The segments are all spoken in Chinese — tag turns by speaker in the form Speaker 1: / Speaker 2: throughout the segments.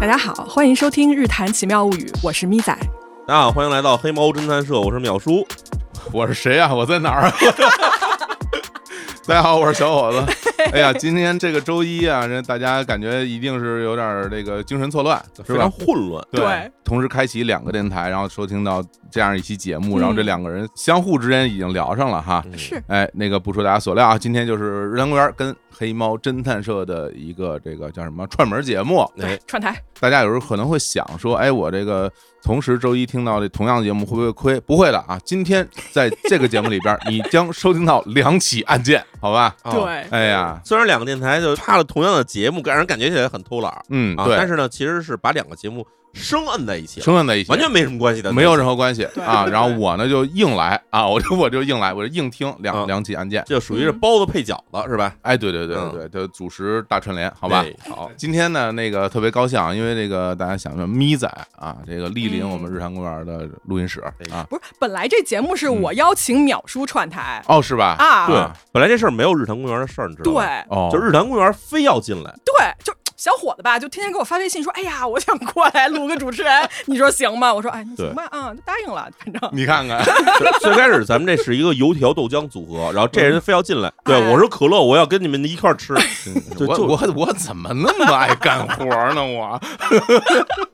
Speaker 1: 大家好，欢迎收听《日谈奇妙物语》，我是咪仔。
Speaker 2: 大家好，欢迎来到黑猫侦探社，我是淼叔。
Speaker 3: 我是谁呀、我在哪儿啊？ 大家好，我是小伙子。 哎呀，今天这个周一啊，这大家感觉一定是有点儿这个精神错乱，是
Speaker 2: 非常
Speaker 3: 吧？
Speaker 2: 混乱，
Speaker 1: 对
Speaker 3: 同时开启两个电台，然后收听到这样一期节目，
Speaker 1: 嗯
Speaker 3: 然后这两个人相互之间已经聊上了哈。
Speaker 2: 嗯
Speaker 1: 是
Speaker 3: 哎，那个不出大家所料啊，今天就是日坛公园跟黑猫侦探社的一个这个叫什么串门节目。
Speaker 2: 哎，
Speaker 1: 串台，
Speaker 3: 大家有时候可能会想说，哎，我这个同时周一听到这同样的节目会不会亏？不会的啊，今天在这个节目里边，你将收听到两起案件，好 吧？
Speaker 2: 啊
Speaker 1: 对
Speaker 3: 哎呀，
Speaker 2: 虽然两个电台就差了同样的节目，让人感觉起来很偷懒儿
Speaker 3: 嗯，
Speaker 2: 啊，
Speaker 3: 对，
Speaker 2: 但是呢，其实是把两个节目生摁在一起了，
Speaker 3: 生分在一起，
Speaker 2: 完全没什么关系的，
Speaker 3: 没有任何关系
Speaker 1: 对
Speaker 3: 啊。
Speaker 1: 对
Speaker 3: 然后我呢就硬来啊，我就我就硬来，我就硬听两
Speaker 2: 啊
Speaker 3: 两起案件。
Speaker 2: 这属于是
Speaker 1: 嗯
Speaker 2: 包子配饺子是吧？
Speaker 3: 哎，对对对
Speaker 2: 嗯
Speaker 3: 对对，就主食大串联，好吧
Speaker 2: 对？
Speaker 3: 好，今天呢，那个特别高兴啊，因为这个大家想着咪仔啊，这个莅临
Speaker 1: 嗯
Speaker 3: 我们日坛公园的录音室
Speaker 2: 对
Speaker 3: 啊，
Speaker 1: 不是本来这节目是我邀请淼叔串
Speaker 2: 嗯
Speaker 1: 台、
Speaker 3: 哦，是吧？
Speaker 1: 啊，
Speaker 2: 对，本来这事儿没有日坛公园的事儿，你知道
Speaker 1: 对
Speaker 2: 吗？
Speaker 3: 哦，
Speaker 2: 就日坛公园非要进来，
Speaker 1: 对，就小伙子吧，就天天给我发微信说，哎呀，我想过来录个主持人， 你说行吗？我说，哎，那行吧，啊、就答应了，反 正
Speaker 3: 你看看，
Speaker 2: 最 最开始咱们这是一个油条豆浆组合，然后
Speaker 3: 嗯
Speaker 2: 这人非要进来，对
Speaker 1: 哎
Speaker 2: 我说可乐，我要跟你们一块儿吃，就
Speaker 3: 嗯我
Speaker 2: 就
Speaker 3: 我我怎么那么爱干活呢？我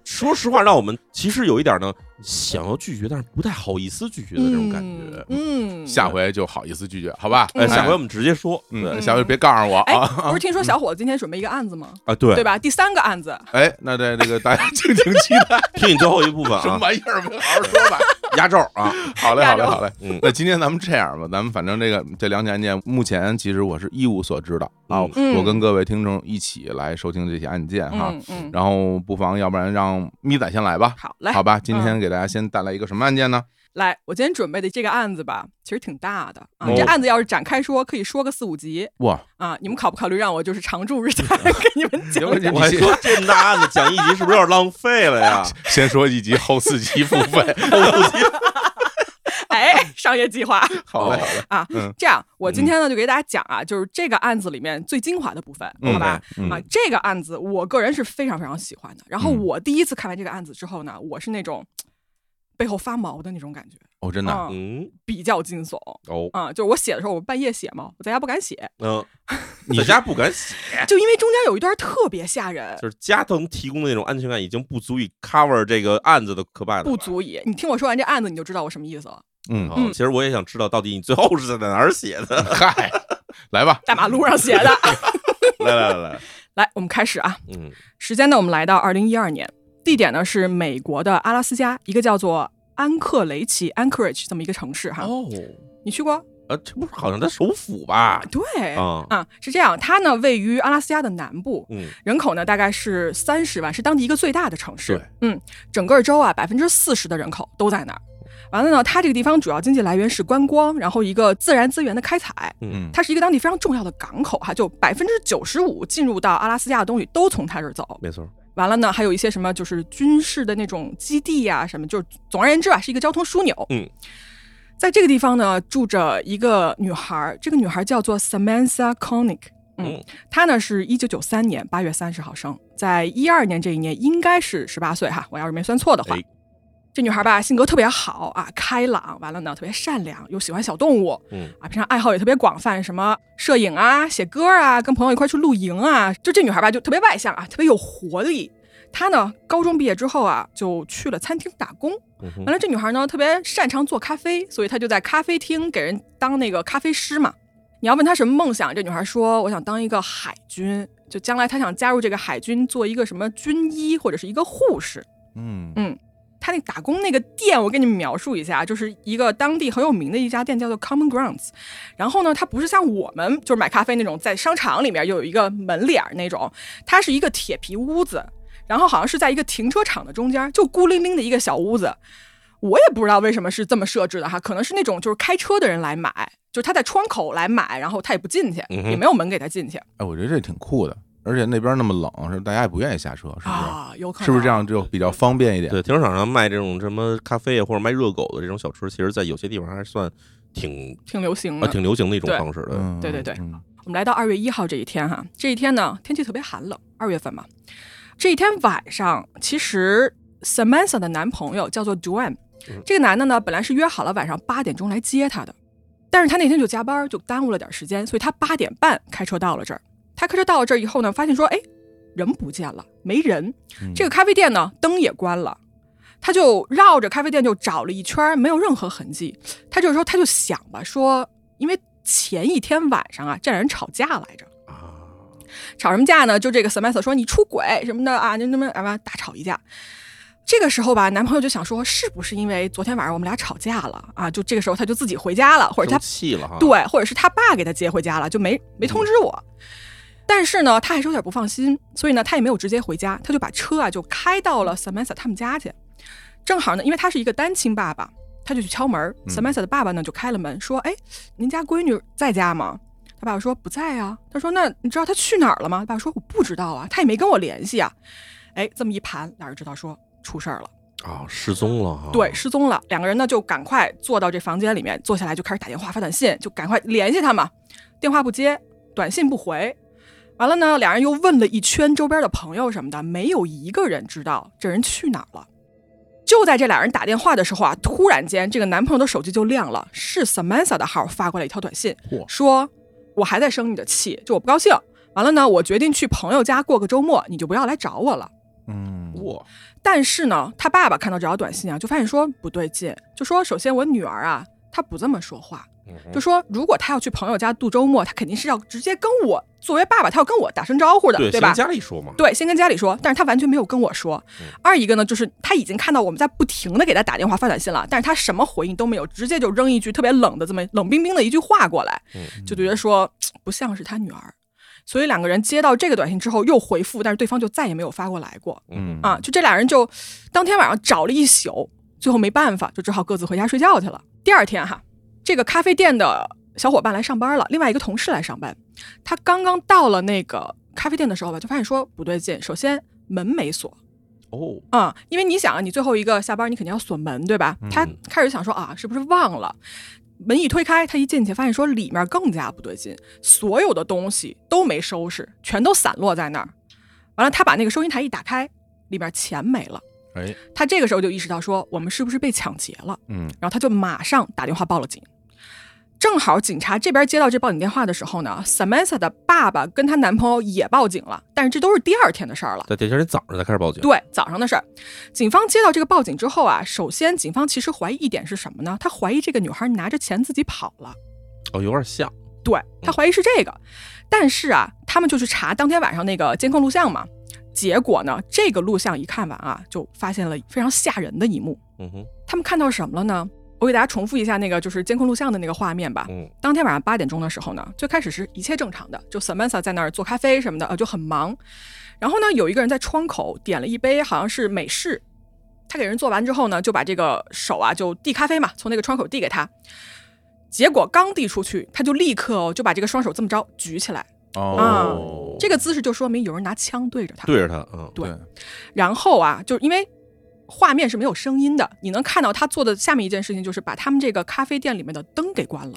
Speaker 2: 说实话，让我们其实有一点呢，想要拒绝，但是不太好意思拒绝的这种感觉。
Speaker 1: 嗯，嗯
Speaker 3: 下回就好意思拒绝，好吧？
Speaker 2: 哎，
Speaker 1: 嗯
Speaker 2: 下回我们直接说，
Speaker 3: 嗯，
Speaker 2: 对
Speaker 3: 下回别告诉我
Speaker 1: 哎
Speaker 3: 啊！，
Speaker 1: 不是听说小伙子今天准备一个案子吗？
Speaker 2: 啊， 对
Speaker 1: 对，吧？第三个案子，
Speaker 3: 哎，那这这个大家敬请期待，
Speaker 2: 听你最后一部分
Speaker 3: 什么
Speaker 2: 啊，
Speaker 3: 玩意儿？好好说 吧。
Speaker 2: 压轴啊，
Speaker 3: 好嘞，好嘞，好嘞。
Speaker 2: 嗯
Speaker 3: 那今天咱们这样吧，咱们反正这个这两起案件，目前其实我是一无所知的啊。
Speaker 1: 嗯
Speaker 3: 我跟各位听众一起来收听这起案件哈，
Speaker 1: 嗯嗯，
Speaker 3: 然后不妨要不然让咪仔先来吧，
Speaker 1: 好，来
Speaker 3: 好吧？今天给大家先带来一个什么案件呢？
Speaker 1: 来，我今天准备的这个案子吧，其实挺大的啊。
Speaker 3: 哦
Speaker 1: 这案子要是展开说，可以说个四五集
Speaker 3: 哇，
Speaker 1: 啊。你们考不考虑让我就是常 驻日坛给你们讲
Speaker 3: 行
Speaker 1: 讲？
Speaker 2: 我还说这么大案子讲一集是不是有点浪费了 呀？
Speaker 3: 先说一集，后四集付费。
Speaker 1: 哎，商业计划
Speaker 3: 好
Speaker 2: 哦
Speaker 3: 嘞，好嘞，
Speaker 1: 啊。
Speaker 3: 嗯
Speaker 1: 这样，我今天呢就给大家讲啊，就是这个案子里面最精华的部分，
Speaker 3: 嗯
Speaker 1: 好吧？
Speaker 3: 嗯
Speaker 1: 啊，这个案子我个人是非常非常喜欢的。然后
Speaker 3: 嗯
Speaker 1: 我第一次看完这个案子之后呢，我是那种背后发毛的那种感觉，
Speaker 3: 哦，真的啊，
Speaker 1: 啊，
Speaker 2: 嗯，
Speaker 1: 比较惊悚
Speaker 2: 哦，
Speaker 1: 啊。就是我写的时候，我半夜写嘛，我在家不敢写，
Speaker 2: 嗯，在家不敢写，
Speaker 1: 就因为中间有一段特别吓人，
Speaker 2: 就是家能提供的那种安全感已经不足以 cover 这个案子的可怕了吧
Speaker 1: 不。足以。你听我说完这案子，你就知道我什么意思了。
Speaker 3: 嗯，
Speaker 2: 哦，其实我也想知道，到底你最后是在哪儿写 的？
Speaker 3: 嗨，来吧，
Speaker 1: 大马路上写 的。
Speaker 2: 来来来来，
Speaker 1: 来，我们开始啊。
Speaker 2: 嗯，
Speaker 1: 时间呢，我们来到二零一二年，地点呢是美国的阿拉斯加一个叫做安克雷奇 （Anchorage） 这么一个城市哈。
Speaker 2: 哦，
Speaker 1: 你去过？
Speaker 2: 啊，这不是好像在首府吧？
Speaker 1: 对。
Speaker 2: 啊，
Speaker 1: 啊，是这样，它呢位于阿拉斯加的南部，
Speaker 2: 嗯，
Speaker 1: 人口呢大概是三十万，是当地一个最大的城市
Speaker 2: 对。
Speaker 1: 嗯，整个州啊，百分之四十的人口都在那儿。完了呢，它这个地方主要经济来源是观光，然后一个自然资源的开采。
Speaker 3: 嗯，
Speaker 1: 它是一个当地非常重要的港口哈，就百分之九十五进入到阿拉斯加的东西都从它这儿走。
Speaker 2: 没错，
Speaker 1: 完了呢，还有一些什么就是军事的那种基地呀、什么，就是总而言之吧，啊是一个交通枢纽。
Speaker 2: 嗯，
Speaker 1: 在这个地方呢，住着一个女孩儿，这个女孩儿叫做 Samantha Koenig。嗯
Speaker 2: 嗯，
Speaker 1: 她呢是一九九三年八月三十号生，在一二年这一年应该是十八岁哈，我要是没算错的话。
Speaker 2: 哎
Speaker 1: 这女孩儿吧，性格特别好啊，开朗，完了呢，特别善良，又喜欢小动物，
Speaker 2: 嗯，
Speaker 1: 啊，平常爱好也特别广泛，什么摄影啊、写歌啊、跟朋友一块去露营啊，就这女孩吧，就特别外向啊，特别有活力。她呢，高中毕业之后啊，就去了餐厅打工。
Speaker 2: 嗯哼
Speaker 1: 完了，这女孩呢，特别擅长做咖啡，所以她就在咖啡厅给人当那个咖啡师嘛。你要问她什么梦想，这女孩说：“我想当一个海军，就将来她想加入这个海军，做一个什么军医或者是一个护士。”
Speaker 3: 嗯
Speaker 1: 嗯他那打工那个店，我给你们描述一下，啊就是一个当地很有名的一家店，叫做 Common Grounds。然后呢，它不是像我们就是买咖啡那种在商场里面又有一个门脸儿那种，它是一个铁皮屋子，然后好像是在一个停车场的中间，就孤零零的一个小屋子。我也不知道为什么是这么设置的哈，可能是那种就是开车的人来买，就是他在窗口来买，然后他也不进去，
Speaker 2: 嗯哼
Speaker 1: 也没有门给他进去
Speaker 3: 哎，我觉得这挺酷的，而且那边那么冷，是大家也不愿意下车，是不是？
Speaker 1: 啊，有可能
Speaker 3: 是不是这？样就比较方便一点？
Speaker 2: 对，停车场上卖这种什么咖啡啊，或者卖热狗的这种小吃，其实在有些地方还算挺
Speaker 1: 挺流行
Speaker 2: 啊
Speaker 1: 的。
Speaker 2: 挺流行的一种
Speaker 1: 对
Speaker 2: 方式的。
Speaker 3: 嗯，
Speaker 1: 对对对
Speaker 3: 嗯
Speaker 1: 我们来到二月一号这一天哈，这一天呢天气特别寒冷，二月份嘛。这一天晚上，其实 Samantha 的男朋友叫做 Duane，
Speaker 2: 嗯
Speaker 1: 这个男的呢本来是约好了晚上八点钟来接她的，但是他那天就加班，就耽误了点时间，所以他八点半开车到了这儿。他开车到了这儿以后呢，发现说，哎，人不见了，没人。这个咖啡店呢，灯也关了。他就绕着咖啡店就找了一圈儿，没有任何痕迹。他这时候他就想吧，说因为前一天晚上啊，这俩人吵架来着。
Speaker 2: 啊，
Speaker 1: 吵什么架呢？就这个 Samantha 说你出轨什么的啊，那那么啊大吵一架。这个时候吧，男朋友就想说，是不是因为昨天晚上我们俩吵架了啊？就这个时候他就自己回家了，或者他
Speaker 2: 生气了哈，，
Speaker 1: 对，或者是他爸给他接回家了，就没没通知我。但是呢，他还是有点不放心，所以呢，他也没有直接回家，他就把车啊就开到了 Samantha 他们家去。正好呢，因为他是一个单亲爸爸，他就去敲门。
Speaker 3: 嗯
Speaker 1: Samantha 的爸爸呢就开了门，说：“哎，您家闺女在家吗？”他爸爸说：“不在啊。”他说：“那你知道她去哪儿了吗？”他爸爸说：“我不知道啊，她也没跟我联系啊。”哎，这么一盘，俩人知道说出事儿了。
Speaker 2: 啊，失踪了哈，
Speaker 1: 对，失踪了。两个人呢就赶快坐到这房间里面，坐下来就开始打电话、发短信，就赶快联系他嘛。电话不接，短信不回，完了呢，俩人又问了一圈周边的朋友什么的，没有一个人知道这人去哪儿了。就在这俩人打电话的时候啊，突然间这个男朋友的手机就亮了，是 Samantha 的号发过来一条短信
Speaker 3: 嚯，
Speaker 1: 说我还在生你的气，就我不高兴。完了呢，我决定去朋友家过个周末，你就不要来找我了。
Speaker 3: 嗯，
Speaker 2: 哇，
Speaker 1: 但是呢，他爸爸看到这条短信啊，就发现说不对劲，就说首先我女儿啊，她不这么说话，就说如果她要去朋友家度周末，她肯定是要直接跟我作为爸爸，她要跟我打声招呼的，
Speaker 2: 对，
Speaker 1: 对
Speaker 2: 先嗯
Speaker 1: 吧
Speaker 2: 跟？家里说嘛，
Speaker 1: 对，先跟家里说，但是她完全没有跟我说。二一个呢，就是她已经看到我们在不停的给她打电话发短信了，但是她什么回应都没有，直接就扔一句特别冷的这么冷冰冰的一句话过来，
Speaker 2: 嗯
Speaker 1: 就觉得说嘖不像是她女儿。所以两个人接到这个短信之后又回复，但是对方就再也没有发过来过。
Speaker 3: 嗯
Speaker 1: 啊，就这俩人就当天晚上找了一宿，最后没办法，就只好各自回家睡觉去了。第二天哈，这个咖啡店的小伙伴来上班了，另外一个同事来上班，他刚刚到了那个咖啡店的时候吧，就发现说不对劲，首先门没锁。
Speaker 2: 哦，
Speaker 1: 啊、因为你想啊，你最后一个下班，你肯定要锁门，对吧？他开始想说啊，是不是忘了？门一推开，他一进去发现说里面更加不对劲，所有的东西都没收拾，全都散落在那儿。完了，他把那个收银台一打开，里面钱没了。
Speaker 3: 哎，
Speaker 1: 他这个时候就意识到说，我们是不是被抢劫了？
Speaker 3: 嗯，
Speaker 1: 然后他就马上打电话报了警。正好警察这边接到这报警电话的时候呢，Samantha 的爸爸跟她男朋友也报警了，但是这都是第二天的事儿了。
Speaker 2: 在第二天早上才开始报警，
Speaker 1: 对，早上的事儿。警方接到这个报警之后啊，首先警方其实怀疑一点是什么呢？他怀疑这个女孩拿着钱自己跑了，
Speaker 2: 哦，有点像，
Speaker 1: 对他怀疑是这个。但是啊，他们就去查当天晚上那个监控录像嘛，结果呢，这个录像一看完啊，就发现了非常吓人的一幕。
Speaker 2: 嗯哼，
Speaker 1: 他们看到什么了呢？我给大家重复一下那个就是监控录像的那个画面吧。
Speaker 2: 嗯
Speaker 1: 当天晚上八点钟的时候呢，最开始是一切正常的，就 Samantha 在那儿做咖啡什么的，呃，就很忙。然后呢，有一个人在窗口点了一杯好像是美式，他给人做完之后呢，就把这个手啊就递咖啡嘛，从那个窗口递给他。结果刚递出去，他就立刻哦就把这个双手这么着举起来，
Speaker 3: 哦，
Speaker 1: 啊这个姿势就说明有人拿枪对着他。
Speaker 2: 对着他，嗯，
Speaker 1: 对
Speaker 3: 对，
Speaker 1: 然后啊，就是因为画面是没有声音的，你能看到他做的下面一件事情就是把他们这个咖啡店里面的灯给关了，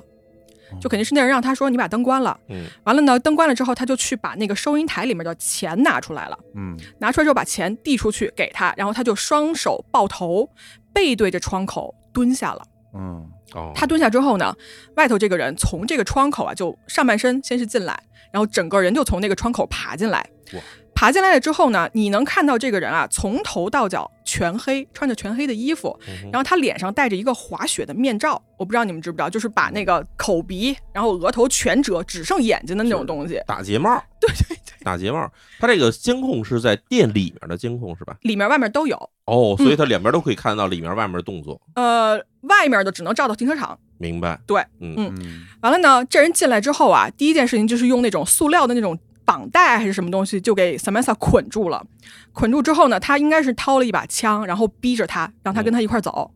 Speaker 1: 就肯定是那人让他说你把灯关了。
Speaker 2: 嗯，
Speaker 1: 完了呢，灯关了之后，他就去把那个收银台里面的钱拿出来了，
Speaker 3: 嗯，
Speaker 1: 拿出来之后把钱递出去给他，然后他就双手抱头，背对着窗口蹲下了。
Speaker 3: 嗯，
Speaker 2: 哦，
Speaker 1: 他蹲下之后呢，外头这个人从这个窗口啊，就上半身先是进来，然后整个人就从那个窗口爬进来
Speaker 2: 哇。
Speaker 1: 爬进来了之后呢，你能看到这个人啊，从头到脚全黑，穿着全黑的衣服，
Speaker 2: 嗯哼
Speaker 1: 然后他脸上戴着一个滑雪的面罩，我不知道你们知不知道，就是把那个口鼻，然后额头全遮，只剩眼睛的那种东西。
Speaker 2: 打睫毛，对对对，打睫毛，他这个监控是在店里面的监控是吧？
Speaker 1: 里面外面都有，
Speaker 2: 哦，所以他两边都可以看到里面外面的动作，
Speaker 1: 呃，外面的只能照到停车场。
Speaker 2: 明白？
Speaker 1: 对，
Speaker 2: 嗯
Speaker 1: 嗯
Speaker 3: 嗯，
Speaker 1: 完了呢，这人进来之后啊，第一件事情就是用那种塑料的那种绑带还是什么东西，就给 Samantha 捆住了。捆住之后呢，他应该是掏了一把枪，然后逼着他，让他跟他一块儿走。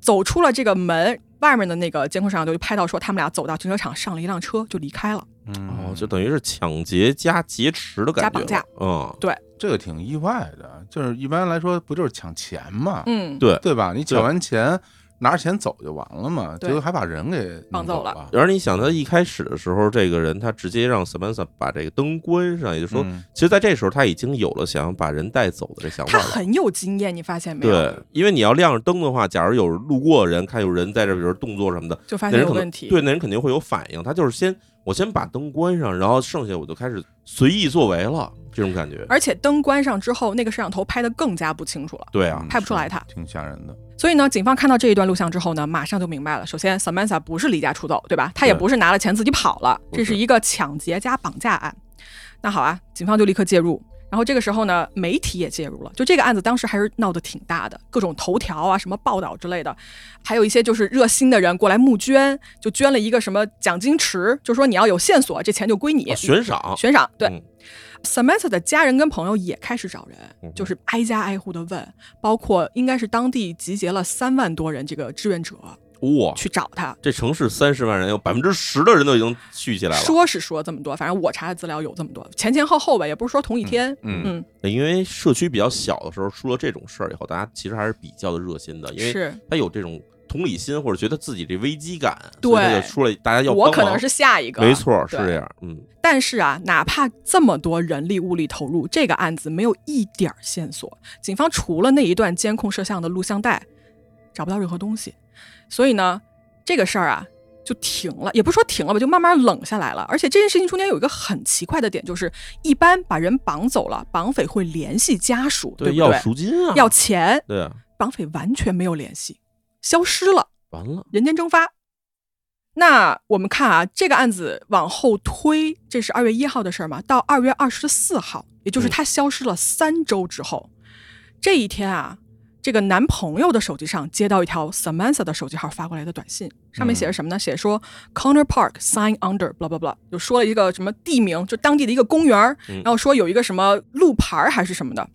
Speaker 1: 走出了这个门，外面的那个监控摄像头就拍到说他们俩走到停车场，上了一辆车就离开了。
Speaker 3: 嗯
Speaker 2: 哦，就等于是抢劫加劫持的感
Speaker 1: 加
Speaker 2: 觉，
Speaker 1: 绑架，
Speaker 2: 嗯，
Speaker 3: 这个挺意外的，就是一般来说不就是抢钱嘛，
Speaker 1: 嗯，
Speaker 2: 对
Speaker 3: 对吧？你抢完钱，拿着钱走就完了嘛，
Speaker 1: 对
Speaker 3: 结果还把人给弄
Speaker 1: 绑走
Speaker 3: 了。
Speaker 2: 而你想，他一开始的时候，这个人他直接让 Samantha 把这个灯关上，也就是说，
Speaker 3: 嗯
Speaker 2: 其实在这时候他已经有了想把人带走的这想法
Speaker 1: 他
Speaker 2: 了。
Speaker 1: 很有经验，你发现没有？
Speaker 2: 对，因为你要亮着灯的话，假如有路过的人看有人在这，比如动作什么的，
Speaker 1: 就发
Speaker 2: 那
Speaker 1: 现
Speaker 2: 人
Speaker 1: 有
Speaker 2: 可
Speaker 1: 问
Speaker 2: 能
Speaker 1: 题。
Speaker 2: 对那人肯定会有反应。他就是先我先把灯关上，然后剩下我就开始随意作为了，这种感觉。
Speaker 1: 而且灯关上之后，那个摄像头拍得更加不清楚了。
Speaker 2: 对啊
Speaker 3: 嗯，
Speaker 1: 拍不出来
Speaker 3: 是
Speaker 1: 他
Speaker 3: 挺吓人的。
Speaker 1: 所以呢，警方看到这一段录像之后呢，马上就明白了。首先，Samantha 不是离家出走，对吧？她也
Speaker 2: 对
Speaker 1: 不是拿了钱自己跑了，
Speaker 2: 不
Speaker 1: 这
Speaker 2: 是
Speaker 1: 是一个抢劫加绑架案。那好啊，警方就立刻介入。然后这个时候呢，媒体也介入了。就这个案子当时还是闹得挺大的，各种头条啊、什么报道之类的，还有一些就是热心的人过来募捐，就捐了一个什么奖金池，就说你要有线索，这钱就归你。
Speaker 2: 啊悬赏，
Speaker 1: 悬赏对、
Speaker 2: 嗯
Speaker 1: Samantha 的家人跟朋友也开始找人，
Speaker 2: 哼
Speaker 1: 就是挨家挨户的问，包括应该是当地集结了三万多人这个志愿者
Speaker 2: 哦哇，
Speaker 1: 去找他。
Speaker 2: 这城市三十万人，有百分之十的人都已经聚起来了。
Speaker 1: 说是说这么多，反正我查的资料有这么多，前前后后吧，也不是说同一天。
Speaker 3: 嗯
Speaker 1: 嗯，
Speaker 2: 因为社区比较小的时候出了这种事儿以后，大家其实还是比较的热心的，因为
Speaker 1: 是
Speaker 2: 他有这种同理心或者觉得自己这危机感，所以他
Speaker 1: 对
Speaker 2: 就出来大家要
Speaker 1: 我
Speaker 2: 帮
Speaker 1: 可能
Speaker 2: 忙
Speaker 1: 是下一个，
Speaker 2: 没。错，是
Speaker 1: 对
Speaker 2: 这样，嗯，
Speaker 1: 但是啊，哪怕这么多人力物力投入，这个案子没有一点儿线索。警方除了那一段监控摄像的录像带，找不到任何东西。所以呢，这个事儿啊就停了，也不是说停了吧，就慢慢冷下来了。而且这件事情中间有一个很奇怪的点，就是一般把人绑走了，绑匪会联系家属，对不
Speaker 2: 要
Speaker 1: 对？
Speaker 2: 赎金啊，
Speaker 1: 要钱，
Speaker 2: 对啊，
Speaker 1: 绑匪完全没有联系，消失了。
Speaker 2: 完了，
Speaker 1: 人间蒸发。那我们看啊，这个案子往后推，这是二月一号的事儿嘛，到二月二十四号，也就是
Speaker 2: 嗯
Speaker 1: 他消失了三周之后，这一天啊，这个男朋友的手机上接到一条 Samantha 的手机号发过来的短信，上面写
Speaker 2: 嗯
Speaker 1: 着什么呢？写说 Connor Park sign under blah blah blah，就说了一个什么地名，就当地的一个公园儿，
Speaker 2: 嗯
Speaker 1: 然后说有一个什么路牌儿还是什么的，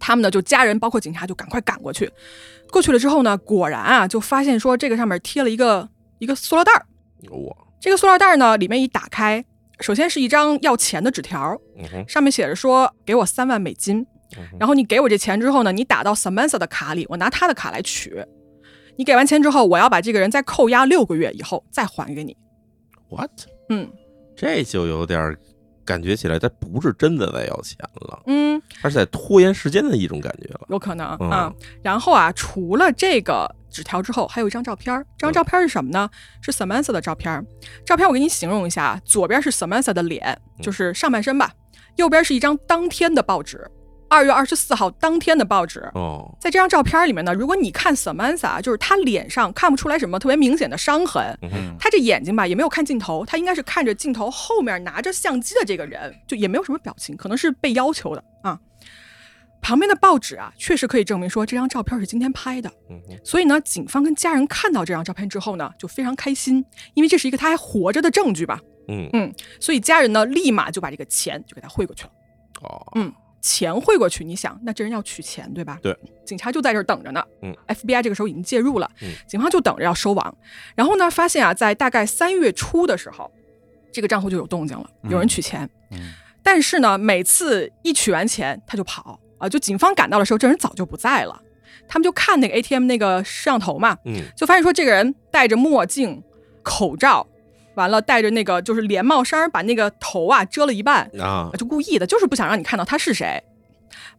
Speaker 1: 他们呢就家人包括警察就赶快赶过去，过去了之后呢，果然啊就发现说这个上面贴了一个一个塑料袋儿，
Speaker 2: 我，
Speaker 1: 这个塑料袋儿呢里面一打开，首先是一张要钱的纸条，
Speaker 2: 嗯哼，
Speaker 1: 上面写着说给我三万美金，
Speaker 2: 嗯哼
Speaker 1: 然后你给我这钱之后呢，你打到 Samantha 的卡里，我拿她的卡来取。你给完钱之后，我要把这个人再扣押六个月以后再还给你。
Speaker 2: ，what，
Speaker 1: 嗯
Speaker 2: 这就有点儿感觉起来，他不是真的在要钱了，
Speaker 1: 嗯，
Speaker 2: 他是在拖延时间的一种感觉了，
Speaker 1: 有可能
Speaker 2: 嗯
Speaker 1: 啊。然后啊，除了这个纸条之后，还有一张照片儿。
Speaker 2: 嗯
Speaker 1: 这张照片儿是什么呢？是 Samantha 的照片儿。照片我给你形容一下啊，左边是 Samantha 的脸，
Speaker 2: 嗯
Speaker 1: 就是上半身吧；右边是一张当天的报纸，二月二十四号当天的报纸。
Speaker 2: 哦，
Speaker 1: 在这张照片儿里面呢，如果你看 Samantha，啊就是她脸上看不出来什么特别明显的伤痕，
Speaker 2: 嗯哼，
Speaker 1: 她这眼睛吧也没有看镜头，她应该是看着镜头后面拿着相机的这个人，就也没有什么表情，可能是被要求的啊。旁边的报纸啊，确实可以证明说这张照片是今天拍的。
Speaker 2: 嗯哼，
Speaker 1: 所以呢，警方跟家人看到这张照片之后呢，就非常开心，因为这是一个他还活着的证据吧。
Speaker 2: 嗯，
Speaker 1: 嗯，所以家人呢立马就把这个钱就给他汇过去了。
Speaker 2: 哦，
Speaker 1: 嗯，钱汇过去，你想，那这人要取钱对吧？
Speaker 2: 对，
Speaker 1: 警察就在这儿等着呢。
Speaker 2: 嗯
Speaker 1: ，FBI 这个时候已经介入了，
Speaker 2: 嗯
Speaker 1: 警方就等着要收网。然后呢，发现啊，在大概三月初的时候，这个账户就有动静了，有人取钱。
Speaker 3: 嗯
Speaker 1: 但是呢，每次一取完钱他就跑啊，就警方赶到的时候，这人早就不在了。他们就看那个 ATM 那个摄像头嘛，
Speaker 2: 嗯，
Speaker 1: 就发现说这个人戴着墨镜、口罩，完了戴着那个就是连帽衫儿，把那个头啊遮了一半，
Speaker 2: 啊，
Speaker 1: 就故意的，就是不想让你看到他是谁。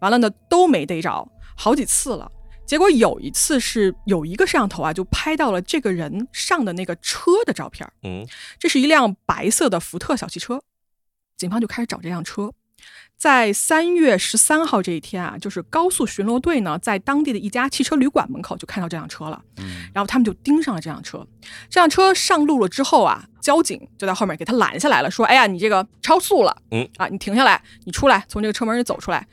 Speaker 1: 完了呢，都没逮着，好几次了。结果有一次是有一个摄像头啊，就拍到了这个人上的那个车的照片儿。
Speaker 2: 嗯，
Speaker 1: 这是一辆白色的福特小汽车，警方就开始找这辆车。在三月十三号这一天啊，就是高速巡逻队呢，在当地的一家汽车旅馆门口就看到这辆车了，
Speaker 3: 嗯
Speaker 1: 然后他们就盯上了这辆车。这辆车上路了之后啊，交警就在后面给他拦下来了，说：“哎呀，你这个超速了，
Speaker 2: 嗯
Speaker 1: 啊，你停下来，你出来，从这个车门里走出来。”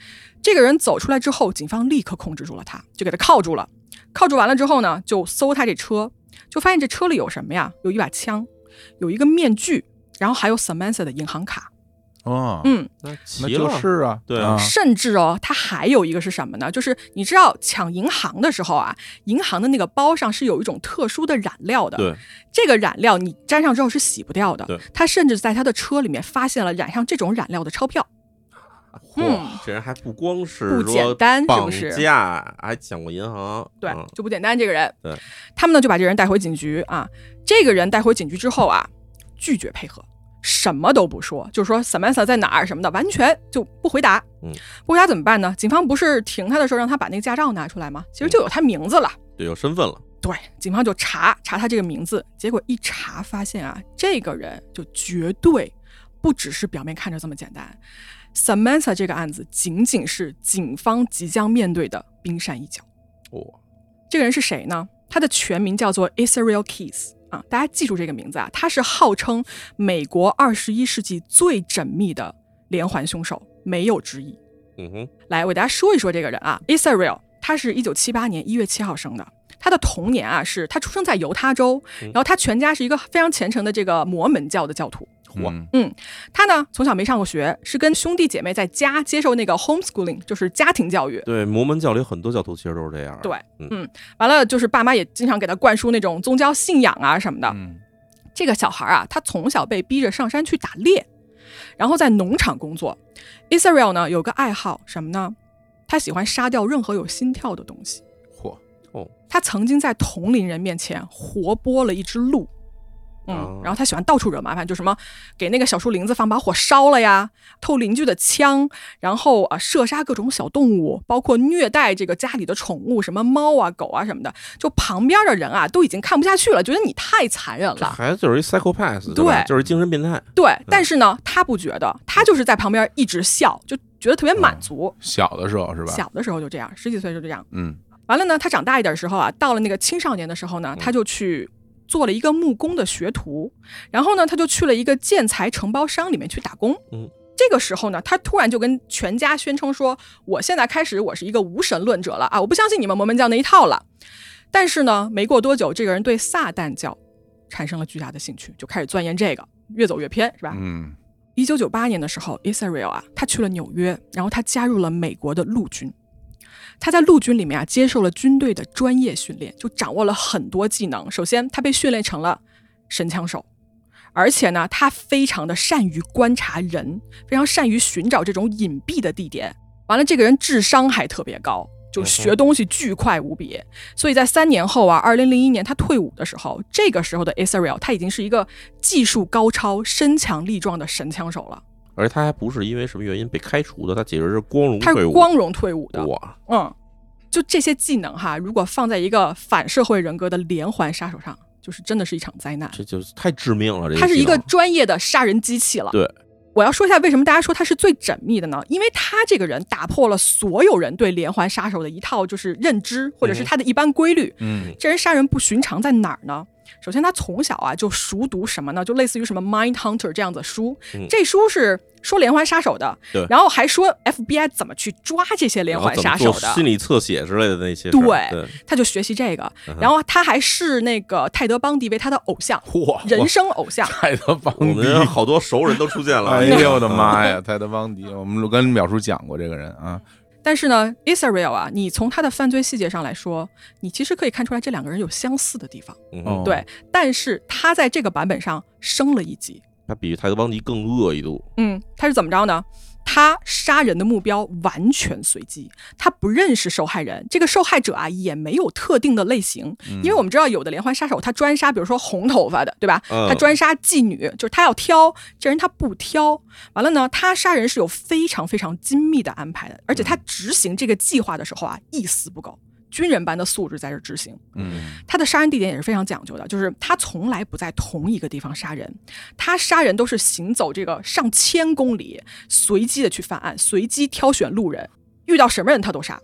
Speaker 1: 这个人走出来之后，警方立刻控制住了他，就给他铐住了。铐住完了之后呢，就搜他这车，就发现这车里有什么呀？有一把枪，有一个面具，然后还有 Samantha 的银行卡。
Speaker 3: 哦，
Speaker 1: 嗯，
Speaker 2: 那
Speaker 3: 那
Speaker 2: 齐
Speaker 3: 就
Speaker 2: 了，
Speaker 3: 是啊，
Speaker 2: 对
Speaker 3: 啊
Speaker 2: 啊，
Speaker 1: 甚至哦，他还有一个是什么呢？就是你知道抢银行的时候啊，银行的那个包上是有一种特殊的染料的。
Speaker 2: 对，
Speaker 1: 这个染料你沾上之后是洗不掉的
Speaker 2: 对。
Speaker 1: 他甚至在他的车里面发现了染上这种染料的钞票。嗯
Speaker 2: 嚯，这人还不光是
Speaker 1: 不简
Speaker 2: 说
Speaker 1: 单，是
Speaker 2: 绑
Speaker 1: 不是？
Speaker 2: 架，还抢过银行，
Speaker 1: 对
Speaker 2: 嗯，
Speaker 1: 就不简单。这个人，
Speaker 2: 对
Speaker 1: 他们呢就把这人带回警局啊。这个人带回警局之后啊，拒绝配合，什么都不说，就是说 Samantha 在哪儿什么的，完全就不回答。
Speaker 2: 嗯，
Speaker 1: 不回答怎么办呢？警方不是停他的时候让他把那个驾照拿出来吗？其实就有他名字了。
Speaker 2: 对，有身份了，
Speaker 1: 对，警方就查查他这个名字，结果一查发现啊，这个人就绝对不只是表面看着这么简单。Samantha 这个案子仅仅是警方即将面对的冰山一角。
Speaker 2: 哦，
Speaker 1: 这个人是谁呢？他的全名叫做 Israel Keys 啊，大家记住这个名字啊，他是号称美国二十一世纪最缜密的连环凶手，没有之一。
Speaker 2: 嗯哼，
Speaker 1: 来，我给大家说一说这个人啊，Israel，他是一九七八年一月七号生的。他的童年啊，是他出生在犹他州，
Speaker 2: 嗯
Speaker 1: 然后他全家是一个非常虔诚的这个摩门教的教徒。
Speaker 2: 嚯，
Speaker 3: 嗯
Speaker 1: 他呢，从小没上过学，是跟兄弟姐妹在家接受那个 homeschooling，就是家庭教育。
Speaker 2: 对，摩门教里很多教徒其实都是这样，
Speaker 1: 对，
Speaker 2: 嗯
Speaker 1: 嗯，完了就是爸妈也经常给他灌输那种宗教信仰啊什么的。
Speaker 3: 嗯
Speaker 1: 这个小孩啊，他从小被逼着上山去打猎，然后在农场工作。Israel 呢有个爱好什么呢？他喜欢杀掉任何有心跳的东西。
Speaker 3: 嚯，
Speaker 2: 哦
Speaker 1: 他曾经在同龄人面前活剥了一只鹿，嗯
Speaker 2: 哦，
Speaker 1: 然后他喜欢到处惹麻烦，就什么给那个小树林子放把火烧了呀，偷邻居的枪，然后啊射杀各种小动物，包括虐待这个家里的宠物，什么猫啊、狗啊什么的，就旁边的人啊都已经看不下去了，觉得你太残忍
Speaker 2: 这
Speaker 1: 了。
Speaker 2: 孩子就是一 psychopath，吧
Speaker 1: 对
Speaker 2: 就是精神变态，
Speaker 1: 对，但是呢，他不觉得，他就是在旁边一直笑，就觉得特别满足。
Speaker 3: 小的时嗯候是吧？
Speaker 1: 小的时候就这样，十几岁就这样。
Speaker 3: 嗯
Speaker 1: 完了呢，他长大一点的时候啊，到了那个青少年的时候呢，他就去做了一个木工的学徒，然后呢，他就去了一个建材承包商里面去打工。
Speaker 2: 嗯，
Speaker 1: 这个时候呢，他突然就跟全家宣称说：“我现在开始，我是一个无神论者了啊，我不相信你们摩门教那一套了。”但是呢，没过多久，这个人对撒旦教产生了巨大的兴趣，就开始钻研这个，越走越偏，是吧？
Speaker 3: 嗯，
Speaker 1: 一九九八年的时候，Israel 啊，他去了纽约，然后他加入了美国的陆军。他在陆军里面啊，接受了军队的专业训练，就掌握了很多技能。首先，他被训练成了神枪手，而且呢，他非常的善于观察人，非常善于寻找这种隐蔽的地点。完了，这个人智商还特别高，就
Speaker 2: 嗯
Speaker 1: 学东西巨快无比。所以在三年后啊，二零零一年他退伍的时候，这个时候的 Israel 他已经是一个技术高超、身强力壮的神枪手了，
Speaker 2: 而他还不是因为什么原因被开除的，他简直是光荣
Speaker 1: 他
Speaker 2: 队
Speaker 1: 是
Speaker 2: 嗯伍，
Speaker 1: 光荣退伍的。
Speaker 2: 哇，
Speaker 1: 嗯，就这些技能哈，如果放在一个反社会人格的连环杀手上，就是真的是一场灾难。
Speaker 2: 这就是太致命了，这
Speaker 1: 他是一个
Speaker 2: 技能
Speaker 1: 专业的杀人机器了。
Speaker 2: 对，
Speaker 1: 我要说一下为什么大家说他是最缜密的呢？因为他这个人打破了所有人对连环杀手的一套就是认知，或者是
Speaker 2: 嗯
Speaker 1: 他的一般规律。
Speaker 3: 嗯
Speaker 1: 这人杀人不寻常在哪儿呢？首先，他从小啊就熟读什么呢？就类似于什么《Mind Hunter》这样的书，
Speaker 2: 嗯
Speaker 1: 这书是说连环杀手的，
Speaker 2: 对
Speaker 1: 然后还说 FBI 怎么去抓这些连
Speaker 2: 然后
Speaker 1: 环
Speaker 2: 怎
Speaker 1: 杀
Speaker 2: 么
Speaker 1: 手
Speaker 2: 做
Speaker 1: 的，
Speaker 2: 心理侧写之类的那些事
Speaker 1: 对
Speaker 2: 儿，对，
Speaker 1: 他就学习这个
Speaker 2: 嗯。哼
Speaker 1: 然后他还视那个泰德·邦迪为他的偶像，
Speaker 3: 嚯，
Speaker 1: 人生偶像。
Speaker 3: 泰 德邦
Speaker 2: 我
Speaker 3: 迪，
Speaker 2: 们好多熟人都出现了，
Speaker 3: 哎呦我的
Speaker 2: 呀！
Speaker 3: 妈呀，泰德邦迪，我们跟淼叔讲过这个人啊，
Speaker 1: 但是呢，Israel 啊，你从他的犯罪细节上来说，你其实可以看出来这两个人有相似的地方，
Speaker 2: 嗯
Speaker 3: 哦
Speaker 1: 对。但是他在这个版本上升了一级，
Speaker 2: 他比泰德邦迪更恶一 度，
Speaker 1: 嗯，他是怎么着呢？他杀人的目标完全随机，他不认识受害人。这个受害者啊，也没有特定的类型，因为我们知道有的连环杀手他专杀，比如说红头发的，对吧？
Speaker 2: 嗯
Speaker 1: 他专杀妓女，就是他要挑这人，他不挑。完了呢，他杀人是有非常非常精密的安排的，而且他执行这个计划的时候啊，一丝不苟，军人般的素质在这执行。
Speaker 3: 嗯
Speaker 1: 他的杀人地点也是非常讲究的，就是他从来不在同一个地方杀人，他杀人都是行走这个上千公里，随机的去犯案，随机挑选路人，遇到什么人他都杀。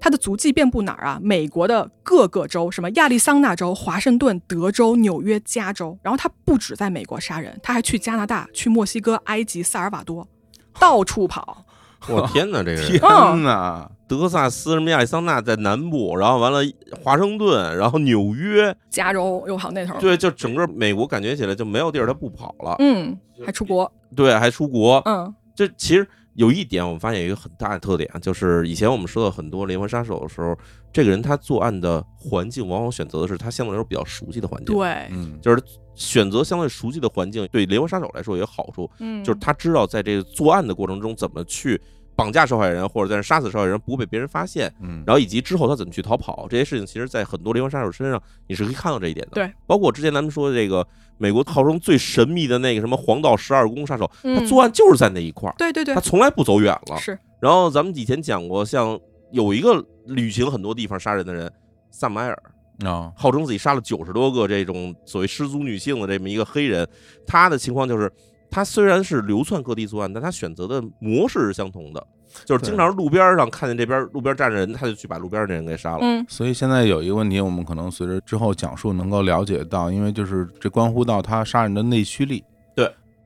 Speaker 1: 他的足迹遍布哪儿啊？美国的各个州，什么亚利桑那州、华盛顿、德州、纽约、加州。然后他不止在美国杀人，他还去加拿大、去墨西哥、埃及、萨尔瓦多，到处跑。
Speaker 2: 我天哪， 这个人
Speaker 3: 天
Speaker 1: 哦
Speaker 3: 哪，
Speaker 2: 德克萨斯什么亚利桑那在南部，然后完了华盛顿，然后纽约，
Speaker 1: 加州又跑那头，
Speaker 2: 对，就整个美国感觉起来就没有地儿他不跑了，
Speaker 1: 嗯，还出国，
Speaker 2: 对，还出国，
Speaker 1: 嗯，
Speaker 2: 这其实有一点，我们发现有一个很大的特点，啊就是以前我们说到很多连环杀手的时候，这个人他作案的环境往往选择的是他相对来说比较熟悉的环境。，
Speaker 1: 对，
Speaker 3: 嗯
Speaker 2: 就是选择相对熟悉的环境，对连环杀手来说也有好处，
Speaker 1: 嗯，
Speaker 2: 就是他知道在这个作案的过程中怎么去绑架受害人或者在那杀死受害人不被别人发现，
Speaker 3: 嗯，
Speaker 2: 然后以及之后他怎么去逃跑这些事情，其实，在很多连环杀手身上你是可以看到这一点的。
Speaker 1: 对，
Speaker 2: 包括之前咱们说的这个美国号称最神秘的那个什么黄道十二宫杀手，他
Speaker 1: 嗯
Speaker 2: 作案就是在那一块儿，
Speaker 1: 对对对
Speaker 2: 他，从来不走远了。
Speaker 1: 是
Speaker 2: 然后咱们以前讲过，像有一个旅行很多地方杀人的人，萨姆埃尔，
Speaker 3: 啊，
Speaker 2: 号称自己杀了九十多个这种所谓失足女性的这么一个黑人，他的情况就是，他虽然是流窜各地作案，但他选择的模式是相同的，就是
Speaker 3: 对
Speaker 2: 经常路边上看见这边路边站着人，他就去把路边的人给杀了。
Speaker 1: 嗯
Speaker 3: 所以现在有一个问题，我们可能随着之后讲述能够了解到，因为就是这关乎到他杀人的内驱力。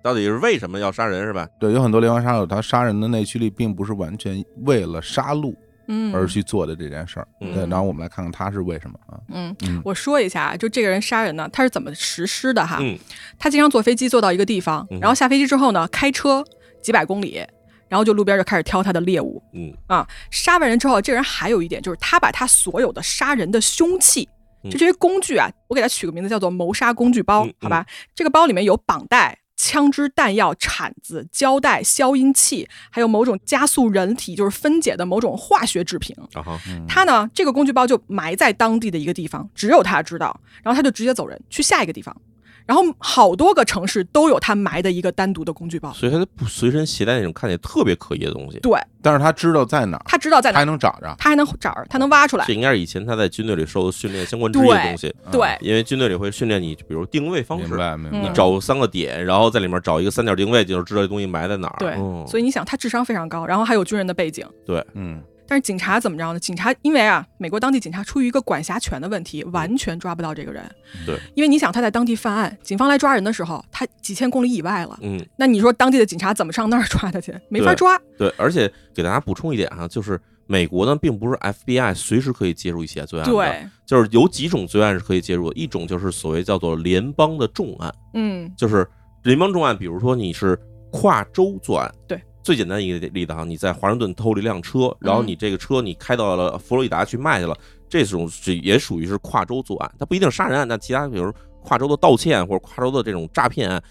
Speaker 2: 到底是为什么要杀人是吧？
Speaker 3: 对，有很多连环杀手，他杀人的内驱力并不是完全为了杀戮
Speaker 1: 嗯
Speaker 3: 而去做的这件事儿。
Speaker 2: 嗯
Speaker 3: 对，然后我们来看看他是为什么啊？
Speaker 1: 嗯
Speaker 3: 嗯，
Speaker 1: 我说一下啊，就这个人杀人呢，他是怎么实施的哈？
Speaker 2: 嗯
Speaker 1: 他经常坐飞机坐到一个地方
Speaker 2: 嗯，
Speaker 1: 然后下飞机之后呢，开车几百公里，然后就路边就开始挑他的猎物
Speaker 2: 嗯
Speaker 1: 啊。杀完人之后，这人还有一点就是他把他所有的杀人的凶器。
Speaker 2: 嗯
Speaker 1: 就这些工具啊，我给他取个名字叫做谋杀工具包
Speaker 2: 嗯，
Speaker 1: 好吧？这个包里面有绑带、枪支、弹药、铲子、胶带、消音器，还有某种加速人体就是分解的某种化学制品。
Speaker 2: 啊哈，
Speaker 1: 他呢，这个工具包就埋在当地的一个地方，只有他知道，然后他就直接走人，去下一个地方。然后好多个城市都有他埋的一个单独的工具包，
Speaker 2: 所以他就不随身携带那种看起来特别可疑的东西。
Speaker 1: 对
Speaker 3: 但是他知道在哪儿，
Speaker 1: 他知道在哪
Speaker 3: 他还
Speaker 1: 儿，
Speaker 3: 能找着。
Speaker 1: 他还能找着，他能挖出来
Speaker 2: 这。应该是以前他在军队里受的训练相关之一的
Speaker 1: 对
Speaker 2: 东西，
Speaker 1: 对，
Speaker 2: 因为军队里会训练你，比如定位方
Speaker 3: 明
Speaker 2: 式，
Speaker 3: 白明白。
Speaker 1: 嗯
Speaker 2: 找三个点，然后在里面找一个三角定位，就知道这东西埋在哪儿。
Speaker 1: 对
Speaker 2: 嗯
Speaker 1: 所以你想，他智商非常高，然后还有军人的背景。
Speaker 3: 嗯，
Speaker 1: 但是警察怎么着呢？警察因为啊，美国当地警察出于一个管辖权的问题，完全抓不到这个人。
Speaker 2: 嗯对，
Speaker 1: 因为你想他在当地犯案，警方来抓人的时候，他几千公里以外了，
Speaker 2: 嗯，
Speaker 1: 那你说当地的警察怎么上那儿抓他去？没法
Speaker 2: 对
Speaker 1: 抓。
Speaker 2: 对，而且给大家补充一点哈、就是美国呢，并不是 FBI 随时可以介入一起罪案的，，
Speaker 1: 对，
Speaker 2: 就是有几种罪案是可以介入的，一种就是所谓叫做联邦的重案，
Speaker 1: 嗯
Speaker 2: 就是联邦重案，比如说你是跨州作案，
Speaker 1: 对。
Speaker 2: 最简单一个例子哈，你在华盛顿偷了一辆车，然
Speaker 1: 嗯
Speaker 2: 后你这个车你开到了佛罗里达去卖去了，这种是也属于是跨州作案，它不一定是杀人案，但其他比如跨州的盗窃案或者跨州的这种诈骗案，啊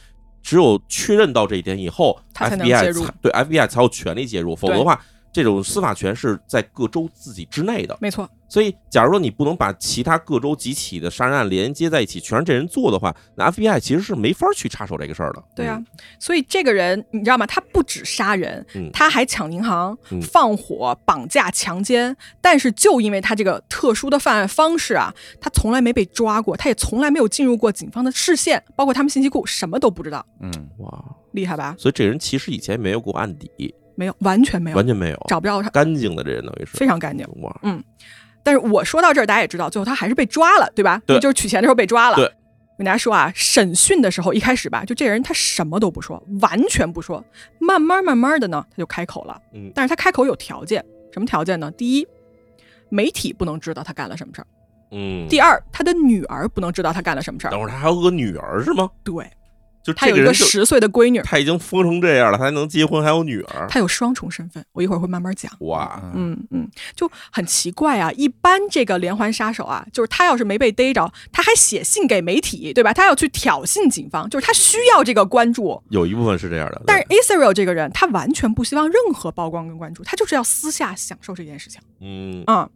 Speaker 2: 只有确认到这一点以后
Speaker 1: 他才能介
Speaker 2: ，FBI
Speaker 1: 入
Speaker 2: 才对 FBI 才有权利介入，否则的
Speaker 1: 对
Speaker 2: 话，这种司法权是在各州自己之内的。
Speaker 1: 没错。
Speaker 2: 所以，假如说你不能把其他各州几起的杀人案连接在一起，全是这人做的话，那 FBI 其实是没法去插手这个事儿的。
Speaker 1: 对啊，所以这个人你知道吗？他不止杀人，
Speaker 2: 嗯
Speaker 1: 他还抢银行、
Speaker 2: 嗯
Speaker 1: 放火、绑架、强奸。但是就因为他这个特殊的犯案方式啊，他从来没被抓过，他也从来没有进入过警方的视线，包括他们信息库什么都不知道，
Speaker 3: 嗯，
Speaker 2: 嗯，哇，
Speaker 1: 厉害吧？
Speaker 2: 所以这人其实以前没有过案底，
Speaker 1: 没有，完全没有，
Speaker 2: 完全没有，
Speaker 1: 找不着他，
Speaker 2: 干净的这人等于是
Speaker 1: 非常干净。
Speaker 2: 哇，
Speaker 1: 但是我说到这儿，大家也知道，最后他还是被抓了，对吧？
Speaker 2: 对
Speaker 1: 就是取钱的时候被抓了。
Speaker 2: 对
Speaker 1: 我跟大家说啊，审讯的时候一开始吧，就这人他什么都不说，完全不说，慢慢慢慢的呢，他就开口了。
Speaker 2: 嗯
Speaker 1: 但是他开口有条件，什么条件呢？第一，媒体不能知道他干了什么事儿；
Speaker 2: 嗯。
Speaker 1: 第二，他的女儿不能知道他干了什么事儿
Speaker 2: 等。会儿他还有个女儿是吗？
Speaker 1: 对，
Speaker 2: 就
Speaker 1: 他
Speaker 2: 这
Speaker 1: 有一
Speaker 2: 人
Speaker 1: 个
Speaker 2: 就
Speaker 1: 十岁的闺女，
Speaker 2: 他已经疯成这样了，他还能结婚，还有女儿，
Speaker 1: 他有双重身份，我一会儿会慢慢讲。
Speaker 2: 哇，
Speaker 3: 嗯
Speaker 1: 嗯嗯，就很奇怪啊！一般这个连环杀手啊，就是他要是没被逮着，他还写信给媒体，对吧？他要去挑衅警方，就是他需要这个关注。
Speaker 2: 有一部分是这样的。
Speaker 1: 但是 Israel 这个人，他完全不希望任何曝光跟关注，他就是要私下享受这件事情
Speaker 2: 对，嗯
Speaker 1: 啊、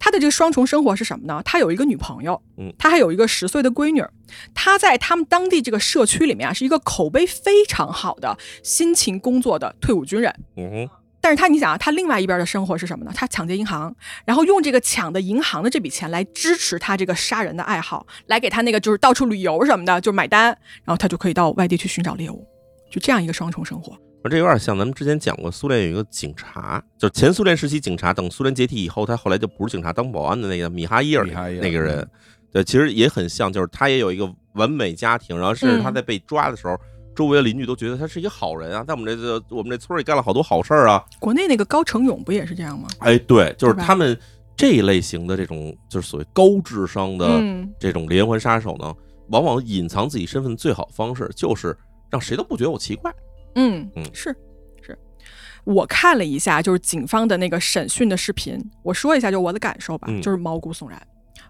Speaker 1: 他的这个双重生活是什么呢？他有一个女朋友，
Speaker 2: 嗯
Speaker 1: 他还有一个十岁的闺女儿。他在他们当地这个社区里面啊，是一个口碑非常好的辛勤工作的退伍军人。
Speaker 2: 嗯
Speaker 1: 但是他，你想啊，他另外一边的生活是什么呢？他抢劫银行，然后用这个抢的银行的这笔钱来支持他这个杀人的爱好，来给他那个就是到处旅游什么的，就是买单，然后他就可以到外地去寻找猎物，就这样一个双重生活。
Speaker 2: 哼，这有点像咱们之前讲过，苏联有一个警察，就是前苏联时期警察，等苏联解体以后，他后来就不是警察，当保安的那个米哈伊尔
Speaker 3: 米哈伊尔
Speaker 2: 那个人
Speaker 3: 嗯，
Speaker 2: 对，其实也很像，就是他也有一个完美家庭，然后甚至他
Speaker 1: 嗯
Speaker 2: 在被抓的时候，周围的邻居都觉得他是一个好人啊，在我们这个我们这村儿里干了好多好事儿啊，
Speaker 1: 国内那个高成勇不也是这样吗？
Speaker 2: 哎，对，就
Speaker 1: 对
Speaker 2: 是
Speaker 1: 吧
Speaker 2: 他们这一类型的这种就是所谓高智商的
Speaker 1: 嗯，
Speaker 2: 这种连环杀手呢，往往隐藏自己身份的最好方式就是让谁都不觉得我奇怪。
Speaker 1: 嗯
Speaker 2: 嗯
Speaker 1: 是是。我看了一下，就是警方的那个审讯的视频，我说一下就我的感受吧，
Speaker 2: 嗯
Speaker 1: 就是毛骨悚然。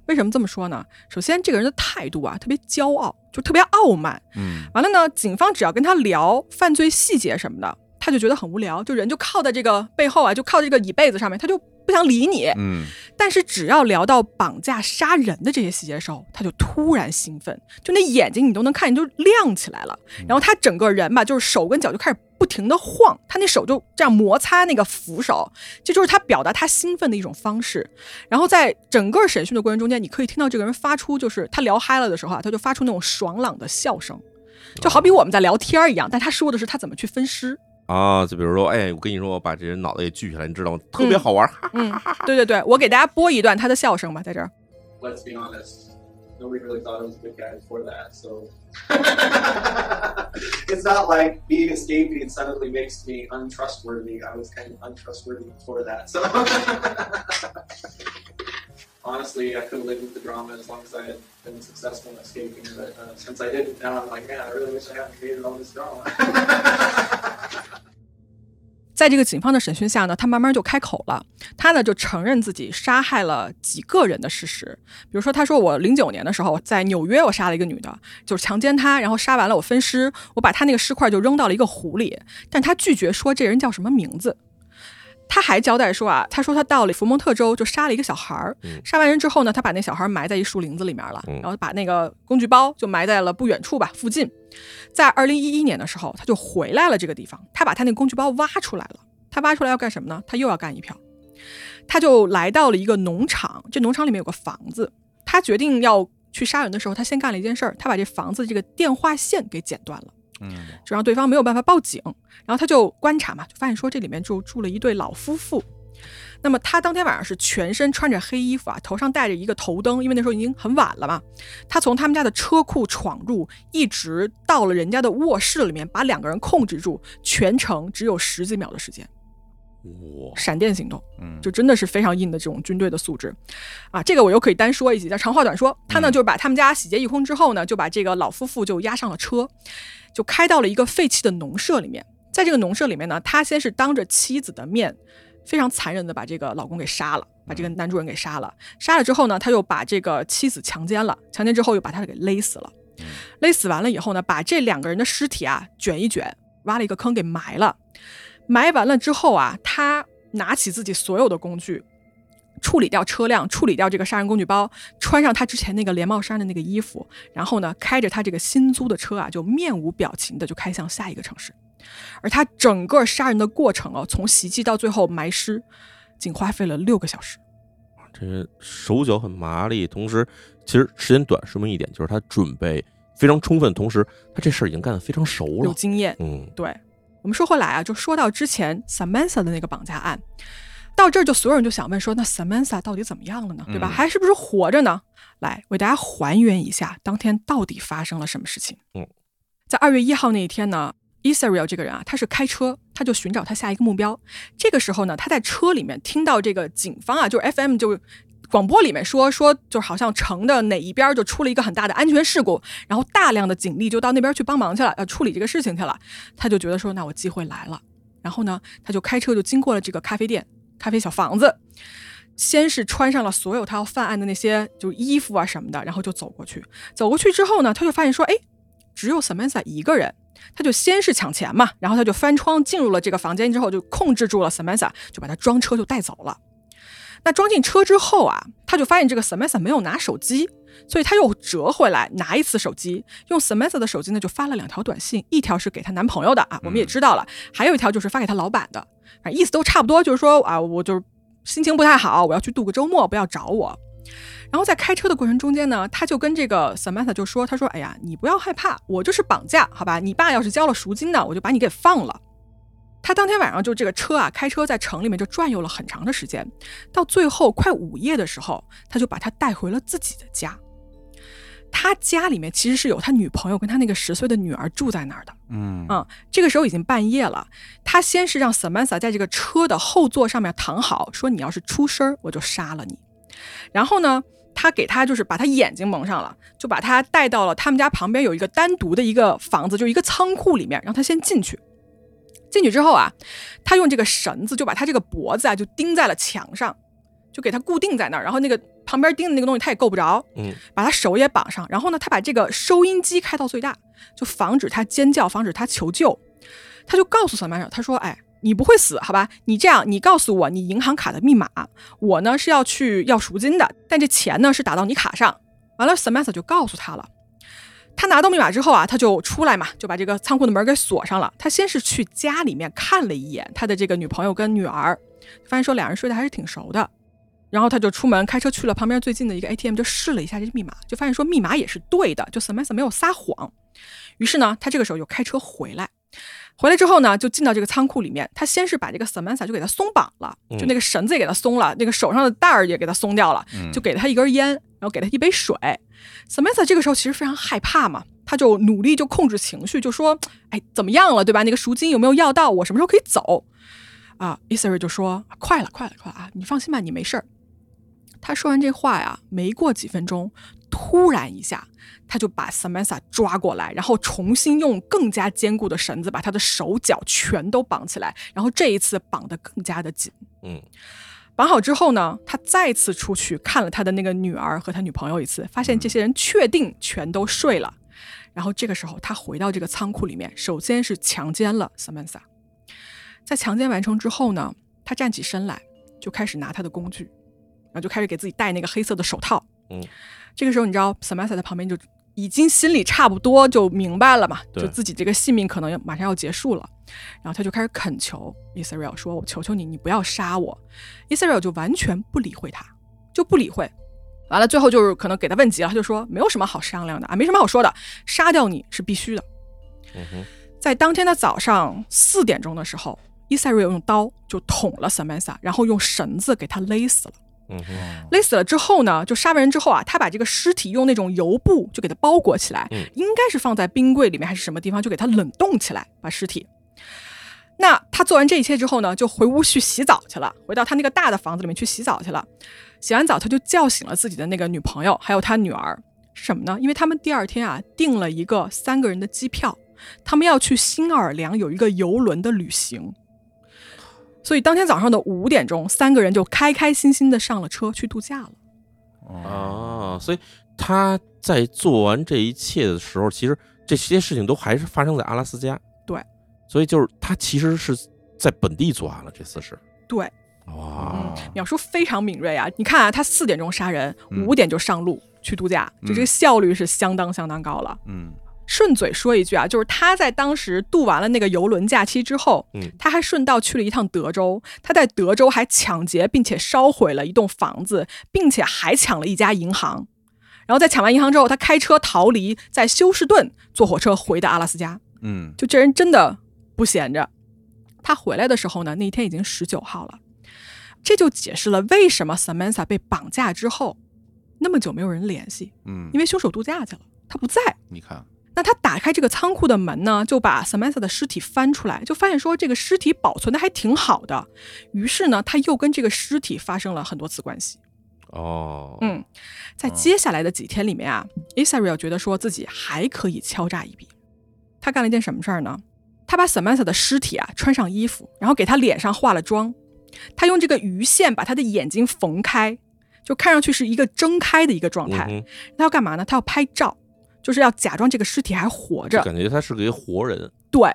Speaker 1: 为什么这么说呢？首先，这个人的态度啊，特别骄傲，就特别傲慢。
Speaker 3: 嗯
Speaker 1: 完了呢，警方只要跟他聊犯罪细节什么的，他就觉得很无聊，就人就靠在这个背后啊，就靠这个椅背子上面，他就不想理你。
Speaker 3: 嗯，
Speaker 1: 但是只要聊到绑架、杀人的这些细节的时候，他就突然兴奋，就那眼睛你都能看见就亮起来了。然后他整个人吧，就是手跟脚就开始不停的晃，他那手就这样摩擦那个扶手，这就是他表达他兴奋的一种方式。然后在整个审讯的过程中间，你可以听到这个人发出就是他聊嗨了的时候啊，他就发出那种爽朗的笑声，就好比我们在聊天儿一样，但他说的是他怎么去分尸。
Speaker 2: 啊，就比如说，哎，我跟你说，我把这人脑袋给锯下来，你知道吗？特别好玩，哈
Speaker 1: 嗯，对对对，我给大家播一段他的笑声吧，在这儿。
Speaker 4: let's be honest, nobody really thought I was a good guy before that. So it's not like being a scapegoat suddenly makes me untrustworthy. I was kind of untrustworthy before that. So honestly, I could have lived with the drama as long as I had been successful in escaping. But uh, since I didn't, now I'm like, man, I really wish I hadn't created all this drama.
Speaker 1: 在这个警方的审讯下呢，他慢慢就开口了，他呢就承认自己杀害了几个人的事实。比如说，他说我零九年的时候在纽约，我杀了一个女的，就是强奸她，然后杀完了我分尸，我把她那个尸块就扔到了一个湖里，但他拒绝说这人叫什么名字。他还交代说啊，他说他到了福蒙特州就杀了一个小孩儿，杀完人之后呢，他把那小孩埋在一树林子里面了，
Speaker 2: 嗯
Speaker 1: 然后把那个工具包就埋在了不远处吧附近。在二零一一年的时候，他就回来了这个地方，他把他那个工具包挖出来了。他挖出来要干什么呢？他又要干一票。他就来到了一个农场，这农场里面有个房子。他决定要去杀人的时候，他先干了一件事儿，他把这房子这个电话线给剪断了。
Speaker 3: 嗯，
Speaker 1: 就让对方没有办法报警。然后他就观察嘛，就发现说这里面就住了一对老夫妇。那么他当天晚上是全身穿着黑衣服啊，头上戴着一个头灯，因为那时候已经很晚了嘛。他从他们家的车库闯入，一直到了人家的卧室里面，把两个人控制住，全程只有十几秒的时间，
Speaker 2: 哇，
Speaker 1: 闪电行动。
Speaker 3: 嗯，
Speaker 1: 就真的是非常硬的这种军队的素质，啊，这个我又可以单说一集，叫长话短说。他呢，就是把他们家洗劫一空之后呢，就把这个老夫妇就押上了车，就开到了一个废弃的农舍里面。在这个农舍里面呢，他先是当着妻子的面，非常残忍的把这个老公给杀了，把这个男主人给杀了。杀了之后呢，他又把这个妻子强奸了，强奸之后又把他给勒死了。勒死完了以后呢，把这两个人的尸体啊卷一卷，挖了一个坑给埋了。埋完了之后啊，他拿起自己所有的工具，处理掉车辆，处理掉这个杀人工具包，穿上他之前那个连帽衫的那个衣服，然后呢，开着他这个新租的车啊，就面无表情的就开向下一个城市。而他整个杀人的过程哦，从袭击到最后埋尸，仅花费了六个小时。
Speaker 2: 这人手脚很麻利，同时其实时间短说明一点，就是他准备非常充分，同时他这事儿已经干得非常熟
Speaker 1: 有
Speaker 2: 了。
Speaker 1: 经验。
Speaker 2: 嗯，
Speaker 1: 对，我们说回来啊，就说到之前 Samantha 的那个绑架案，到这儿就所有人就想问说，那 Samantha 到底怎么样了呢？对吧？
Speaker 3: 嗯
Speaker 1: 还是不是活着呢？来为大家还原一下当天到底发生了什么事情。
Speaker 2: 嗯，
Speaker 1: 在二月一号那一天呢。Israel 这个人啊，他是开车，他就寻找他下一个目标。这个时候呢，他在车里面听到这个警方啊，就是 FM 就广播里面说说，就是好像城的哪一边就出了一个很大的安全事故，然后大量的警力就到那边去帮忙去了，呃要处理这个事情去了。他就觉得说，那我机会来了。然后呢，他就开车就经过了这个咖啡店、咖啡小房子，先是穿上了所有他要犯案的那些就是衣服啊什么的，然后就走过去。走过去之后呢，他就发现说，哎，只有 Samantha 一个人。他就先是抢钱嘛，然后他就翻窗进入了这个房间之后，就控制住了 Samantha，就把他装车就带走了。那装进车之后啊，他就发现这个 Samantha 没有拿手机，所以他又折回来拿一次手机，用 Samantha 的手机呢就发了两条短信，一条是给她男朋友的啊，我们也知道了，还有一条就是发给她老板的，反正意思都差不多，就是说啊，我就是心情不太好，我要去度个周末，不要找我。然后在开车的过程中间呢，他就跟这个 Samantha 就说：“他说，哎呀，你不要害怕，我这是绑架，好吧？你爸要是交了赎金呢，我就把你给放了。”他当天晚上就这个车啊，开车在城里面就转悠了很长的时间，到最后快午夜的时候，他就把她带回了自己的家。他家里面其实是有他女朋友跟他那个十岁的女儿住在那儿的。
Speaker 3: 嗯
Speaker 1: 嗯，这个时候已经半夜了，他先是让 Samantha 在这个车的后座上面躺好，说你要是出声儿，我就杀了你。然后呢，他给他就是把他眼睛蒙上了，就把他带到了他们家旁边有一个单独的一个房子，就一个仓库里面，让他先进去。进去之后啊，他用这个绳子就把他这个脖子啊就钉在了墙上，就给他固定在那儿。然后那个旁边钉的那个东西他也够不着，
Speaker 2: 嗯，
Speaker 1: 把他手也绑上。然后呢，他把这个收音机开到最大，就防止他尖叫，防止他求救。他就告诉小马手，他说：“哎，你不会死，好吧？你这样，你告诉我你银行卡的密码，我呢是要去要赎金的，但这钱呢是打到你卡上。”完了，Samantha 就告诉他了。他拿到密码之后啊，他就出来嘛，就把这个仓库的门给锁上了。他先是去家里面看了一眼他的这个女朋友跟女儿，发现说俩人睡得还是挺熟的。然后他就出门开车去了旁边最近的一个 ATM，就试了一下这密码，就发现说密码也是对的，就 Samantha 没有撒谎。于是呢，他这个时候就开车回来。回来之后呢，就进到这个仓库里面。他先是把这个 Samantha 就给他松绑了，
Speaker 2: 嗯
Speaker 1: 就那个绳子也给他松了，那个手上的带儿也给他松掉了，
Speaker 3: 嗯
Speaker 1: 就给了他一根烟，然后给了他一杯水。Samantha 这个时候其实非常害怕嘛，他就努力就控制情绪，就说：“哎，怎么样了，对吧？那个赎金有没有要到？我什么时候可以走？”啊 i s a r 就说：“快了，快了，快了啊！你放心吧，你没事儿。”他说完这话呀，没过几分钟，突然一下，他就把 Samantha 抓过来，然后重新用更加坚固的绳子把他的手脚全都绑起来，然后这一次绑得更加的紧。
Speaker 2: 嗯，
Speaker 1: 绑好之后呢，他再次出去看了他的那个女儿和他女朋友一次，发现这些人确定全都睡了。然后这个时候，他回到这个仓库里面，首先是强奸了 Samantha。在强奸完成之后呢，他站起身来，就开始拿他的工具，然后就开始给自己戴那个黑色的手套。
Speaker 2: 嗯，
Speaker 1: 这个时候你知道 Samantha 在旁边就已经心里差不多就明白了嘛，
Speaker 2: 对
Speaker 1: 就自己这个性命可能马上要结束了，然后他就开始恳求 Israel 说：“我求求你，你不要杀我。”Israel 就完全不理会他，就不理会。完了，最后就是可能给他问急了，他就说没有什么好商量的啊，没什么好说的，杀掉你是必须的。
Speaker 2: 嗯哼，
Speaker 1: 在当天的早上四点钟的时候，伊塞瑞尔用刀就捅了 Samantha，然后用绳子给她勒死了。
Speaker 2: 嗯哼，
Speaker 1: 勒死了之后呢，就杀完人之后啊，他把这个尸体用那种油布就给它包裹起来，
Speaker 2: 嗯
Speaker 1: 应该是放在冰柜里面还是什么地方，就给它冷冻起来，把尸体。那他做完这一切之后呢，就回屋去洗澡去了，回到他那个大的房子里面去洗澡去了。洗完澡，他就叫醒了自己的那个女朋友，还有他女儿。是什么呢？因为他们第二天啊订了一个三个人的机票，他们要去新奥尔良有一个游轮的旅行。所以当天早上的五点钟，三个人就开开心心的上了车去度假了。
Speaker 3: 嗯
Speaker 2: 啊，所以他在做完这一切的时候，其实这些事情都还是发生在阿拉斯加。
Speaker 1: 对，
Speaker 2: 所以就是他其实是在本地作案了这次是。
Speaker 1: 对，
Speaker 3: 啊
Speaker 2: 哇，
Speaker 1: 嗯秒叔非常敏锐啊！你看啊，他四点钟杀人，
Speaker 3: 嗯
Speaker 1: 五点就上路、去度假，就这
Speaker 3: 嗯
Speaker 1: 个效率是相当相当高了。
Speaker 3: 嗯
Speaker 1: 顺嘴说一句啊，就是他在当时度完了那个游轮假期之后，
Speaker 2: 嗯
Speaker 1: 他还顺道去了一趟德州。他在德州还抢劫并且烧毁了一栋房子，并且还抢了一家银行。然后在抢完银行之后，他开车逃离，在休斯顿坐火车回的阿拉斯加。
Speaker 3: 嗯
Speaker 1: 就这人真的不闲着。他回来的时候呢，那一天已经十九号了，这就解释了为什么 Samantha 被绑架之后那么久没有人联系，
Speaker 3: 嗯，
Speaker 1: 因为凶手度假去了，他不在。
Speaker 3: 你看，
Speaker 1: 那他打开这个仓库的门呢，就把 Samantha 的尸体翻出来，就发现说这个尸体保存的还挺好的。于是呢，他又跟这个尸体发生了很多次关系。
Speaker 2: 哦，
Speaker 1: 嗯，在接下来的几天里面啊 i s a r i e 觉得说自己还可以敲诈一笔。他干了一件什么事儿呢？他把 Samantha 的尸体啊穿上衣服，然后给她脸上化了妆，他用这个鱼线把她的眼睛缝开，就看上去是一个睁开的一个状态。
Speaker 2: 嗯哼
Speaker 1: 他要干嘛呢？他要拍照，就是要假装这个尸体还活
Speaker 2: 就
Speaker 1: 着。
Speaker 2: 感觉他是个一活人。
Speaker 1: 对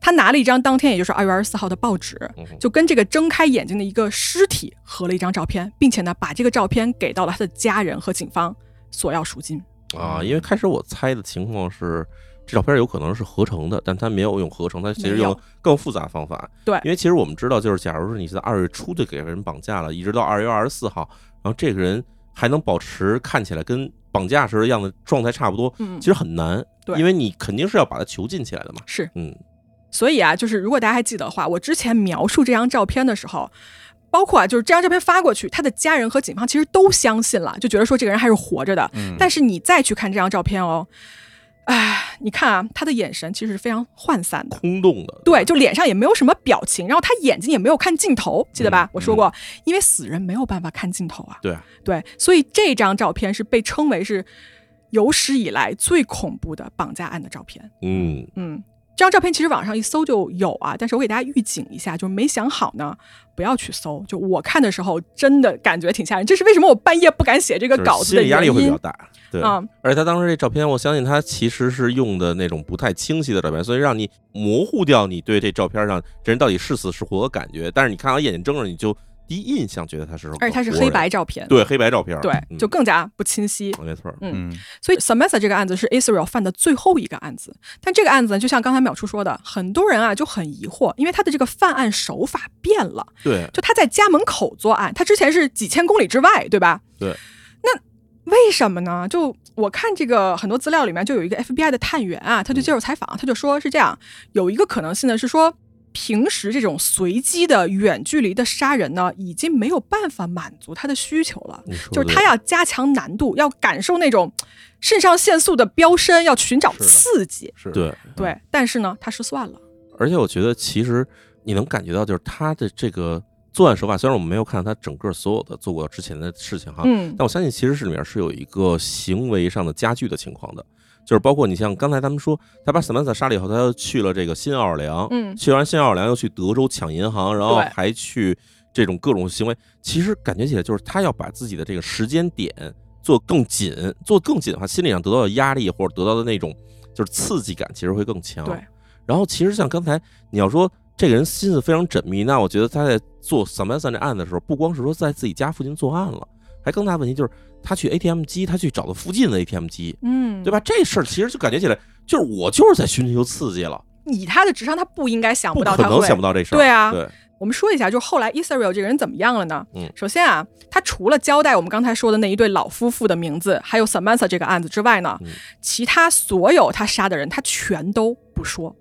Speaker 1: 他拿了一张当天也就是二月二十四号的报纸，
Speaker 2: 嗯哼
Speaker 1: 就跟这个睁开眼睛的一个尸体合了一张照片，并且呢，把这个照片给到了他的家人和警方索要赎金。
Speaker 2: 啊，
Speaker 1: 嗯
Speaker 2: 因为开始我猜的情况是，这照片有可能是合成的，但他没有用合成，他其实
Speaker 1: 没有
Speaker 2: 用更复杂的方法。
Speaker 1: 对
Speaker 2: 因为其实我们知道，就是假如是你是在二月初就给人绑架了，一直到二月二十四号，然后这个人还能保持看起来跟绑架时的样子状态差不多，
Speaker 1: 嗯
Speaker 2: 其，实很难，
Speaker 1: 对
Speaker 2: 因为你肯定是要把他囚禁起来的嘛。
Speaker 1: 是。
Speaker 2: 嗯，
Speaker 1: 所以啊，就是如果大家还记得的话，我之前描述这张照片的时候。包括啊，就是这张照片发过去，他的家人和警方其实都相信了，就觉得说这个人还是活着的。
Speaker 3: 嗯，
Speaker 1: 但是你再去看这张照片哦，哎，你看啊，他的眼神其实是非常涣散的，
Speaker 2: 空洞的。
Speaker 1: 对，就脸上也没有什么表情，然后他眼睛也没有看镜头，记得吧？
Speaker 3: 嗯
Speaker 1: 我说过，因为死人没有办法看镜头啊。
Speaker 2: 对啊
Speaker 1: 对，所以这张照片是被称为是有史以来最恐怖的绑架案的照片。
Speaker 2: 嗯，
Speaker 1: 嗯，这张照片其实网上一搜就有啊，但是我给大家预警一下，就是没想好呢，不要去搜。就我看的时候，真的感觉挺吓人。这是为什么我半夜不敢写这个
Speaker 2: 就是
Speaker 1: 稿子
Speaker 2: 心
Speaker 1: 的
Speaker 2: 理压力
Speaker 1: 原
Speaker 2: 会比
Speaker 1: 因
Speaker 2: 较大。对，
Speaker 1: 啊、
Speaker 2: 而且他当时这照片，我相信他其实是用的那种不太清晰的照片，所以让你模糊掉你对这照片上这人到底是死是活的感觉。但是你看到眼睛睁着，你就第一印象觉得他是个活人，
Speaker 1: 而且它是黑白照片，
Speaker 2: 对黑白照片，
Speaker 1: 对
Speaker 2: 嗯
Speaker 1: 就更加不清晰。
Speaker 2: 没错儿，
Speaker 3: 嗯，
Speaker 1: 所以 Samantha 这个案子是 Israel 犯的最后一个案子，但这个案子呢，就像刚才淼叔说的，很多人啊就很疑惑，因为他的这个犯案手法变了，
Speaker 2: 对
Speaker 1: 就他在家门口作案，他之前是几千公里之外，对吧？
Speaker 2: 对。
Speaker 1: 那为什么呢？就我看这个很多资料里面，就有一个 FBI 的探员啊，他就接受采访，他就说是这样，有一个可能性呢是说。平时这种随机的远距离的杀人呢，已经没有办法满足他的需求了。
Speaker 2: 你说
Speaker 1: 就是
Speaker 2: 对
Speaker 1: 他要加强难度，要感受那种肾上腺素的飙升，要寻找
Speaker 3: 是的
Speaker 1: 刺激。
Speaker 3: 是，
Speaker 2: 对，
Speaker 1: 对，但是呢，他失算了。
Speaker 2: 而且我觉得其实你能感觉到，就是他的这个作案手法，虽然我们没有看到他整个所有的做过之前的事情哈，
Speaker 1: 嗯，
Speaker 2: 但我相信其实是里面是有一个行为上的加剧的情况的，就是包括你像刚才咱们说，他把 Samantha 杀了以后，他又去了这个新奥尔良，
Speaker 1: 嗯
Speaker 2: 去完新奥尔良又去德州抢银行，然后
Speaker 1: 对
Speaker 2: 还去这种各种行为，其实感觉起来就是他要把自己的这个时间点做更紧，做更紧的话，心理上得到的压力或者得到的那种就是刺激感，其实会更强。
Speaker 1: 对。
Speaker 2: 然后其实像刚才你要说这个人心思非常缜密，那我觉得他在做 Samantha 这案的时候，不光是说在自己家附近作案了，还更大问题就是他去 ATM 机，他去找了附近的 ATM 机，
Speaker 1: 嗯，
Speaker 2: 对吧？这事儿其实就感觉起来就是我就是在寻求刺激了，
Speaker 1: 以他的智商，他不应该想
Speaker 2: 不
Speaker 1: 到
Speaker 2: 可
Speaker 1: 他
Speaker 2: 能
Speaker 1: 会。
Speaker 2: 想不到这事儿。
Speaker 1: 对啊
Speaker 2: 对，
Speaker 1: 我们说一下，就是后来 Israel 这个人怎么样了呢？
Speaker 2: 嗯
Speaker 1: 首先啊，他除了交代我们刚才说的那一对老夫妇的名字，还有 Samantha 这个案子之外呢，
Speaker 2: 嗯
Speaker 1: 其他所有他杀的人，他全都不说。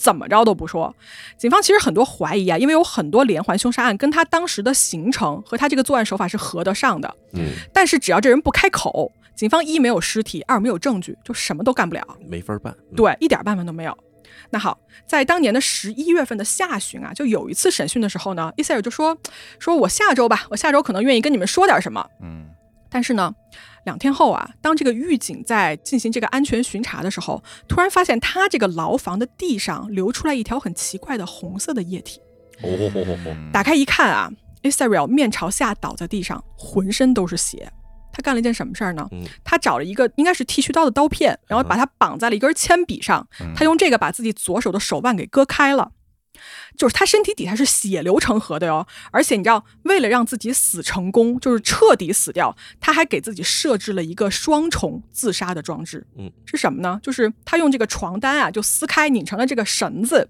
Speaker 1: 怎么着都不说，警方其实很多怀疑啊，因为有很多连环凶杀案跟他当时的行程和他这个作案手法是合得上的，
Speaker 2: 嗯，
Speaker 1: 但是只要这人不开口，警方一没有尸体，二没有证据，就什么都干不了。
Speaker 2: 没法办。嗯，
Speaker 1: 对，一点办法都没有。那好，在当年的十一月份的下旬啊，就有一次审讯的时候呢，伊塞尔就说：“说我下周吧，我下周可能愿意跟你们说点什么。
Speaker 3: 嗯”
Speaker 1: 但是呢，两天后啊，当这个狱警在进行这个安全巡查的时候，突然发现他这个牢房的地上流出来一条很奇怪的红色的液体。
Speaker 2: 哦吼吼吼，
Speaker 1: 打开一看啊 i s a r e l 面朝下倒在地上，浑身都是血。他干了一件什么事儿呢？
Speaker 2: 嗯
Speaker 1: 他找了一个应该是剃须刀的刀片，然后把它绑在了一根铅笔上。他用这个把自己左手的手腕给割开了。就是他身体底下是血流成河的哟，而且你知道，为了让自己死成功，就是彻底死掉，他还给自己设置了一个双重自杀的装置。
Speaker 2: 嗯，
Speaker 1: 是什么呢？就是他用这个床单啊，就撕开拧成了这个绳子，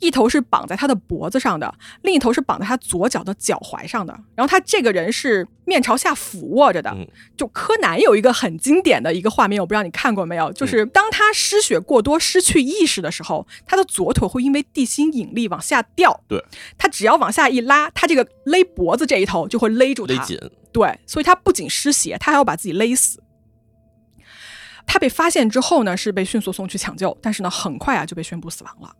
Speaker 1: 一头是绑在他的脖子上的，另一头是绑在他左脚的脚踝上的。然后他这个人是面朝下俯卧着的，
Speaker 2: 嗯
Speaker 1: 就柯南有一个很经典的一个画面，我不知道你看过没有，
Speaker 2: 嗯
Speaker 1: 就是当他失血过多、失去意识的时候，他的左腿会因为地心引力往下掉。
Speaker 2: 对，
Speaker 1: 他只要往下一拉，他这个勒脖子这一头就会勒住他。
Speaker 2: 勒紧，
Speaker 1: 对，所以他不仅失血，他还要把自己勒死。他被发现之后呢，是被迅速送去抢救，但是呢，很快啊就被宣布死亡了。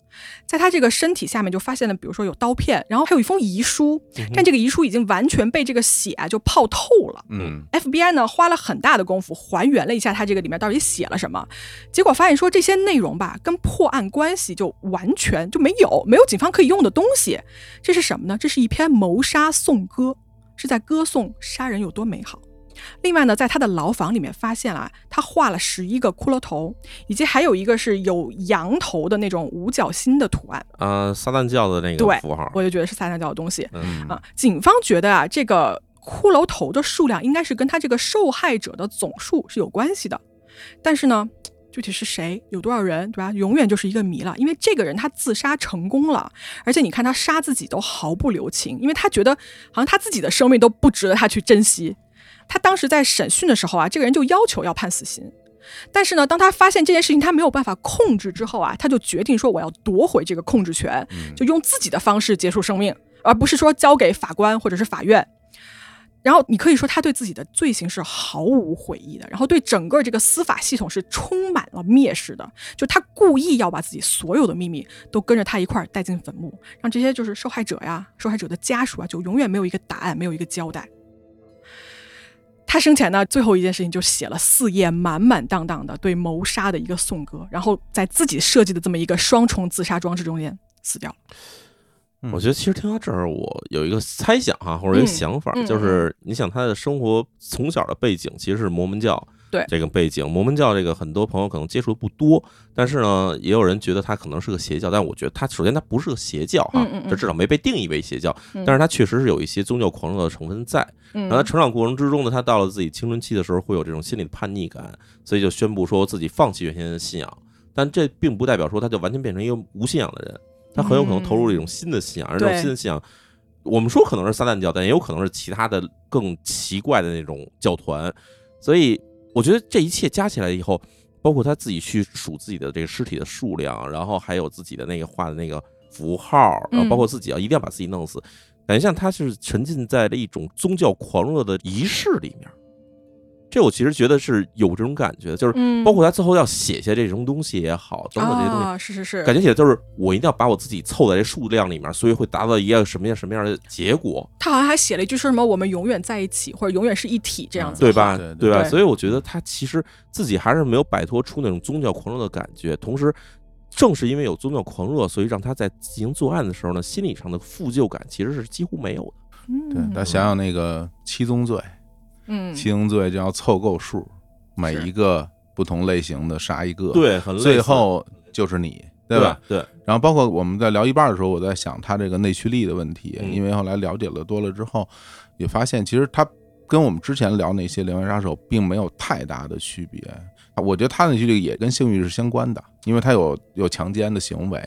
Speaker 1: 在他这个身体下面就发现了，比如说有刀片，然后还有一封遗书，但这个遗书已经完全被这个血啊就泡透了。
Speaker 3: 嗯
Speaker 1: FBI 呢花了很大的功夫还原了一下他这个里面到底写了什么，结果发现说这些内容吧跟破案关系就完全就没有，没有警方可以用的东西。这是什么呢？这是一篇谋杀颂歌，是在歌颂杀人有多美好。另外呢，在他的牢房里面发现了啊他画了十一个骷髅头，以及还有一个是有羊头的那种五角星的图案。
Speaker 2: 啊，撒旦教的那个
Speaker 1: 对
Speaker 2: 符号，
Speaker 1: 我就觉得是撒旦教的东西。
Speaker 3: 嗯
Speaker 1: 啊，警方觉得啊，这个骷髅头的数量应该是跟他这个受害者的总数是有关系的，但是呢，具体是谁，有多少人，对吧？永远就是一个谜了，因为这个人他自杀成功了，而且你看他杀自己都毫不留情，因为他觉得好像他自己的生命都不值得他去珍惜。他当时在审讯的时候啊，这个人就要求要判死刑。但是呢，当他发现这件事情他没有办法控制之后啊，他就决定说我要夺回这个控制权，就用自己的方式结束生命，而不是说交给法官或者是法院。然后你可以说他对自己的罪行是毫无悔意的，然后对整个这个司法系统是充满了蔑视的，就他故意要把自己所有的秘密都跟着他一块儿带进坟墓，让这些就是受害者呀、受害者的家属啊，就永远没有一个答案，没有一个交代。他生前呢，最后一件事情就写了四页满满当当的对谋杀的一个颂歌，然后在自己设计的这么一个双重自杀装置中间死掉了。
Speaker 2: 我觉得其实听到这儿，我有一个猜想哈、或者一个想法，
Speaker 1: 嗯嗯
Speaker 2: 就是你想他的生活从小的背景其实是摩门教，
Speaker 1: 对
Speaker 2: 这个背景，摩门教这个很多朋友可能接触的不多，但是呢，也有人觉得他可能是个邪教，但我觉得他首先他不是个邪教哈、
Speaker 1: 嗯嗯嗯
Speaker 2: 这至少没被定义为邪教，
Speaker 1: 嗯
Speaker 2: 但是他确实是有一些宗教狂热的成分在。
Speaker 1: 嗯
Speaker 2: 然后他成长过程之中呢，他到了自己青春期的时候，会有这种心理的叛逆感，所以就宣布说自己放弃原先的信仰。但这并不代表说他就完全变成一个无信仰的人，他很有可能投入了一种新的信仰，而这种
Speaker 1: 嗯对
Speaker 2: 新的信仰，我们说可能是撒旦教，但也有可能是其他的更奇怪的那种教团。所以我觉得这一切加起来以后，包括他自己去数自己的这个尸体的数量，然后还有自己的那个画的那个符号，然后
Speaker 1: 嗯
Speaker 2: 包括自己啊，一定要把自己弄死，感觉像他是沉浸在了一种宗教狂热的仪式里面。这我其实觉得是有这种感觉的，就是
Speaker 1: 嗯
Speaker 2: 包括他最后要写下这种东西也好，等等这些东西，
Speaker 1: 啊，是是是，
Speaker 2: 感觉起来就是我一定要把我自己凑在这数量里面，所以会达到一个什么样什么样的结果，
Speaker 1: 他好像还写了一句说什么“我们永远在一起”或者“永远是一体”这样子。
Speaker 2: 对吧？
Speaker 3: 对对
Speaker 2: 吧？
Speaker 1: 对
Speaker 2: 所以我觉得他其实自己还是没有摆脱出那种宗教狂热的感觉，同时。正是因为有宗教狂热，所以让他在进行作案的时候呢，心理上的负疚感其实是几乎没有的。
Speaker 3: 对，
Speaker 1: 嗯
Speaker 3: 大家想想那个七宗罪，
Speaker 1: 嗯，
Speaker 3: 七宗罪就要凑够数，每
Speaker 1: 是
Speaker 3: 一个不同类型的杀一个，，
Speaker 2: 对，很类似
Speaker 3: 最后就是你，
Speaker 2: 对
Speaker 3: 吧？？
Speaker 2: 对，
Speaker 3: 然后包括我们在聊一半的时候，我在想他这个内驱力的问题，
Speaker 2: 嗯
Speaker 3: 因为后来了解了多了之后，也发现其实他跟我们之前聊那些连环杀手并没有太大的区别。我觉得他的内驱力也跟性欲是相关的，因为他有有强奸的行为，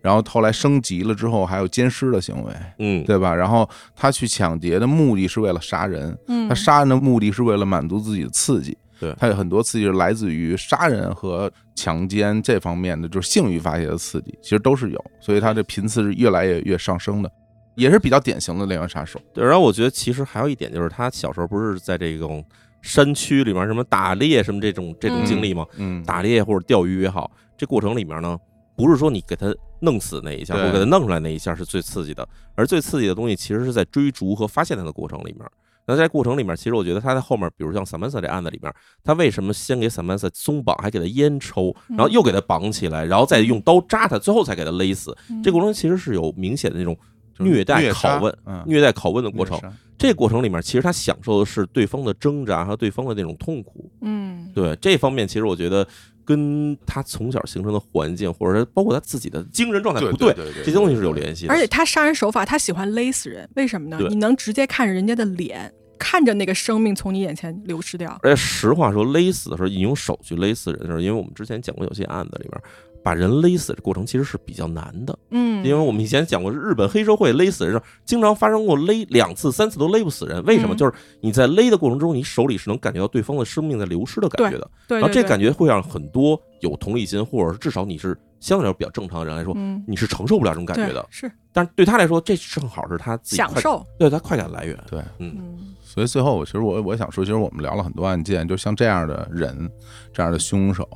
Speaker 3: 然后后来升级了之后还有奸尸的行为，
Speaker 2: 嗯，
Speaker 3: 对吧？然后他去抢劫的目的是为了杀人，
Speaker 1: 嗯
Speaker 3: 他杀人的目的是为了满足自己的刺激。
Speaker 2: 对
Speaker 3: 他有很多刺激是来自于杀人和强奸这方面的，就是性欲发泄的刺激，其实都是有，所以他这频次是越来越越上升的，也是比较典型的连环杀手。
Speaker 2: 对，然后我觉得其实还有一点就是，他小时候不是在这种山区里面什么打猎什么这种这种经历吗？
Speaker 3: 嗯，
Speaker 2: 打猎或者钓鱼也好，这过程里面呢，不是说你给他弄死那一下，
Speaker 3: 对
Speaker 2: 或给他弄出来那一下是最刺激的，而最刺激的东西其实是在追逐和发现他的过程里面。那在过程里面，其实我觉得他在后面，比如像萨曼萨这案子里面，他为什么先给萨曼萨松绑，还给他烟抽，然
Speaker 3: 嗯
Speaker 2: 后又给他绑起来，然后再用刀扎他，最后才给他勒死？这过程其实是有明显的那种
Speaker 3: 嗯就是
Speaker 2: 虐待
Speaker 3: 虐杀
Speaker 2: 拷问
Speaker 3: 嗯、
Speaker 2: 虐待拷问的
Speaker 3: 杀
Speaker 2: 过程。这过程里面，其实他享受的是对方的挣扎和对方的那种痛苦。
Speaker 1: 嗯
Speaker 2: 对这方面，其实我觉得跟他从小形成的环境，或者说包括他自己的精神状态
Speaker 3: 对
Speaker 2: 不
Speaker 3: 对对对
Speaker 2: 这些东西是有联系的。
Speaker 1: 而且他杀人手法，他喜欢勒死人，为什么呢
Speaker 2: 对？
Speaker 1: 你能直接看着人家的脸，看着那个生命从你眼前流失掉。
Speaker 2: 而且实话说，勒死的时候，你用手去勒死人的时候，因为我们之前讲过有些案子里面，把人勒死的过程其实是比较难的，
Speaker 1: 嗯，
Speaker 2: 因为我们以前讲过日本黑社会勒死人的时候，经常发生过勒两次、三次都勒不死人。为什么？
Speaker 1: 嗯
Speaker 2: 就是你在勒的过程中，你手里是能感觉到对方的生命在流失的感觉的。
Speaker 1: 对，对
Speaker 2: 然后这
Speaker 1: 对
Speaker 2: 感觉会让很多有同理心，或者是至少你是相对来说比较正常的人来说，
Speaker 1: 嗯，
Speaker 2: 你是承受不了这种感
Speaker 1: 对
Speaker 2: 觉的。
Speaker 1: 是
Speaker 2: 但是对他来说，这正好是他自己
Speaker 1: 享
Speaker 2: 快，
Speaker 1: 受。
Speaker 2: 对他快感啊来源。
Speaker 3: 对，
Speaker 1: 嗯
Speaker 3: 所以最后我其实我我想说，其实我们聊了很多案件，就像这样的人，这样的凶手，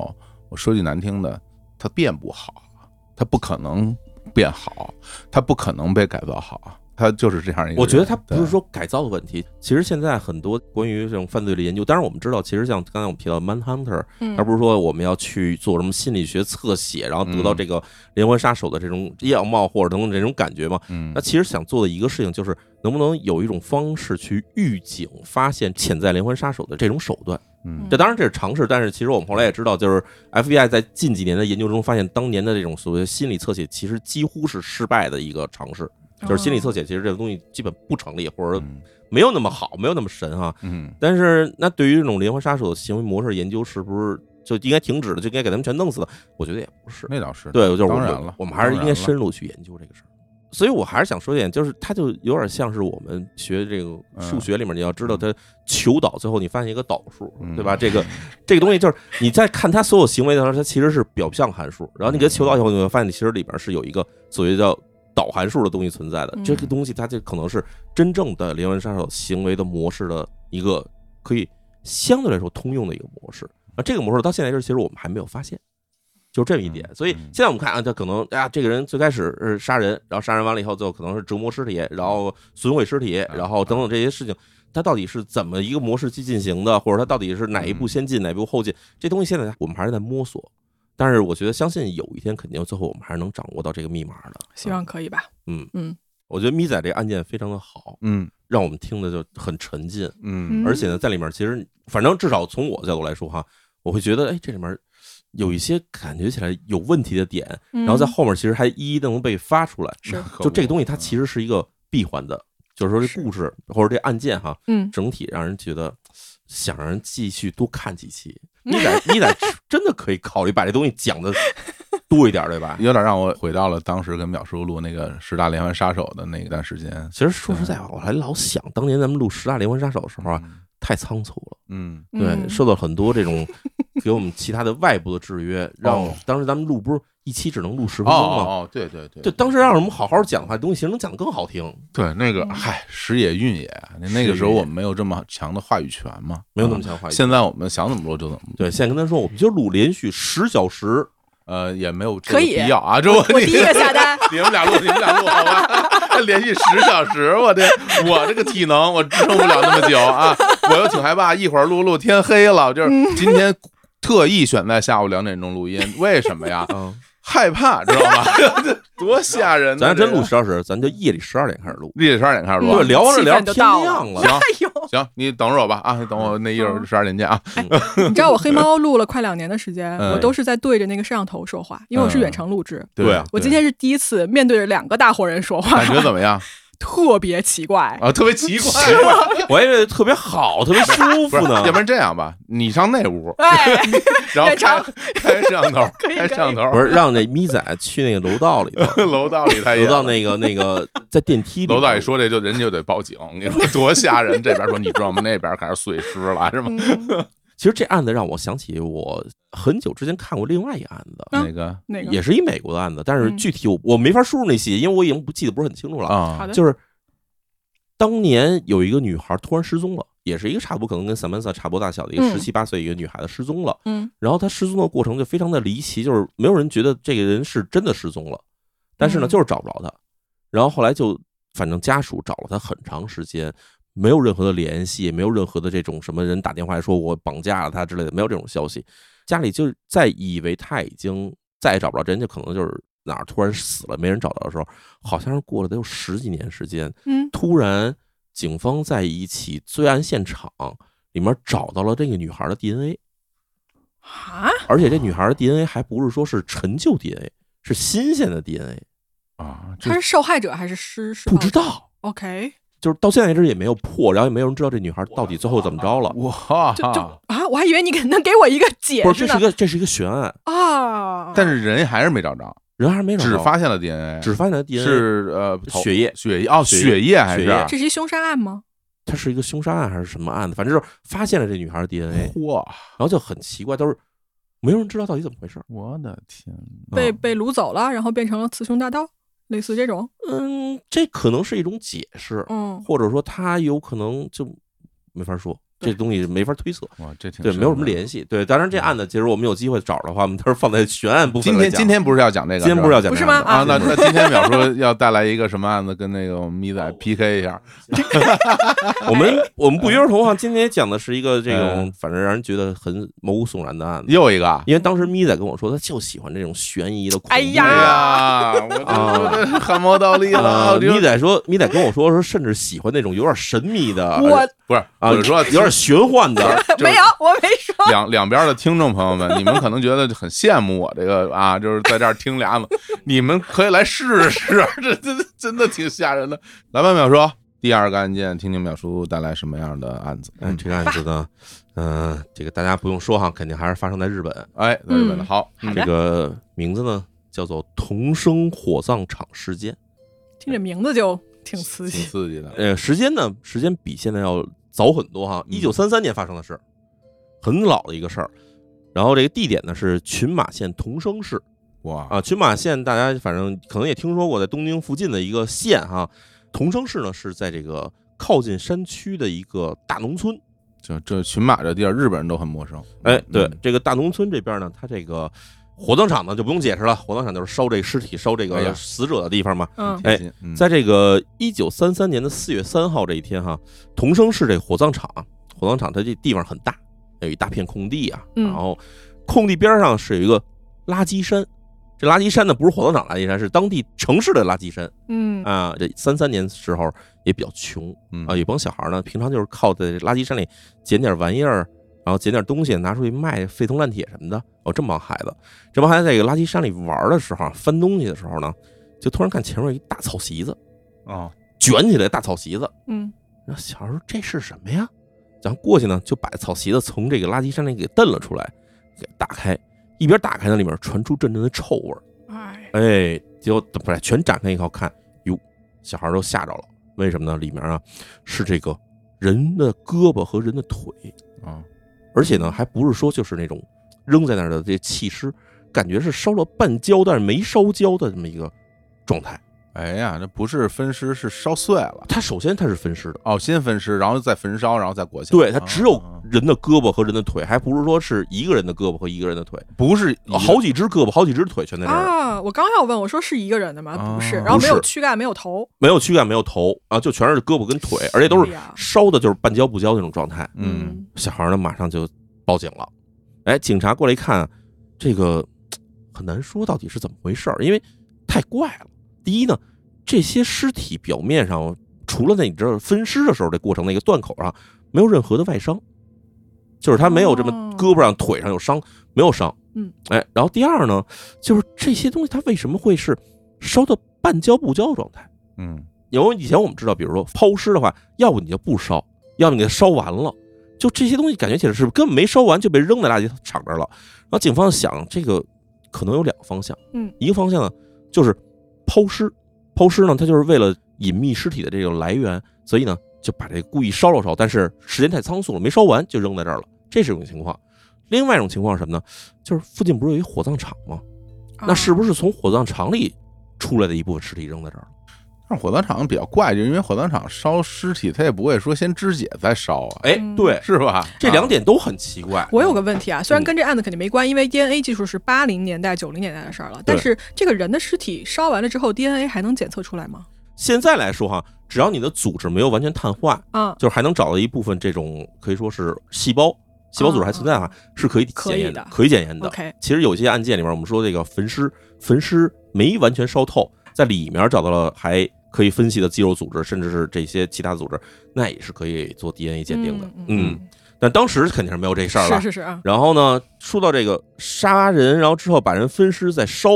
Speaker 3: 我说句难听的，他变不好，他不可能变好，他不可能被改造好，他就是这样一个人。
Speaker 2: 我觉得他不是
Speaker 3: 对
Speaker 2: 说改造的问题，其实现在很多关于这种犯罪的研究，当然我们知道，其实像刚才我们提到 Manhunter，
Speaker 1: 嗯，
Speaker 2: 他不是说我们要去做什么心理学侧写，然后得到
Speaker 3: 嗯
Speaker 2: 这个连环杀手的这种样貌或者等等这种感觉吗？
Speaker 3: 嗯
Speaker 2: 那，其实想做的一个事情就是，能不能有一种方式去预警、发现潜在连环杀手的这种手段？
Speaker 3: 嗯
Speaker 2: 这当然这是尝试，但是其实我们后来也知道，就是 FBI 在近几年的研究中发现，当年的这种所谓的心理侧写，其实几乎是失败的一个尝试。就是心理
Speaker 1: 测
Speaker 2: 侧写，其实这个东西基本不成立，或者说
Speaker 3: 嗯
Speaker 2: 没有那么好，没有那么神啊。
Speaker 3: 嗯，
Speaker 2: 但是，那对于这种连环杀手的行为模式研究，是不是就应该停止了？就应该给他们全弄死了？我觉得也不是。
Speaker 3: 那倒是，
Speaker 2: 对，就是我
Speaker 3: 当
Speaker 2: 们
Speaker 3: 然了，
Speaker 2: 我们还是应
Speaker 3: 当
Speaker 2: 该
Speaker 3: 然
Speaker 2: 深
Speaker 3: 了
Speaker 2: 入去研究这个事儿。所以我还是想说一点，就是它就有点像是我们学这个
Speaker 3: 嗯
Speaker 2: 数学里面，你要知道它求导，最后你发现一个导数，
Speaker 3: 嗯
Speaker 2: 对吧？这个这个东西就是你在看它所有行为的时候，它其实是表象函数，然后你给它求导以后，你会发现你其实里边是有一个所谓叫。导函数的东西存在的，
Speaker 1: 嗯
Speaker 2: 这个东西它就可能是真正的连环杀手行为的模式的一个可以相对来说通用的一个模式。啊，这个模式到现在这，其实我们还没有发现，就这么一点。
Speaker 3: 嗯
Speaker 2: 所以
Speaker 3: 嗯
Speaker 2: 现在我们看啊，他可能啊，这个人最开始
Speaker 3: 嗯
Speaker 2: 是杀人，然后杀人完了以后，最后可能是折磨尸体，然后损毁尸体，然后等等这些事情，它到底是怎么一个模式去进行的，或者它到底是哪
Speaker 3: 嗯
Speaker 2: 一步先进、哪一步后进，这东西现在我们还是在摸索。但是我觉得，相信有一天肯定最后我们还是能掌握到这个密码的。
Speaker 1: 希望可以吧。
Speaker 2: 嗯
Speaker 1: 嗯，
Speaker 2: 我觉得咪仔这个案件非常的好，
Speaker 3: 嗯
Speaker 2: 让我们听的就很沉浸，
Speaker 3: 嗯
Speaker 1: 嗯
Speaker 2: 而且呢，在里面其实反正至少从我角度来说哈，我会觉得哎，这里面有一些感觉起来有问题的点，
Speaker 1: 然
Speaker 2: 然后在后面其实还一一的能被发出来。
Speaker 1: 是
Speaker 3: 可 啊
Speaker 2: 就这个
Speaker 3: 不
Speaker 2: 东西，它其实是一个闭环的，就是说这故事或者这案件哈，
Speaker 1: 嗯，
Speaker 2: 整体让人觉得想让人继续多看几 期。你得你得真的可以考虑把这东西讲的多一点，对吧？
Speaker 3: 有点让我回到了当时跟淼叔录那个十大连环杀手的那段时间。
Speaker 2: 其实说实在话，我还老想当年咱们录《十大连环杀手》的时候啊，太仓促了。
Speaker 3: 嗯，
Speaker 2: 对，
Speaker 1: 嗯
Speaker 2: 受到很多这种给我们其他的外部的制约，让
Speaker 3: 哦
Speaker 2: 当时咱们录不是一期只能录十
Speaker 3: 哦
Speaker 2: 分钟吗？
Speaker 3: 哦，对对对，
Speaker 2: 就当时让我们好好讲的话，东西其实能讲得更好听，
Speaker 3: 对那个
Speaker 1: 嗯
Speaker 3: 嗨，时也运也，那那个时候我们没有这么强的话语权嘛，
Speaker 2: 没有那么
Speaker 3: 啊。
Speaker 2: 强化。
Speaker 3: 现在我们想怎么录就怎么录，
Speaker 2: 对，现在跟他说，我们就录连续十小时，
Speaker 3: 呃，也没有这
Speaker 1: 可
Speaker 3: 个
Speaker 1: 以
Speaker 3: 必要啊。这。
Speaker 1: 我第一个下单
Speaker 3: 你们俩录，你们俩录好吧？ 连续十小时，我的，我这个体能我支撑不了那么久啊！ 我又挺害怕，一会儿录录天黑了，就是
Speaker 1: 嗯
Speaker 3: 今天特意选在下午两点钟录音，为什么 呀？
Speaker 2: 嗯，
Speaker 3: 害怕，知道吗？ 多吓人呢！
Speaker 2: 咱要真录
Speaker 3: 这
Speaker 2: 十小时，咱就夜里十二点开始录，
Speaker 3: 个，夜里十二点开始录啊。
Speaker 2: 对，聊着
Speaker 1: 气氛
Speaker 2: 聊着
Speaker 1: 就
Speaker 2: 天
Speaker 1: 到
Speaker 2: 亮了
Speaker 3: 行，
Speaker 1: 哎呦，
Speaker 3: 行，你等着我吧啊，等我那一会
Speaker 1: 嗯
Speaker 3: 儿十二点见啊。
Speaker 1: 你知道我黑猫录了快两年的时间，
Speaker 3: 嗯
Speaker 1: 我都是在对着那个摄像头说话，因为我是远程录制。
Speaker 2: 对啊
Speaker 1: 我今天是第一次面对着两个大活人说话
Speaker 2: 哎
Speaker 3: 感，觉怎么样
Speaker 1: 特别奇怪。
Speaker 3: 啊？特别奇怪，
Speaker 2: 我还以为特别好，特别舒
Speaker 3: 不
Speaker 2: 服
Speaker 3: 是？
Speaker 2: 呢。
Speaker 3: 要不然这样吧，你上那屋，
Speaker 1: 哎，
Speaker 3: 然后
Speaker 1: 远程
Speaker 3: 开开摄像头，
Speaker 1: 可以
Speaker 3: 开摄像头，
Speaker 2: 不是让那咪仔去那个楼道 里头，
Speaker 3: 楼道里他也
Speaker 2: 楼道那个那个在电梯里，
Speaker 3: 楼道一说这就人家就得报警，你 说多吓人！这边说你知道吗？那边开始碎尸了，是吗？
Speaker 1: 嗯
Speaker 2: 其实这案子让我想起我很久之前看过另外一案子，
Speaker 1: 嗯
Speaker 3: 个
Speaker 1: 那个
Speaker 2: 也是一美国的案子，但是
Speaker 1: 嗯
Speaker 2: 具体我我没法输入那细节，因为我已经不记得不是很清楚了。
Speaker 1: 好
Speaker 3: 啊
Speaker 1: 的，
Speaker 2: 就是当年有一个女孩突然失踪了，也是一个差不多可能跟萨曼萨差不多大小的一个
Speaker 1: 嗯
Speaker 2: 十七八岁一个女孩子失踪了，
Speaker 1: 嗯，
Speaker 2: 然后她失踪的过程就非常的离奇，就是没有人觉得这个人是真的失踪了，但是呢
Speaker 1: 嗯
Speaker 2: 就是找不着她，然后后来就反正家属找了她很长时间。没有任何的联系，也没有任何的这种什么人打电话来说我绑架了她之类的，没有这种消息。家里就在以为她已经再也找不着，人家可能就是哪儿突然死了，没人找到的时候，好像是过了得有十几年时间，
Speaker 1: 嗯
Speaker 2: 突然警方在一起罪案现场里面找到了这个女孩的 DNA，
Speaker 1: 啊，
Speaker 2: 而且这女孩的 DNA 还不是说是陈旧 DNA，是新鲜的 DNA，
Speaker 3: 啊，这
Speaker 1: 他是受害者还是施施暴
Speaker 2: 不
Speaker 1: 者
Speaker 2: 知道，
Speaker 1: ？OK，
Speaker 2: 就是到现在为止也没有破，然后也没有人知道这女孩到底最后怎么着了。
Speaker 3: 哇
Speaker 1: 就就啊，我还以为你给能给我一个解
Speaker 2: 不
Speaker 1: 释
Speaker 2: 是，这是一
Speaker 1: 呢
Speaker 2: 个这是一个悬案，
Speaker 1: 啊。
Speaker 3: 但是人还是没找着，
Speaker 2: 人还没找
Speaker 3: 只
Speaker 2: 着，
Speaker 3: 发现了 DNA，
Speaker 2: 只发现她的 DNA，
Speaker 3: 是呃头
Speaker 2: 血液
Speaker 3: 血液哦
Speaker 2: 血
Speaker 3: 血液还
Speaker 2: 血
Speaker 3: 是
Speaker 2: 液
Speaker 1: 这是一凶杀案吗？
Speaker 2: 她是一个凶杀案还是什么案子，反正就是发现了这女孩的 DNA，
Speaker 3: 嚯，
Speaker 2: 然后就很奇怪，都是没有人知道到底怎么回事。
Speaker 3: 我的天，
Speaker 1: 被
Speaker 2: 嗯
Speaker 1: 被掳走了，然后变成了雌雄大盗，类似这种。
Speaker 2: 嗯，这可能是一种解释，
Speaker 1: 嗯，
Speaker 2: 或者说他有可能就没法说，这东西没法推测，
Speaker 3: 哇，这挺
Speaker 2: 对，没有什么
Speaker 3: 联系。
Speaker 2: 联系。对，当然这案子其实我们有机会找的话，我们到时候放在悬案部分
Speaker 3: 今
Speaker 2: 来
Speaker 3: 天
Speaker 2: 讲。
Speaker 3: 今天不是要讲这个，
Speaker 2: 今天不是要讲
Speaker 1: 不是
Speaker 2: 这案
Speaker 1: 吗
Speaker 2: 子
Speaker 3: 啊？那
Speaker 2: 今天
Speaker 3: 那今天淼叔要带来一个什么案子，跟那个我们咪仔 PK 一下？
Speaker 2: 我们我们不约而同啊，今天讲的是一个这种
Speaker 3: 嗯
Speaker 2: 反正让人觉得很毛骨悚然的案子，
Speaker 3: 又一个啊，
Speaker 2: 因为当时咪仔跟我说，他就喜欢这种悬疑的恐怖。
Speaker 1: 哎呀
Speaker 3: 哎呀，我这
Speaker 2: 啊
Speaker 3: 我这汗毛倒立了，
Speaker 2: 啊！
Speaker 3: 我这
Speaker 2: 咪仔说，咪仔跟我说说，甚至喜欢那种有点神秘的，
Speaker 1: 我
Speaker 3: 不是，
Speaker 2: 啊，
Speaker 3: 我是说
Speaker 2: 有点玄幻的，
Speaker 3: 就是
Speaker 1: 没有，我没说。
Speaker 3: 两两边的听众朋友 们，你们可能觉得很羡慕我这个啊，就是在这儿 听俩子，你们可以来试试， 这这这真的挺吓人的。来吧，淼叔，第二个案件，听听淼叔带来什么样的案子？
Speaker 2: 嗯，这个案子呢，嗯、这个大家不用说哈，肯定还是发生在日本。
Speaker 3: 哎，在日本的
Speaker 1: 嗯
Speaker 3: 好，
Speaker 1: 好
Speaker 2: 这
Speaker 1: 的，
Speaker 2: 个名字呢叫做“童生火葬场事件
Speaker 1: 听这名字就挺刺
Speaker 3: 挺
Speaker 1: 激。
Speaker 3: 刺激”。的，
Speaker 2: 呃，时间呢，时间比现在要早很多哈，
Speaker 3: 嗯
Speaker 2: 一九三三年发生的事儿，很老的一个事儿。然后这个地点呢是群马县童生市
Speaker 3: 哇
Speaker 2: 啊，群马县大家反正可能也听说过，在东京附近的一个县哈。童生市呢是在这个靠近山区的一个大农村。
Speaker 3: 这这群马这地儿，日本人都很陌生。
Speaker 2: 哎，对
Speaker 3: 嗯，
Speaker 2: 这个大农村这边呢，它这个火葬场呢就不用解释了，火葬场就是烧这个尸体、烧这
Speaker 3: 哎呀
Speaker 2: 个死者的地方嘛。
Speaker 1: 嗯
Speaker 2: 哎
Speaker 3: 嗯，
Speaker 2: 在这个一九三三年的四月三号这一天哈，同生市这火葬场，火葬场它这地方很大，有一大片空地啊，
Speaker 1: 嗯
Speaker 2: 然后空地边上是有一个垃圾山，这垃圾山呢不是火葬场垃圾山，是当地城市的垃圾山
Speaker 1: 嗯
Speaker 2: 啊。这三三年时候也比较穷
Speaker 3: 嗯
Speaker 2: 啊，有帮小孩呢，平常就是靠在这垃圾山里捡点玩意儿。然后捡点东西拿出去卖，废铜烂铁什么的。哦，这么帮孩子，这帮孩子在这个垃圾山里玩的时候啊，翻东西的时候呢，就突然看前面有一大草席子，
Speaker 3: 哦，
Speaker 2: 卷起来大草席子。
Speaker 1: 嗯
Speaker 2: 然后小孩说：“这是什么呀？”然后过去呢，就把草席子从这个垃圾山里给蹬了出来，给打开。一边打开呢，里面传出阵阵的臭味儿。
Speaker 1: 哎
Speaker 2: 哎，结果不是全展开以后看，哟，小孩都吓着了。为什么呢？里面啊是这个人的胳膊和人的腿，
Speaker 3: 哦，
Speaker 2: 而且呢还不是说就是那种扔在那儿的这弃尸，感觉是烧了半焦但是没烧焦的这么一个状态。
Speaker 3: 哎呀，这不是分尸，是烧碎了。
Speaker 2: 它首先它是分尸的。
Speaker 3: 哦，先分尸，然后再焚烧，然后再裹起来。
Speaker 2: 对，它只有
Speaker 3: 啊
Speaker 2: 人的胳膊和人的腿，还不是说是一个人的胳膊和一个人的腿，
Speaker 3: 不是一个
Speaker 2: 好几只胳膊，好几只腿全在这儿，啊
Speaker 1: 啊！我刚要问，我说是一个人的吗？不是，
Speaker 3: 哦
Speaker 1: 然后没有
Speaker 2: 不
Speaker 1: 躯干，没有头。
Speaker 2: 没有躯干，没有头啊，就全是胳膊跟腿，而且都
Speaker 1: 哎
Speaker 2: 是
Speaker 1: 呀
Speaker 2: 烧的，就是半焦不焦那种状态。
Speaker 3: 嗯，
Speaker 2: 小孩呢，马上就报警了。哎，警察过来一看，这个嘖很难说到底是怎么回事儿，因为太怪了。第一呢，这些尸体表面上除了那你知道分尸的时候这过程那个断口上没有任何的外伤，就是他没有这么
Speaker 1: 哦
Speaker 2: 胳膊上、腿上有伤，没有伤。
Speaker 1: 嗯，
Speaker 2: 哎，然后第二呢，就是这些东西它为什么会是烧的半焦不焦的状态？
Speaker 3: 嗯，
Speaker 2: 有以前我们知道，比如说抛尸的话，要不你就不烧，要不你就烧完了。就这些东西感觉起来是根本没烧完就被扔在垃圾场这儿了。然后警方想，这个可能有两个方向，
Speaker 1: 嗯，
Speaker 2: 一个方向呢就是抛尸，抛尸呢它就是为了隐秘尸体的这个来源，所以呢就把这故意烧了烧，但是时间太仓促了，没烧完就扔在这儿了，这是一种情况。另外一种情况是什么呢？就是附近不是有一火葬场吗？那是不
Speaker 1: 是
Speaker 2: 是从火葬场里出来的一部分尸体扔在这儿了？
Speaker 3: 但是火葬场比较怪，就因为火葬场烧尸体，他也不会说先肢解再烧啊，
Speaker 2: 哎
Speaker 1: 嗯，
Speaker 2: 对，
Speaker 3: 是吧？
Speaker 2: 这两
Speaker 3: 啊
Speaker 2: 点都很奇怪。
Speaker 1: 我有个问题啊，
Speaker 2: 嗯
Speaker 1: 虽然跟这案子肯定没关，因为 DNA 技术是八零年代、九零年代的事儿了，但是这个人的尸体烧完了之后，DNA 还能检测出来吗？
Speaker 2: 现在来说哈，只要你的组织没有完全碳化，
Speaker 1: 啊，
Speaker 2: 就是还能找到一部分这种可以说是细胞，细胞组织还存在的话，是可以检验的
Speaker 1: 啊可以的，
Speaker 2: 可以检验的。
Speaker 1: OK
Speaker 2: 其实有些案件里面，我们说这个焚尸，焚尸没完全烧透，在里面找到了还可以分析的肌肉组织，甚至是这些其他组织，那也是可以做 DNA 鉴定的。
Speaker 1: 嗯
Speaker 2: 嗯，但当时肯定是没有这事儿了，
Speaker 1: 是是是 啊，
Speaker 2: 然后呢，说到这个杀人，然后之后把人分尸再烧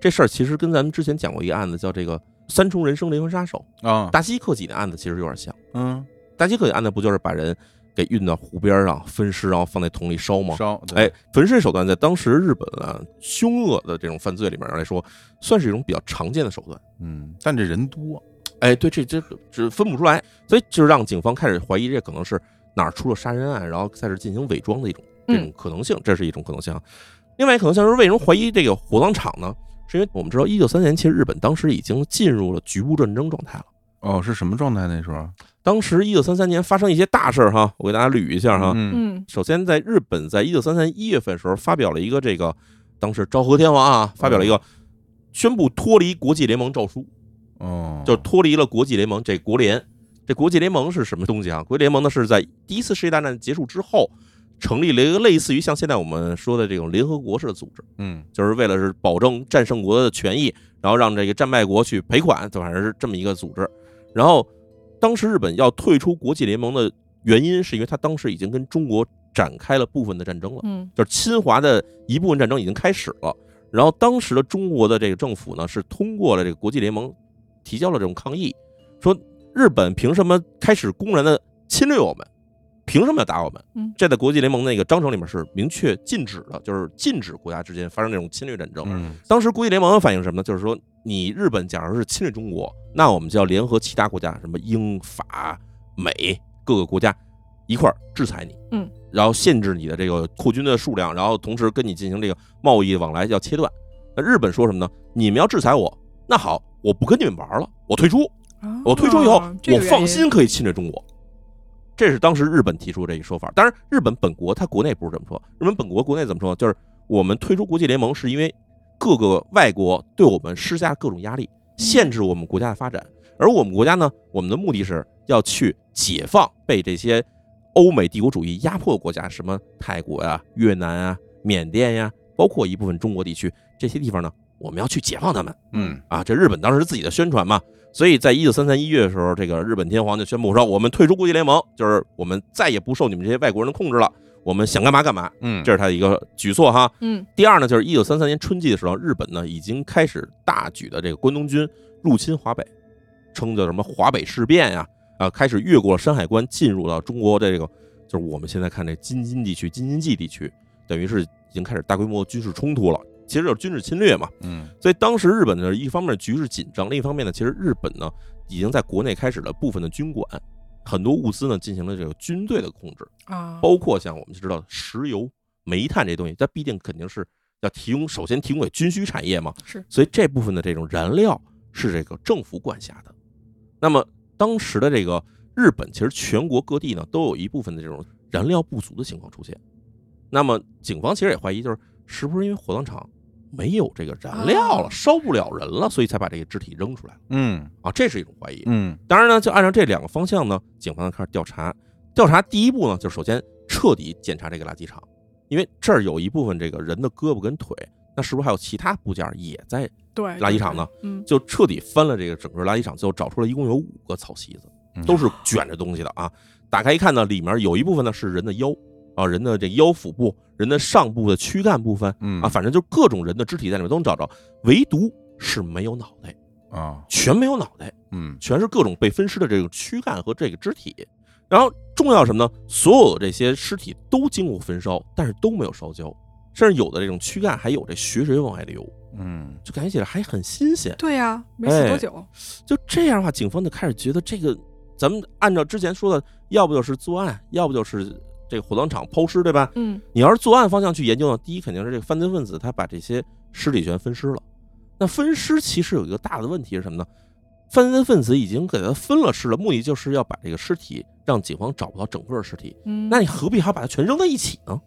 Speaker 2: 这事儿，其实跟咱们之前讲过一个案子，叫这个三重人生连环杀手，
Speaker 3: 啊，
Speaker 2: 达西克己的案子其实有点像。
Speaker 3: 嗯，
Speaker 2: 达西克己案子不就是把人给运到湖边上分尸，然后放在桶里烧吗？
Speaker 3: 烧，对
Speaker 2: 哎，，焚尸手段在当时日本啊凶恶的这种犯罪里面来说，算是一种比较常见的手段。
Speaker 3: 嗯，但这人多，
Speaker 2: 哎，对，这这这分不出来，所以就是让警方开始怀疑这可能是哪儿出了杀人案，然后开始进行伪装的一种这种可能性，这是一种可能性啊。另外一个可能性是为什么怀疑这个火葬场呢？是因为我们知道，一九三年其实日本当时已经进入了局部战争状态了。
Speaker 3: 哦，是什么状态那时候？
Speaker 2: 当时一九三三年发生一些大事儿哈，我给大家捋一下哈。
Speaker 3: 嗯
Speaker 1: 嗯
Speaker 2: 首先，在日本，在一九三三一月份的时候发表了一个这个，当时昭和天皇啊发表了一个宣布脱离国际联盟诏书。
Speaker 3: 哦，
Speaker 2: 就是脱离了国际联盟这国联。这国际联盟是什么东西啊？国际联盟呢是在第一次世界大战结束之后，成立了一个类似于像现在我们说的这种联合国式的组织，
Speaker 3: 嗯
Speaker 2: 就是为了是保证战胜国的权益，然后让这个战败国去赔款，反正是这么一个组织。然后当时日本要退出国际联盟的原因，是因为他当时已经跟中国展开了部分的战争了。
Speaker 1: 嗯
Speaker 2: 就是侵华的一部分战争已经开始了。然后当时的中国的这个政府呢，是通过了这个国际联盟提交了这种抗议，说日本凭什么开始公然的侵略我们？凭什么要打我们
Speaker 1: 嗯？
Speaker 2: 这在国际联盟那个章程里面是明确禁止的，就是禁止国家之间发生这种侵略战争。
Speaker 3: 嗯
Speaker 2: 当时国际联盟的反应是什么呢？就是说，你日本假如是侵略中国，那我们就要联合其他国家，什么英法美各个国家一块儿制裁你，
Speaker 1: 嗯，
Speaker 2: 然后限制你的这个扩军的数量，然后同时跟你进行这个贸易往来要切断。那日本说什么呢？你们要制裁我，那好，我不跟你们玩了，我退出。
Speaker 1: 啊
Speaker 2: 嗯我退出以后，
Speaker 1: 这
Speaker 2: 我
Speaker 1: 个原因
Speaker 2: 放心可以侵略中国。这是当时日本提出这一说法。当然，日本本国它国内不是这么说，日本本国国内怎么说？就是我们退出国际联盟是因为各个外国对我们施加各种
Speaker 1: 嗯
Speaker 2: 压力，限制我们国家的发展。而我们国家呢，我们的目的是要去解放被这些欧美帝国主义压迫的国家，什么泰国呀、越南啊、缅甸呀、包括一部分中国地区这些地方呢，我们要去解放他们。
Speaker 3: 嗯
Speaker 2: 啊，这日本当时自己的宣传嘛，所以在一九三三一月的时候，这个日本天皇就宣布说，我们退出国际联盟，就是我们再也不受你们这些外国人的控制了，我们想干嘛干嘛，
Speaker 3: 嗯，
Speaker 2: 这是他的一个举措哈。
Speaker 1: 嗯
Speaker 2: 第二呢，就是一九三三年春季的时候，日本呢已经开始大举的这个关东军入侵华北，称叫什么华北事变呀、啊，开始越过山海关，进入到中国的这个就是我们现在看这京津地区、京津冀地区，等于是已经开始大规模的军事冲突了，其实就是军事侵略嘛。
Speaker 3: 嗯
Speaker 2: 所以当时日本呢，一方面局势紧张，另一方面呢，其实日本呢已经在国内开始了部分的军管，很多物资呢进行了这个军队的控制，
Speaker 1: 啊，
Speaker 2: 包括像我们知道的石油、煤炭这东西，它必定肯定是要提供，首先提供给军需产业嘛，
Speaker 1: 是，
Speaker 2: 所以这部分的这种燃料是这个政府管辖的。那么当时的这个日本，其实全国各地呢都有一部分的这种燃料不足的情况出现。那么警方其实也怀疑，就是是不是因为火葬场没有这个燃料了，
Speaker 1: 啊
Speaker 2: 烧不了人了，所以才把这个肢体扔出来
Speaker 3: 嗯
Speaker 2: 啊？这是一种怀疑。
Speaker 3: 嗯
Speaker 2: 当然呢，就按照这两个方向呢，警方开始调查。调查第一步呢，就首先彻底检查这个垃圾场，因为这儿有一部分这个人的胳膊跟腿，那是不是还有其他部件也在
Speaker 1: 对，
Speaker 2: 垃圾场呢？
Speaker 1: 嗯，
Speaker 2: 就彻底翻了这个整个垃圾场，最后找出了一共有五个草席子
Speaker 3: 嗯，
Speaker 2: 都是卷着东西的啊。打开一看呢，里面有一部分呢是人的腰啊，人的这腰腹部、人的上部的躯干部分
Speaker 3: 嗯
Speaker 2: 啊，反正就各种人的肢体在里面都能找着，唯独是没有脑袋，
Speaker 3: 啊
Speaker 2: 全没有脑袋。
Speaker 3: 嗯
Speaker 2: 全是各种被分尸的这个躯干和这个肢体。然后重要什么呢？所有这些尸体都经过焚烧，但是都没有烧焦，甚至有的这种躯干还有这血水往外流，
Speaker 3: 嗯
Speaker 2: 就感觉起来还很新鲜。
Speaker 1: 对呀、没死多
Speaker 2: 哎
Speaker 1: 久，
Speaker 2: 就这样的话，警方就开始觉得这个，咱们按照之前说的，要不就是作案，要不就是这个火葬场抛尸，对吧？
Speaker 1: 嗯
Speaker 2: 你要是作案方向去研究呢，第一肯定是这个犯罪分子他把这些尸体全分尸了。那分尸其实有一个大的问题是什么呢？犯罪分子已经给他分了尸了，目的就是要把这个尸体让警方找不到整个尸体。
Speaker 1: 嗯，
Speaker 2: 那你何必还把它全扔在一起呢？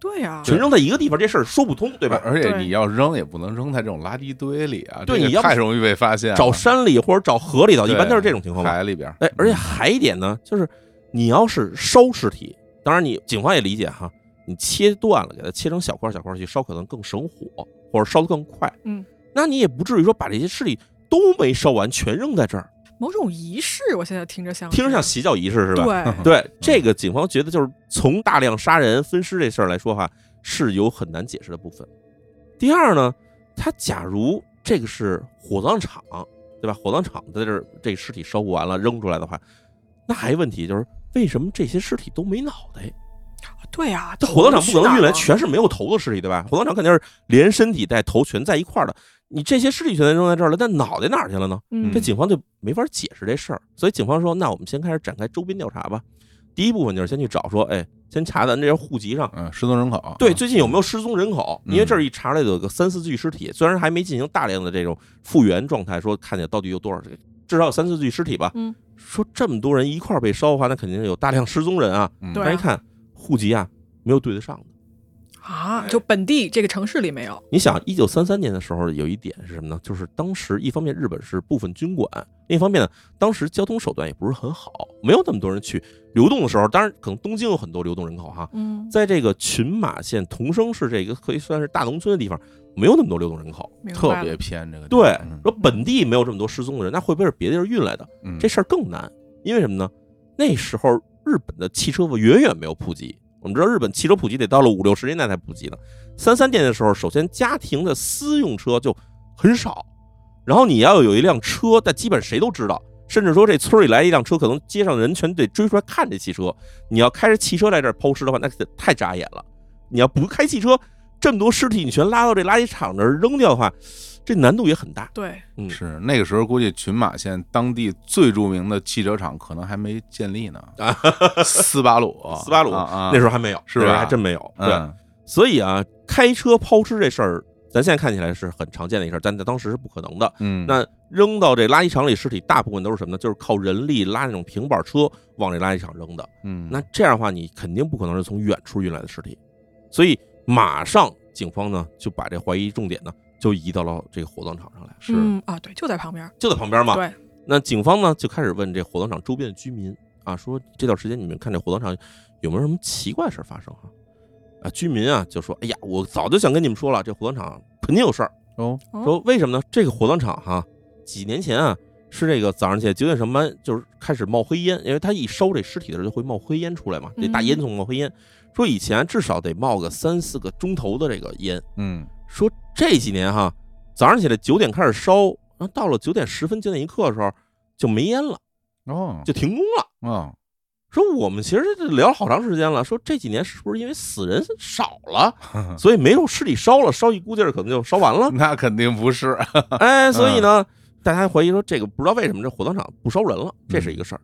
Speaker 1: 对呀、
Speaker 2: 全扔在一个地方，这事儿说不通，对
Speaker 3: 对啊
Speaker 2: 吧？
Speaker 3: 而且
Speaker 1: 对
Speaker 3: 你要扔也不能扔在这种垃圾堆里啊，
Speaker 2: 对
Speaker 3: 这个
Speaker 2: 你要不
Speaker 3: 太容易被发现了，
Speaker 2: 找山里或者找河里头，一般都是这种情况吧。
Speaker 3: 海里边儿，
Speaker 2: 哎，
Speaker 1: 嗯
Speaker 2: 而且还一点呢，就是你要是烧尸体，当然你警方也理解哈，你切断了，给它切成小块小块去烧，可能更省火，或者烧得更快。
Speaker 1: 嗯，
Speaker 2: 那你也不至于说把这些尸体都没烧完，全扔在这儿，
Speaker 1: 某种仪式，我现在听着像
Speaker 2: 听着像
Speaker 1: 嗯是
Speaker 2: 洗脚仪式是吧？
Speaker 1: 对
Speaker 2: 对，这个警方觉得就是从大量杀人分尸这事儿来说哈，是有很难解释的部分。第二呢，他假如这个是火葬场，对吧？火葬场在这儿这个尸体烧不完了扔出来的话，那还有问题就是为什么这些尸体都没脑袋？
Speaker 1: 对呀、
Speaker 2: 这火葬场
Speaker 1: 头
Speaker 2: 不可能
Speaker 1: 去哪
Speaker 2: 运来
Speaker 1: 儿
Speaker 2: 全是没有头的尸体，对吧？火葬场肯定是连身体带头全在一块儿的，你这些尸体全扔在这儿了，那脑袋哪儿去了呢？
Speaker 1: 嗯
Speaker 2: 这警方就没法解释这事儿，所以警方说，那我们先开始展开周边调查吧。第一部分就是先去找说，哎，先查咱这些户籍上，
Speaker 3: 嗯，失踪人口，
Speaker 2: 对最近有没有失踪人口？
Speaker 3: 嗯
Speaker 2: 因为这儿一查来有个三四具尸体，虽然还没进行大量的这种复原状态，说看见到底有多少，至少有三四具尸体吧。
Speaker 1: 嗯，
Speaker 2: 说这么多人一块儿被烧的话，那肯定有大量失踪人啊。
Speaker 3: 嗯
Speaker 1: 对
Speaker 2: 但一看户籍啊，没有对得上的。哎
Speaker 1: 啊，就本地这个城市里没有，
Speaker 2: 你想，一九三三年的时候，有一点是什么呢？就是当时一方面日本是部分军管，另一方面呢，当时交通手段也不是很好，没有那么多人去流动的时候，当然可能东京有很多流动人口哈，
Speaker 1: 嗯，
Speaker 2: 在这个群马县同生市这个可以算是大农村的地方，没有那么多流动人口。
Speaker 1: 明白
Speaker 3: 特
Speaker 1: 了
Speaker 3: 别偏这个地方，
Speaker 2: 对
Speaker 3: 嗯，
Speaker 2: 说本地没有这么多失踪的人，那会不会是别的地儿运来的？
Speaker 3: 嗯
Speaker 2: 这事儿更难，因为什么呢？那时候日本的汽车远远没有普及。我们知道日本汽车普及得到了五六十年代才普及呢。三三年的时候，首先家庭的私用车就很少，然后你要有一辆车，但基本谁都知道，甚至说这村里来一辆车，可能街上的人全得追出来看这汽车。你要开着汽车在这儿抛尸的话，那可太扎眼了。你要不开汽车，这么多尸体你全拉到这垃圾场这儿扔掉的话，这难度也很大。
Speaker 1: 对，
Speaker 2: 嗯，
Speaker 3: 是那个时候，估计群马县当地最著名的汽车厂可能还没建立呢，斯巴鲁，
Speaker 2: 啊 斯巴鲁
Speaker 3: 啊啊
Speaker 2: 那时候还没有，
Speaker 3: 是
Speaker 2: 那时候
Speaker 3: 吧
Speaker 2: 还真没有。对，
Speaker 3: 嗯
Speaker 2: 所以啊，开车抛尸这事儿，咱现在看起来是很常见的一事儿，但在当时是不可能的。
Speaker 3: 嗯，
Speaker 2: 那扔到这垃圾场里，尸体大部分都是什么呢？就是靠人力拉那种平板车往这垃圾场扔的。
Speaker 3: 嗯
Speaker 2: 那这样的话，你肯定不可能是从远处运来的尸体，所以马上警方呢就把这怀疑重点呢就移到了这个火葬场上来，
Speaker 3: 是
Speaker 1: 嗯啊，对，就在旁边。
Speaker 2: 就在旁边嘛。
Speaker 1: 对，
Speaker 2: 那警方呢就开始问这火葬场周边的居民啊，说这段时间你们看这火葬场有没有什么奇怪事儿发生啊？啊，居民啊就说，哎呀，我早就想跟你们说了，这火葬场肯定有事儿。
Speaker 3: 哦，
Speaker 1: 哦
Speaker 2: 说为什么呢？这个火葬场哈、几年前啊是这个早上起来九点上班就是开始冒黑烟，因为他一烧这尸体的时候就会冒黑烟出来嘛，这大
Speaker 1: 嗯
Speaker 2: 烟囱冒黑烟。说以前至少得冒个三四个钟头的这个烟，
Speaker 3: 嗯，
Speaker 2: 说这几年哈，早上起来九点开始烧，然后到了九点十分、九点一刻的时候就没烟了，
Speaker 3: 哦，
Speaker 2: 就停工了。
Speaker 3: 哦，。
Speaker 2: 说我们其实这聊了好长时间了，说这几年是不是因为死人少了，所以没有尸体烧了，烧一估劲儿可能就烧完了
Speaker 3: 那肯定不是，
Speaker 2: 哎，所以呢，大家怀疑说这个不知道为什么这火葬场不烧人了，这是一个事儿。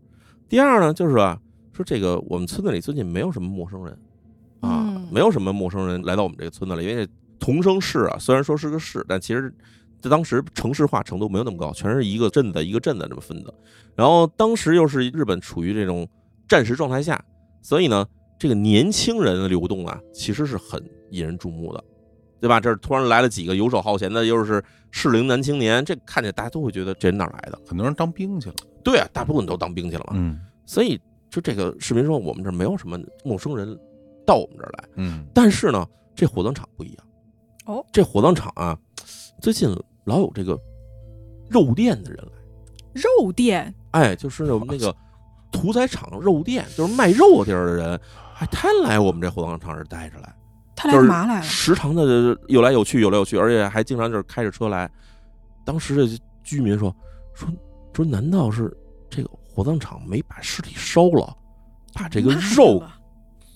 Speaker 2: 第二呢，就是啊，说这个我们村子里最近没有什么陌生人啊，
Speaker 1: 嗯
Speaker 2: 没有什么陌生人来到我们这个村子里，因为同生市啊，虽然说是个市，但其实在当时城市化程度没有那么高，全是一个镇子一个镇子这么分的。然后当时又是日本处于这种战时状态下，所以呢，这个年轻人的流动啊，其实是很引人注目的，对吧？这儿突然来了几个游手好闲的，又是适龄男青年，这看见大家都会觉得这人哪儿来的？
Speaker 3: 很多人当兵去了，
Speaker 2: 对啊，大部分都当兵去了嘛。
Speaker 3: 嗯
Speaker 2: 所以就这个市民说，我们这儿没有什么陌生人到我们这儿来。
Speaker 3: 嗯，
Speaker 2: 但是呢，这火葬场不一样
Speaker 1: 哦，
Speaker 2: 这火葬场啊，最近老有这个肉店的人来，
Speaker 1: 肉店
Speaker 2: 哎，就是我们那个屠宰场肉店，就是卖肉地儿的人，哎，他来我们这火葬场这儿待着来。
Speaker 1: 他来
Speaker 2: 就
Speaker 1: 干
Speaker 2: 是
Speaker 1: 嘛来了？
Speaker 2: 时常的有来有去，有来有去，而且还经常就是开着车来。当时的居民说说说，难道是这个火葬场没把尸体烧了，把这个
Speaker 1: 卖
Speaker 2: 肉
Speaker 1: 了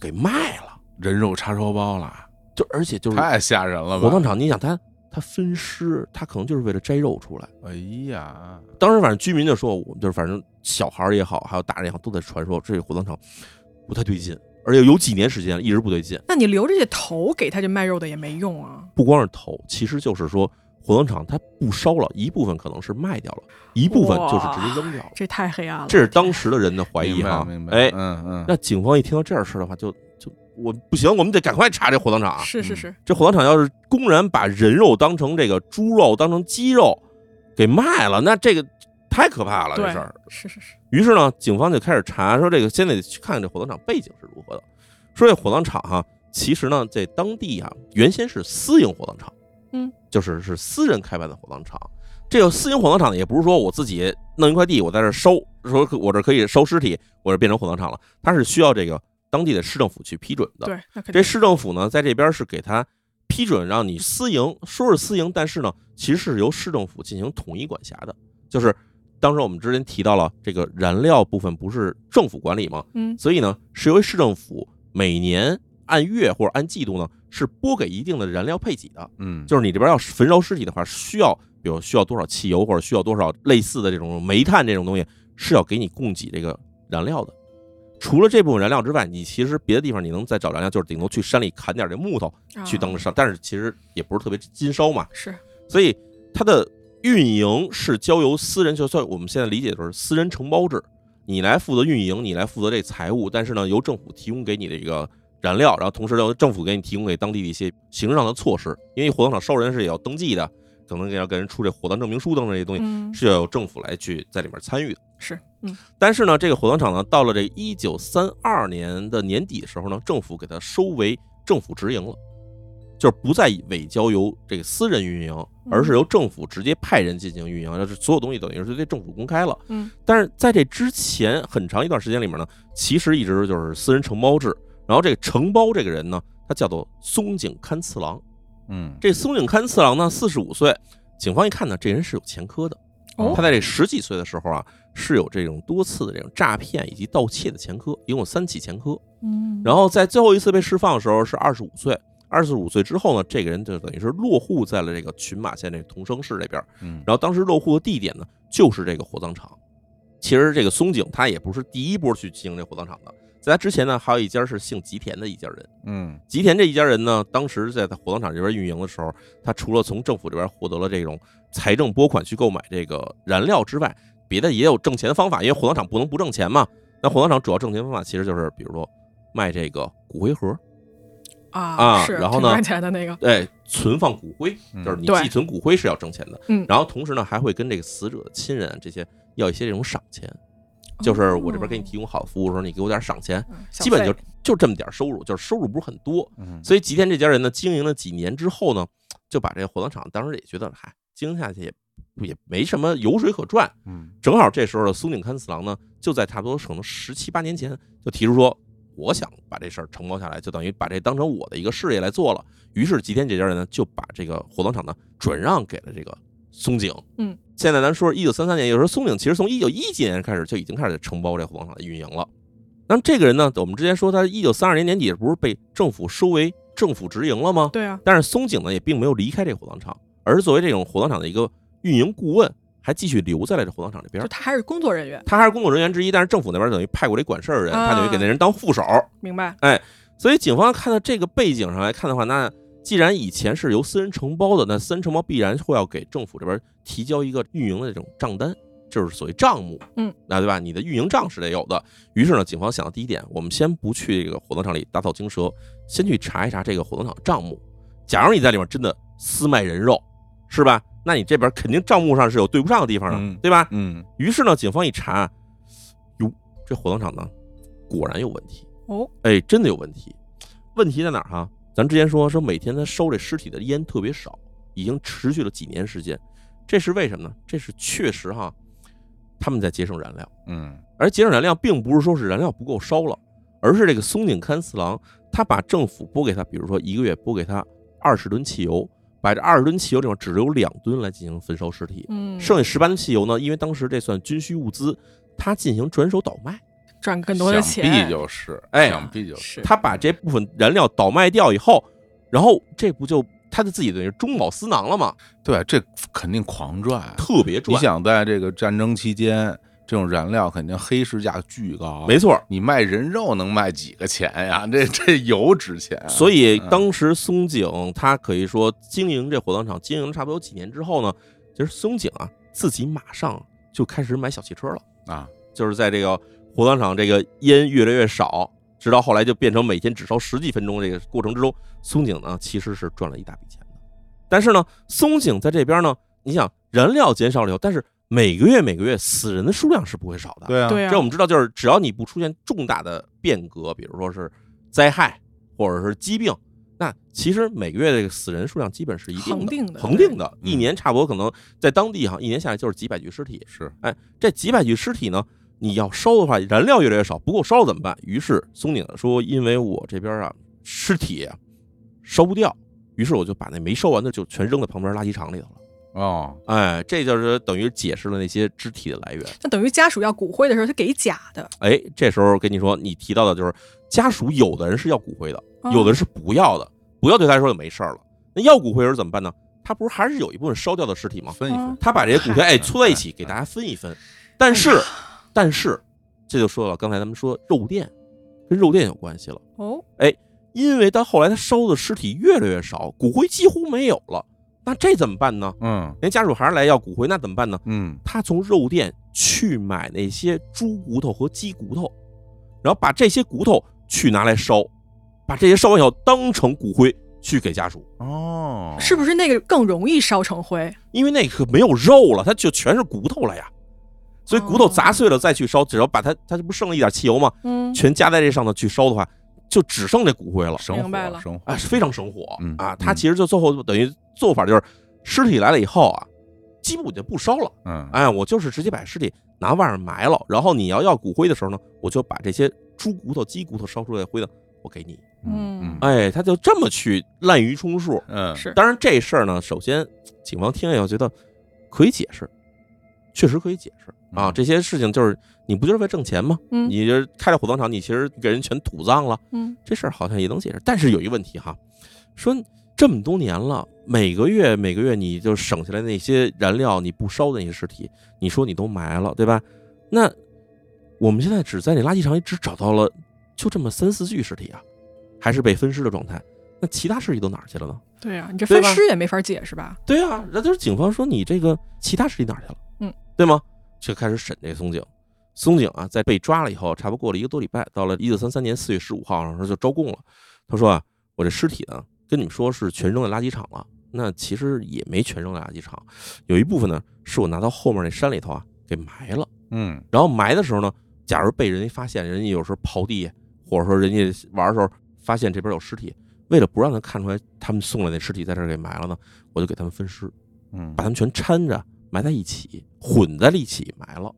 Speaker 2: 给卖了？
Speaker 3: 人肉叉烧包了，啊
Speaker 2: 就而且就是
Speaker 3: 太吓人了吧？
Speaker 2: 火葬场，你想他他分尸，他可能就是为了摘肉出来。
Speaker 3: 哎呀，
Speaker 2: 当时反正居民就说，我们就是反正小孩儿也好，还有大人也好，都在传说这个火葬场不太对劲，而且有几年时间了一直不对劲。
Speaker 1: 那你留这些头给他这卖肉的也没用啊。
Speaker 2: 不光是投，其实就是说火葬场它不烧了，一部分可能是卖掉了，一部分就是直接扔掉了。
Speaker 1: 这太黑暗了。
Speaker 2: 这是当时的人的怀疑
Speaker 3: 明白
Speaker 2: 哈
Speaker 3: 明。白，
Speaker 2: 哎，
Speaker 3: 嗯嗯，
Speaker 2: 那警方一听到这样事儿的话，就就我不行，我们得赶快查这火葬场啊。
Speaker 1: 是是是，
Speaker 2: 这火葬场要是公然把人肉当成这个猪肉、当成鸡肉给卖了，那这个太可怕了，这
Speaker 1: 对
Speaker 2: 事儿。，
Speaker 1: 是是是，
Speaker 2: 于是呢，警方就开始查，说这个先得去看看这火葬场背景是如何的。说这火葬场哈、其实呢，在当地啊，原先是私营火葬场，
Speaker 1: 嗯，
Speaker 2: 就是是私人开办的火葬场。这个私营火葬场呢，也不是说我自己弄一块地，我在这儿收，说我这儿可以收尸体，我这变成火葬场了。它是需要这个当地的市政府去批准的。
Speaker 1: 对，那肯定
Speaker 2: 这市政府呢，在这边是给他批准让你私营，说是私营，但是呢，其实是由市政府进行统一管辖的。就是当时我们之前提到了这个燃料部分不是政府管理吗？
Speaker 1: 嗯
Speaker 2: 所以呢，是由市政府每年按月或者按季度呢，是拨给一定的燃料配给的。
Speaker 3: 嗯，
Speaker 2: 就是你这边要是焚烧尸体的话，需要比如需要多少汽油或者需要多少类似的这种煤炭这种东西，是要给你供给这个燃料的。除了这部分燃料之外，你其实别的地方你能再找燃料，就是顶多去山里砍点这木头去当
Speaker 1: 啊
Speaker 2: 烧，但是其实也不是特别金烧嘛。
Speaker 1: 是
Speaker 2: 所以它的运营是交由私人，就算我们现在理解的就是私人承包制，你来负责运营，你来负责这财务，但是呢，由政府提供给你的这个燃料，然后同时由政府给你提供给当地的一些行政上的措施，因为火葬场烧人是也要登记的，可能也要给人出这火葬证明书等等这些东西，
Speaker 1: 嗯
Speaker 2: 是要有政府来去在里面参与的。
Speaker 1: 是嗯
Speaker 2: 但是呢，这个火葬场呢，到了这一九三二年的年底的时候呢，政府给它收为政府直营了，就是不再委交由这个私人运营，而是由政府直接派人进行运营，就是所有东西等于是对政府公开了。
Speaker 1: 嗯，
Speaker 2: 但是在这之前很长一段时间里面呢，其实一直就是私人承包制。然后这个承包这个人呢，他叫做松井勘次郎。
Speaker 3: 嗯
Speaker 2: 这松井勘次郎呢，四十五岁，警方一看呢，这人是有前科的。
Speaker 1: 哦
Speaker 2: 他在这十几岁的时候啊，是有这种多次的这种诈骗以及盗窃的前科，一共有三起前科。
Speaker 1: 嗯，
Speaker 2: 然后在最后一次被释放的时候是二十五岁，二十五岁之后呢，这个人就等于是落户在了这个群马县这个同生市这边。
Speaker 3: 嗯，
Speaker 2: 然后当时落户的地点呢，就是这个火葬场。其实这个松井他也不是第一波去经营这火葬场的，在他之前呢，还有一家是姓吉田的一家人。
Speaker 3: 嗯
Speaker 2: 吉田这一家人呢，当时在火葬场这边运营的时候，他除了从政府这边获得了这种财政拨款去购买这个燃料之外，别的也有挣钱的方法，因为火葬场不能不挣钱嘛。那火葬场主要挣钱方法其实就是，比如说卖这个骨灰盒，
Speaker 1: 啊
Speaker 2: 啊
Speaker 1: 是
Speaker 2: 然后
Speaker 1: 挺
Speaker 2: 呢
Speaker 1: 赚钱的那个，
Speaker 2: 哎，存放骨灰，
Speaker 3: 嗯
Speaker 2: 就是你
Speaker 1: 对
Speaker 2: 寄存骨灰是要挣钱的。
Speaker 1: 嗯
Speaker 2: 然后同时呢，还会跟这个死者的亲人啊这些要一些这种赏钱，
Speaker 1: 哦
Speaker 2: 就是我这边给你提供好服务的时候，你给我点赏钱，
Speaker 1: 嗯小
Speaker 2: 基本
Speaker 1: 费
Speaker 2: 就就这么点收入，就是收入不是很多。
Speaker 3: 嗯
Speaker 2: 所以吉田这家人呢，经营了几年之后呢，就把这个火葬场当时也觉得，嗨，经营下去也也没什么油水可赚。
Speaker 3: 嗯
Speaker 2: 正好这时候的松井勘次郎呢，就在差不多可能十七八年前就提出说，我想把这事儿承包下来，就等于把这当成我的一个事业来做了。于是吉田这家人呢，就把这个火葬场呢转让给了这个松井。
Speaker 1: 嗯，
Speaker 2: 现在咱说一九三三年，也就是说松井其实从一九一几年开始就已经开始承包这火葬场的运营了。那么这个人呢，我们之前说他一九三二年年底不是被政府收为政府直营了吗？
Speaker 1: 对啊，
Speaker 2: 但是松井呢也并没有离开这个火葬场，而是作为这种火葬场的一个运营顾问，还继续留在了这火葬场这边
Speaker 1: 就。他还是工作人员，
Speaker 2: 他还是工作人员之一，但是政府那边等于派过来管事儿的人，
Speaker 1: 啊
Speaker 2: 他等于给那人当副手。
Speaker 1: 明白？
Speaker 2: 所以警方看到这个背景上来看的话，那既然以前是由私人承包的，那私人承包必然会要给政府这边提交一个运营的这种账单，就是所谓账目。
Speaker 1: 嗯，
Speaker 2: 那对吧？你的运营账是得有的。于是呢，警方想到第一点，我们先不去这个火葬场里打草惊蛇，先去查一查这个火葬场账目。假如你在里面真的私卖人肉，是吧？那你这边肯定账目上是有对不上的地方的，
Speaker 3: 嗯
Speaker 2: 对吧？
Speaker 3: 嗯
Speaker 2: 于是呢，警方一查，哟，这火葬场呢，果然有问题。
Speaker 1: 哦，
Speaker 2: 哎，真的有问题。问题在哪儿哈、咱之前说说每天他收这尸体的烟特别少，已经持续了几年时间，这是为什么呢？这是确实哈、他们在节省燃料，
Speaker 3: 嗯
Speaker 2: 而节省燃料并不是说是燃料不够烧了，而是这个松井勘次郎他把政府拨给他，比如说一个月拨给他二十吨汽油，把这二十吨汽油里面只留两吨来进行焚烧尸体，
Speaker 1: 嗯，
Speaker 2: 剩下十八吨汽油呢，因为当时这算军需物资，他进行转手倒卖。
Speaker 1: 赚更多的
Speaker 3: 想
Speaker 1: 钱，
Speaker 3: 必就是，
Speaker 2: 哎
Speaker 3: 想必就是，
Speaker 1: 是
Speaker 2: 他把这部分燃料倒卖掉以后，然后这不就他就自己等于中饱私囊了吗？
Speaker 3: 对，这肯定狂赚。
Speaker 2: 特别
Speaker 3: 你
Speaker 2: 赚，
Speaker 3: 想在这个战争期间，这种燃料肯定黑市价巨高，
Speaker 2: 没错。
Speaker 3: 你卖人肉能卖几个钱呀？这这油值钱啊，
Speaker 2: 所以
Speaker 3: 嗯
Speaker 2: 当时松井他可以说经营这火葬场经营了差不多几年之后呢，其实松井啊自己马上就开始买小汽车了，
Speaker 3: 啊，
Speaker 2: 就是在这个火葬场这个烟越来越少，直到后来就变成每天只烧十几分钟这个过程之中，松井呢其实是赚了一大笔钱的。但是呢，松井在这边呢，你想燃料减少了以后，但是每个月每个月死人的数量是不会少的。
Speaker 3: 对啊，
Speaker 1: 对啊，
Speaker 2: 这我们知道，就是只要你不出现重大的变革，比如说是灾害或者是疾病，那其实每个月这个死人数量基本是一定的，
Speaker 1: 恒定的
Speaker 2: 恒定的，
Speaker 3: 对
Speaker 2: 一年差不多可能在当地哈，一年下来就是几百具尸体。哎
Speaker 3: 是
Speaker 2: 这几百具尸体呢，你要烧的话，燃料越来越少，不够烧了怎么办？于是松井说：“因为我这边啊，尸体啊烧不掉，于是我就把那没烧完的就全扔在旁边垃圾场里头了。”
Speaker 3: 哦，
Speaker 2: 哎，这就是等于解释了那些肢体的来源。
Speaker 1: 那等于家属要骨灰的时候，他给假的，
Speaker 2: 哎，这时候跟你说，你提到的就是家属，有的人是要骨灰的，
Speaker 1: 哦
Speaker 2: 有的人是不要的。不要对他来说就没事儿了。那要骨灰的时候怎么办呢？他不是还是有一部分烧掉的尸体吗？
Speaker 3: 分一分
Speaker 1: 嗯，
Speaker 2: 他把这些骨灰哎
Speaker 3: 嗨
Speaker 2: 搓在一起，给大家分一分。但是，但是这就说到刚才咱们说肉店，跟肉店有关系了，
Speaker 1: 哦，
Speaker 2: 因为到后来他烧的尸体越来越少，骨灰几乎没有了。那这怎么办呢？
Speaker 3: 嗯
Speaker 2: 人家属还是来要骨灰，那怎么办呢？
Speaker 3: 嗯
Speaker 2: 他从肉店去买那些猪骨头和鸡骨头，然后把这些骨头去拿来烧，把这些烧完以后当成骨灰去给家属，
Speaker 3: 哦，
Speaker 1: 是不是那个更容易烧成灰？
Speaker 2: 因为那可没有肉了，它就全是骨头了呀。所以骨头砸碎了再去烧，只要把它，它这不剩了一点汽油吗？
Speaker 1: 嗯，
Speaker 2: 全加在这上头去烧的话，就只剩这骨灰了。
Speaker 3: 省
Speaker 1: 明白了
Speaker 3: 火省火
Speaker 2: 啊，是非常省火
Speaker 3: 嗯
Speaker 2: 啊！
Speaker 3: 嗯
Speaker 2: 它其实就最后等于做法就是，尸体来了以后啊，基本我就不烧了。
Speaker 3: 嗯
Speaker 2: 哎，我就是直接把尸体拿外面埋了，然后你要要骨灰的时候呢，我就把这些猪骨头、鸡骨头烧出来的灰呢，我给你。
Speaker 1: 嗯
Speaker 2: 哎，他就这么去滥竽充数。
Speaker 3: 嗯
Speaker 1: 是
Speaker 2: 当然这事儿呢，首先警方听了以后觉得可以解释，确实可以解释啊。
Speaker 3: 嗯
Speaker 2: 这些事情就是你不就是为挣钱吗？
Speaker 1: 嗯
Speaker 2: 你就是开了火葬场，你其实给人全土葬了，
Speaker 1: 嗯，
Speaker 2: 这事儿好像也能解释。但是有一个问题哈，说这么多年了，每个月每个月你就省下来那些燃料，你不烧的那些尸体，你说你都埋了，对吧？那我们现在只在那垃圾场里只找到了就这么三四具尸体啊，还是被分尸的状态。那其他尸体都哪儿去了呢？
Speaker 1: 对啊，你这
Speaker 2: 对
Speaker 1: 分
Speaker 2: 吧
Speaker 1: 尸也没法解释吧？
Speaker 2: 对啊，那就是警方说你这个其他尸体哪儿去了？
Speaker 1: 嗯，
Speaker 2: 对吗？就开始审这个松井。松井啊，在被抓了以后，差不多过了一个多礼拜，到了一九三三年四月十五号，然后就招供了。他说啊，我这尸体呢，跟你们说是全扔在垃圾场了，那其实也没全扔在垃圾场，有一部分呢是我拿到后面那山里头啊给埋了。
Speaker 3: 嗯
Speaker 2: 然后埋的时候呢，假如被人发现，人家有时候刨地，或者说人家玩的时候发现这边有尸体，为了不让他看出来他们送来那尸体在这儿给埋了呢，我就给他们分尸，
Speaker 3: 嗯
Speaker 2: 把他们全掺着埋在一起，混在了一起埋了。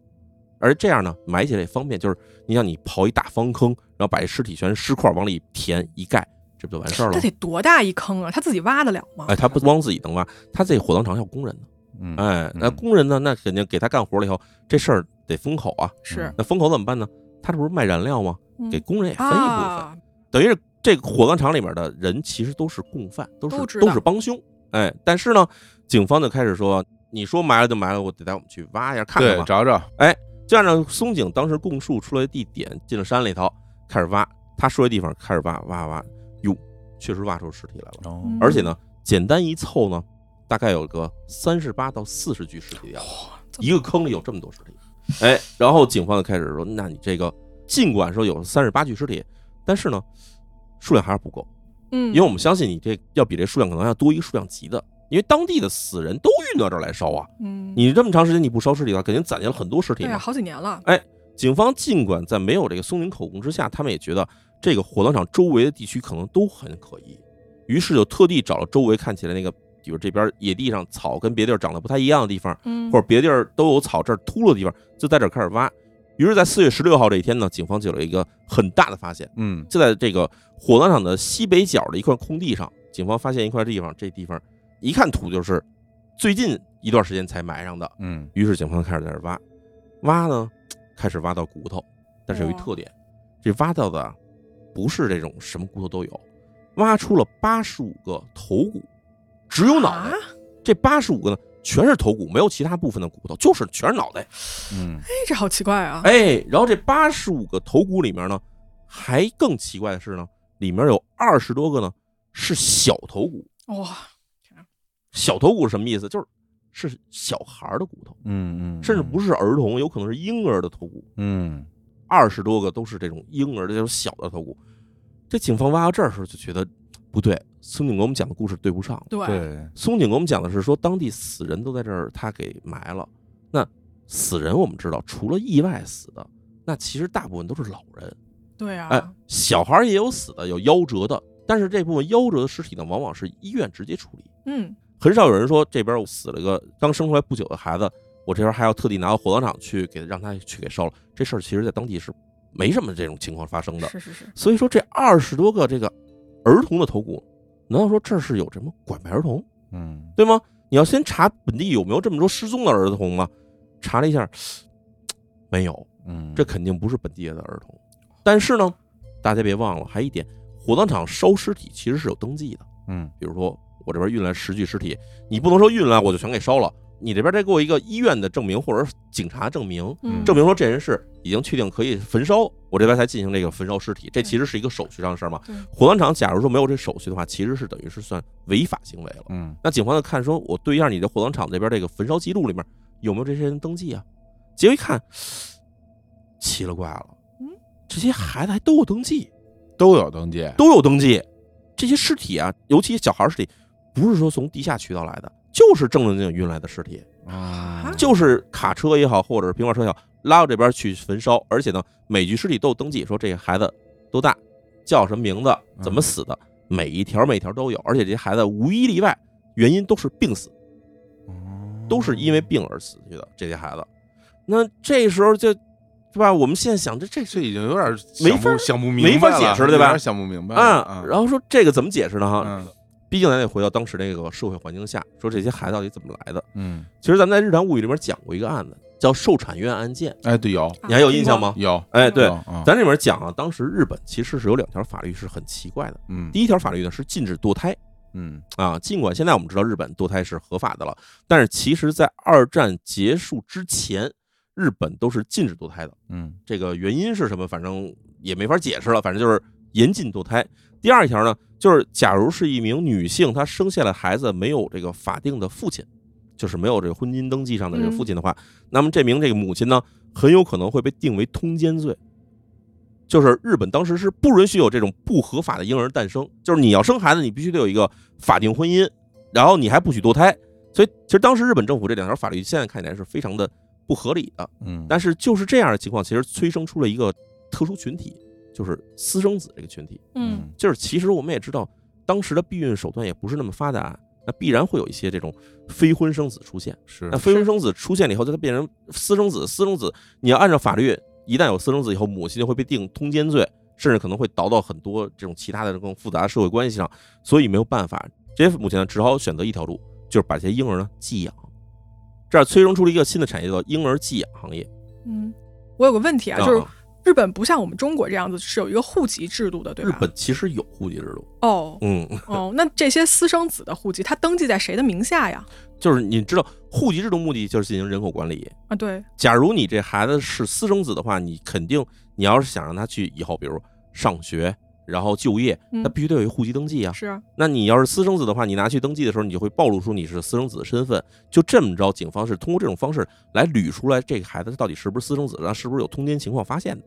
Speaker 2: 而这样呢，埋起来也方便，就是你像你刨一大方坑，然后把这尸体全尸块往里填一盖，这不就完事儿了
Speaker 1: 这
Speaker 2: 吗？
Speaker 1: 得多大一坑啊！他自己挖得了吗？
Speaker 2: 哎，他不光自己能挖，他这火葬场有工人呢。
Speaker 3: 嗯
Speaker 2: 哎，那
Speaker 3: 嗯
Speaker 2: 工人呢，那肯定给他干活了以后，这事儿得封口啊。
Speaker 1: 是
Speaker 3: 嗯
Speaker 2: 那封口怎么办呢？他这不是卖燃料吗？给工人也分一部分，
Speaker 1: 嗯啊，
Speaker 2: 等于是这个火葬场里面的人其实都是共犯，都是
Speaker 1: 都
Speaker 2: 都
Speaker 1: 知道
Speaker 2: 是帮凶。哎，但是呢，警方就开始说，你说埋了就埋了，我得带我们去挖一下看看
Speaker 3: 对，
Speaker 2: 吧。
Speaker 3: 找找，
Speaker 2: 就按照松井当时供述出来的地点，进了山里头开始挖，他说的地方开始挖挖挖，哟，确实挖出尸体来了，
Speaker 3: 哦
Speaker 1: 嗯
Speaker 2: 而且呢，简单一凑呢，大概有个三十八到四十具尸体的样子。
Speaker 1: 这么
Speaker 2: 一个坑里有这么多尸体，哎，然后警方就开始说，那你这个尽管说有三十八具尸体，但是呢，数量还是不够，
Speaker 1: 嗯，
Speaker 2: 因为我们相信你这要比这数量可能要多一个数量级的，因为当地的死人都运到这儿来烧啊，
Speaker 1: 嗯，
Speaker 2: 你这么长时间你不烧尸体的话，肯定攒下了很多尸体
Speaker 1: 对啊，
Speaker 2: 嘛。
Speaker 1: 好几年了，
Speaker 2: 警方尽管在没有这个松林口供之下，他们也觉得这个火葬场周围的地区可能都很可疑，于是就特地找了周围看起来那个，比如这边野地上草跟别地儿长得不太一样的地方。
Speaker 1: 嗯，
Speaker 2: 或者别地儿都有草，这儿秃噜的地方，就在这儿开始挖。于是，在四月十六号这一天呢，警方就有了一个很大的发现，
Speaker 3: 嗯
Speaker 2: 就在这个火葬场的西北角的一块空地上，警方发现一块地方，这地方一看土就是最近一段时间才埋上的。
Speaker 3: 嗯
Speaker 2: 于是，警方开始在这儿挖，挖呢，开始挖到骨头，但是有一
Speaker 1: 哇
Speaker 2: 特点，这挖到的啊不是这种什么骨头都有，挖出了八十五个头骨，只有脑袋
Speaker 1: 啊。
Speaker 2: 这八十五个呢，全是头骨，没有其他部分的骨头，就是全是脑袋。
Speaker 3: 嗯
Speaker 1: 哎，这好奇怪啊！
Speaker 2: 哎，然后这八十五个头骨里面呢，还更奇怪的是呢，里面有二十多个呢是小头骨。
Speaker 1: 哇，
Speaker 2: 小头骨是什么意思？就是是小孩儿的骨头，
Speaker 3: 嗯嗯，
Speaker 2: 甚至不是儿童，有可能是婴儿的头骨。
Speaker 3: 嗯
Speaker 2: 二十多个都是这种婴儿的这种小的头骨。这警方挖到这儿的时候就觉得不对，松井给我们讲的故事对不上了。
Speaker 1: 对，
Speaker 3: 对，
Speaker 2: 松井给我们讲的是说，当地死人都在这儿，他给埋了。那死人我们知道，除了意外死的，那其实大部分都是老人。
Speaker 1: 对啊，
Speaker 2: 哎，小孩儿也有死的，有夭折的，但是这部分夭折的尸体呢，往往是医院直接处理，
Speaker 1: 嗯，
Speaker 2: 很少有人说这边死了个刚生出来不久的孩子，我这边还要特地拿到火葬场去给让他去给烧了。这事儿其实在当地是没什么这种情况发生的。
Speaker 1: 是是是，
Speaker 2: 所以说，这二十多个这个儿童的头骨，难道说这是有什么拐卖儿童？
Speaker 3: 嗯
Speaker 2: 对吗？你要先查本地有没有这么多失踪的儿童吗？查了一下，没有，
Speaker 3: 嗯，
Speaker 2: 这肯定不是本地的儿童。但是呢，大家别忘了，还一点，火葬场烧尸体其实是有登记的。
Speaker 3: 嗯
Speaker 2: 比如说，我这边运来十具尸体，你不能说运来我就全给烧了，你这边得给我一个医院的证明或者警察证明，
Speaker 1: 嗯，
Speaker 2: 证明说这人是已经确定可以焚烧，我这边才进行这个焚烧尸体。这其实是一个手续上的事儿嘛
Speaker 1: 对。
Speaker 2: 火葬场假如说没有这手续的话，其实是等于是算违法行为了。
Speaker 3: 嗯
Speaker 2: 那警方就看说，我对一下你的火葬场这边这个焚烧记录里面有没有这些人登记啊？结果一看，奇了怪了，
Speaker 1: 嗯，
Speaker 2: 这些孩子还都有登记，
Speaker 3: 都有登记，
Speaker 2: 都有登记。这些尸体啊，尤其小孩尸体，不是说从地下渠道来的，就是正正经经运来的尸体，
Speaker 3: 啊
Speaker 2: 就是卡车也好，或者是平板车也好，拉到这边去焚烧。而且呢，每具尸体都有登记，说这个孩子多大，叫什么名字，
Speaker 3: 嗯
Speaker 2: 怎么死的，每一条每一条都有。而且这些孩子无一例外，原因都是病死。
Speaker 3: 嗯
Speaker 2: 都是因为病而死去的这些孩子。那这时候就，对吧？我们现在想这这
Speaker 3: 这已经有点
Speaker 2: 没
Speaker 3: 想
Speaker 2: 法
Speaker 3: 不
Speaker 2: 儿
Speaker 3: 想不明白
Speaker 2: 没法解释了对吧
Speaker 3: 有点想不明白了
Speaker 2: 啊，然后说这个怎么解释呢？哈，
Speaker 3: 嗯
Speaker 2: 毕竟咱得回到当时那个社会环境下，说这些孩子到底怎么来的。
Speaker 3: 嗯，
Speaker 2: 其实咱们在《日常物语》里面讲过一个案子，叫受产院案件，
Speaker 3: 哎，对，有
Speaker 1: 啊
Speaker 2: 你还有印象？吗？
Speaker 3: 有，
Speaker 2: 哎，对
Speaker 3: 有，，嗯
Speaker 2: 咱这里面讲啊，当时日本其实是有两条法律是很奇怪的。
Speaker 3: 嗯
Speaker 2: 第一条法律呢是禁止堕胎
Speaker 3: 嗯
Speaker 2: 啊，尽管现在我们知道日本堕胎是合法的了，但是其实在二战结束之前，日本都是禁止堕胎的。
Speaker 3: 嗯
Speaker 2: 这个原因是什么，反正也没法解释了，反正就是严禁堕胎。第二条呢，就是假如是一名女性，她生下来孩子没有这个法定的父亲，就是没有这个婚姻登记上的这个父亲的话，那么这名这个母亲呢，很有可能会被定为通奸罪。就是日本当时是不允许有这种不合法的婴儿诞生，就是你要生孩子，你必须得有一个法定婚姻，然后你还不许堕胎。所以其实当时日本政府这两条法律现在看起来是非常的不合理的，
Speaker 3: 嗯，
Speaker 2: 但是就是这样的情况，其实催生出了一个特殊群体，就是私生子这个群体。
Speaker 1: 嗯，
Speaker 2: 就是其实我们也知道，当时的避孕手段也不是那么发达，那必然会有一些这种非婚生子出现。
Speaker 3: 是
Speaker 2: 那非婚生子出现了以后，就它变成私生子。私生子，你要按照法律，一旦有私生子以后，母亲就会被定通奸罪，甚至可能会倒到很多这种其他的更复杂的社会关系上。所以没有办法，这些母亲呢只好选择一条路，就是把这些婴儿呢寄养。这样催生出了一个新的产业，叫婴儿寄养行业。
Speaker 1: 嗯，我有个问题啊，
Speaker 2: 啊
Speaker 1: 就是日本不像我们中国这样子是有一个户籍制度的，对
Speaker 2: 日
Speaker 1: 吧？
Speaker 2: 本其实有户籍制度，
Speaker 1: 哦
Speaker 2: 嗯，
Speaker 1: 哦，那这些私生子的户籍，它登记在谁的名下呀？
Speaker 2: 就是你知道户籍制度目的就是进行人口管理，
Speaker 1: 啊，对，
Speaker 2: 假如你这孩子是私生子的话，你肯定你要是想让他去以后，比如上学，然后就业
Speaker 1: 嗯，
Speaker 2: 他必须得有一户籍登记啊。
Speaker 1: 是，
Speaker 2: 那你要是私生子的话，你拿去登记的时候，你就会暴露出你是私生子的身份。就这么着，警方是通过这种方式来捋出来这个孩子到底是不是私生子，然后是不是有通奸情况发现的。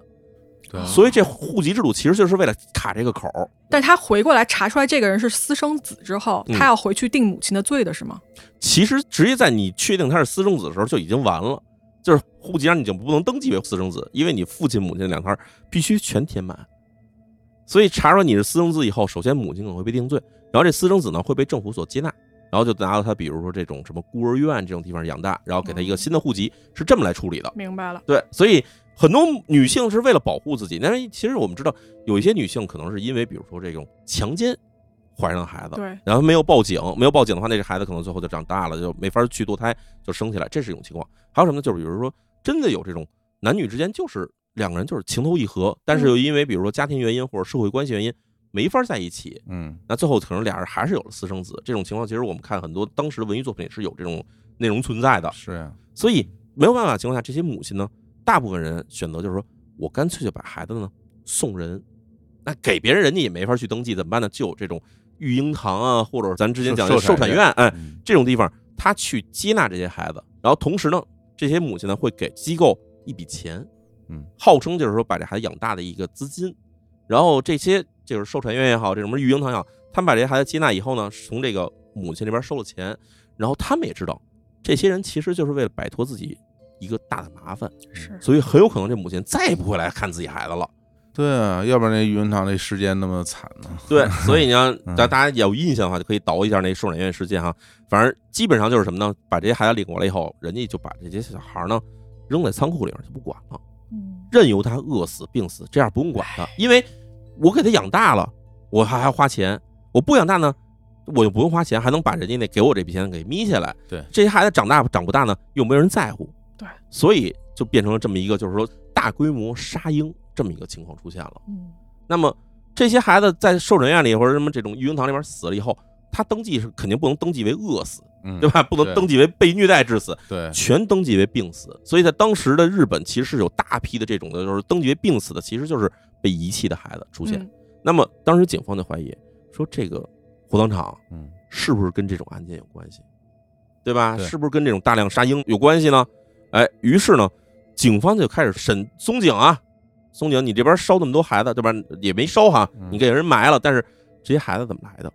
Speaker 3: 对啊
Speaker 2: 所以这户籍制度其实就是为了卡这个口儿。
Speaker 1: 但他回过来查出来这个人是私生子之后，
Speaker 2: 嗯
Speaker 1: 他要回去定母亲的罪的是吗？
Speaker 2: 其实直接在你确定他是私生子的时候就已经完了，就是户籍上已经不能登记为私生子，因为你父亲、母亲两摊必须全填满。所以查出来你是私生子以后，首先母亲可能会被定罪，然后这私生子呢会被政府所接纳，然后就拿到他，比如说这种什么孤儿院这种地方养大，然后给他一个新的户籍，是这么来处理的。
Speaker 1: 明白了，
Speaker 2: 对，所以很多女性是为了保护自己，但是其实我们知道，有一些女性可能是因为比如说这种强奸怀上孩子，
Speaker 1: 对，
Speaker 2: 然后没有报警，没有报警的话，那个孩子可能最后就长大了，就没法去堕胎，就生下来，这是一种情况。还有什么呢？就是比如说，真的有这种男女之间就是两个人就是情投意合，但是又因为比如说家庭原因或者社会关系原因没法在一起，
Speaker 3: 嗯
Speaker 2: 那最后可能俩人还是有了私生子。这种情况其实我们看很多当时的文艺作品是有这种内容存在的，
Speaker 3: 是啊呀，
Speaker 2: 所以没有办法的情况下，这些母亲呢，大部分人选择就是说我干脆就把孩子呢送人，那给别人人家也没法去登记，怎么办呢？就有这种育婴堂啊，或者咱之前讲的
Speaker 3: 授
Speaker 2: 授
Speaker 3: 产
Speaker 2: 产
Speaker 3: 院
Speaker 2: 院，哎，
Speaker 3: 嗯
Speaker 2: 这种地方，他去接纳这些孩子，然后同时呢，这些母亲呢会给机构一笔钱，
Speaker 3: 嗯，
Speaker 2: 号称就是说把这孩子养大的一个资金，然后这些就是授产院也好，这什么育婴堂也好，他们把这些孩子接纳以后呢，从这个母亲这边收了钱，然后他们也知道，这些人其实就是为了摆脱自己一个大的麻烦，
Speaker 1: 是，
Speaker 2: 所以很有可能这母亲再也不会来看自己孩子了。
Speaker 3: 对啊，要不然那育婴堂那时间那么惨呢，
Speaker 2: 对，所以你要
Speaker 3: 嗯
Speaker 2: 大大家有印象的话，就可以倒一下那受产院事件哈。反正基本上就是什么呢？把这些孩子领过来以后，人家就把这些小孩呢扔在仓库里面就不管了，
Speaker 1: 嗯，
Speaker 2: 任由他饿死、病死，这样不用管他，因为我给他养大了，我还还要花钱；我不养大呢，我就不用花钱，还能把人家那给我这笔钱给眯下来。
Speaker 3: 对
Speaker 2: 这些孩子长大长不大呢，又没人在乎。
Speaker 1: 对，
Speaker 2: 所以就变成了这么一个，就是说大规模杀婴这么一个情况出现了。
Speaker 1: 嗯，
Speaker 2: 那么这些孩子在受诊院里或者什么这种育婴堂里边死了以后，他登记是肯定不能登记为饿死，
Speaker 3: 嗯，
Speaker 2: 对吧？不能
Speaker 3: 对
Speaker 2: 登记为被虐待致死，
Speaker 3: 对，
Speaker 2: 全登记为病死。所以在当时的日本，其实是有大批的这种的，就是登记为病死的，其实就是被遗弃的孩子出现。
Speaker 1: 嗯
Speaker 2: 那么当时警方就怀疑说，这个火葬场
Speaker 3: 嗯，
Speaker 2: 是不是跟这种案件有关系，对吧？
Speaker 3: 对
Speaker 2: 是不是跟这种大量杀婴有关系呢？哎，于是呢，警方就开始审松井啊，松井，你这边烧那么多孩子，对吧？也没烧哈
Speaker 3: 嗯，
Speaker 2: 你给人埋了，但是这些孩子怎么来的？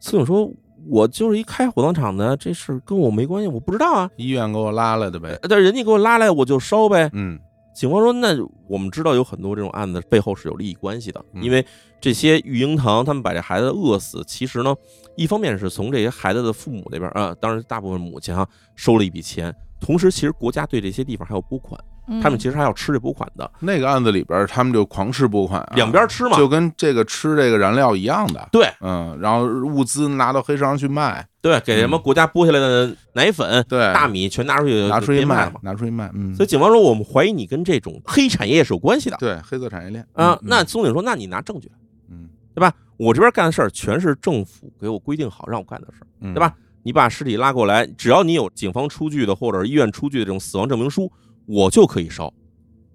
Speaker 2: 松井说：“我就是一开火葬场的，这事儿跟我没关系，我不知道啊。呃
Speaker 3: 医院给我拉来的呗，
Speaker 2: 但人家给我拉来，我就烧呗。
Speaker 3: 嗯
Speaker 2: 警方说：“那我们知道有很多这种案子背后是有利益关系的，
Speaker 3: 嗯
Speaker 2: 因为这些育婴堂他们把这孩子饿死，其实呢，一方面是从这些孩子的父母那边啊，当然大部分母亲啊收了一笔钱，同时其实国家对这些地方还有拨款，
Speaker 1: 嗯
Speaker 2: 他们其实还要吃这拨款的，
Speaker 3: 那个案子里边儿他们就狂吃拨款啊、
Speaker 2: 两边吃嘛。
Speaker 3: 就跟这个吃这个燃料一样的，
Speaker 2: 对
Speaker 3: 嗯，然后物资拿到黑市上去卖，
Speaker 2: 对，给什么国家拨下来的奶粉、
Speaker 3: 嗯对，
Speaker 2: 大米全拿出去
Speaker 3: 拿出去
Speaker 2: 去卖
Speaker 3: 卖
Speaker 2: 嘛，。
Speaker 3: 拿出去卖，嗯，
Speaker 2: 所以警方说，我们怀疑你跟这种黑产业也是有关系的
Speaker 3: 对黑色产业链
Speaker 2: 啊
Speaker 3: 嗯。
Speaker 2: 那松井说：那你拿证据来，
Speaker 3: 嗯
Speaker 2: 对吧？我这边干的事儿全是政府给我规定好让我干的事儿。”
Speaker 3: 嗯，
Speaker 2: 对吧？你把尸体拉过来，只要你有警方出具的或者是医院出具的这种死亡证明书，我就可以烧。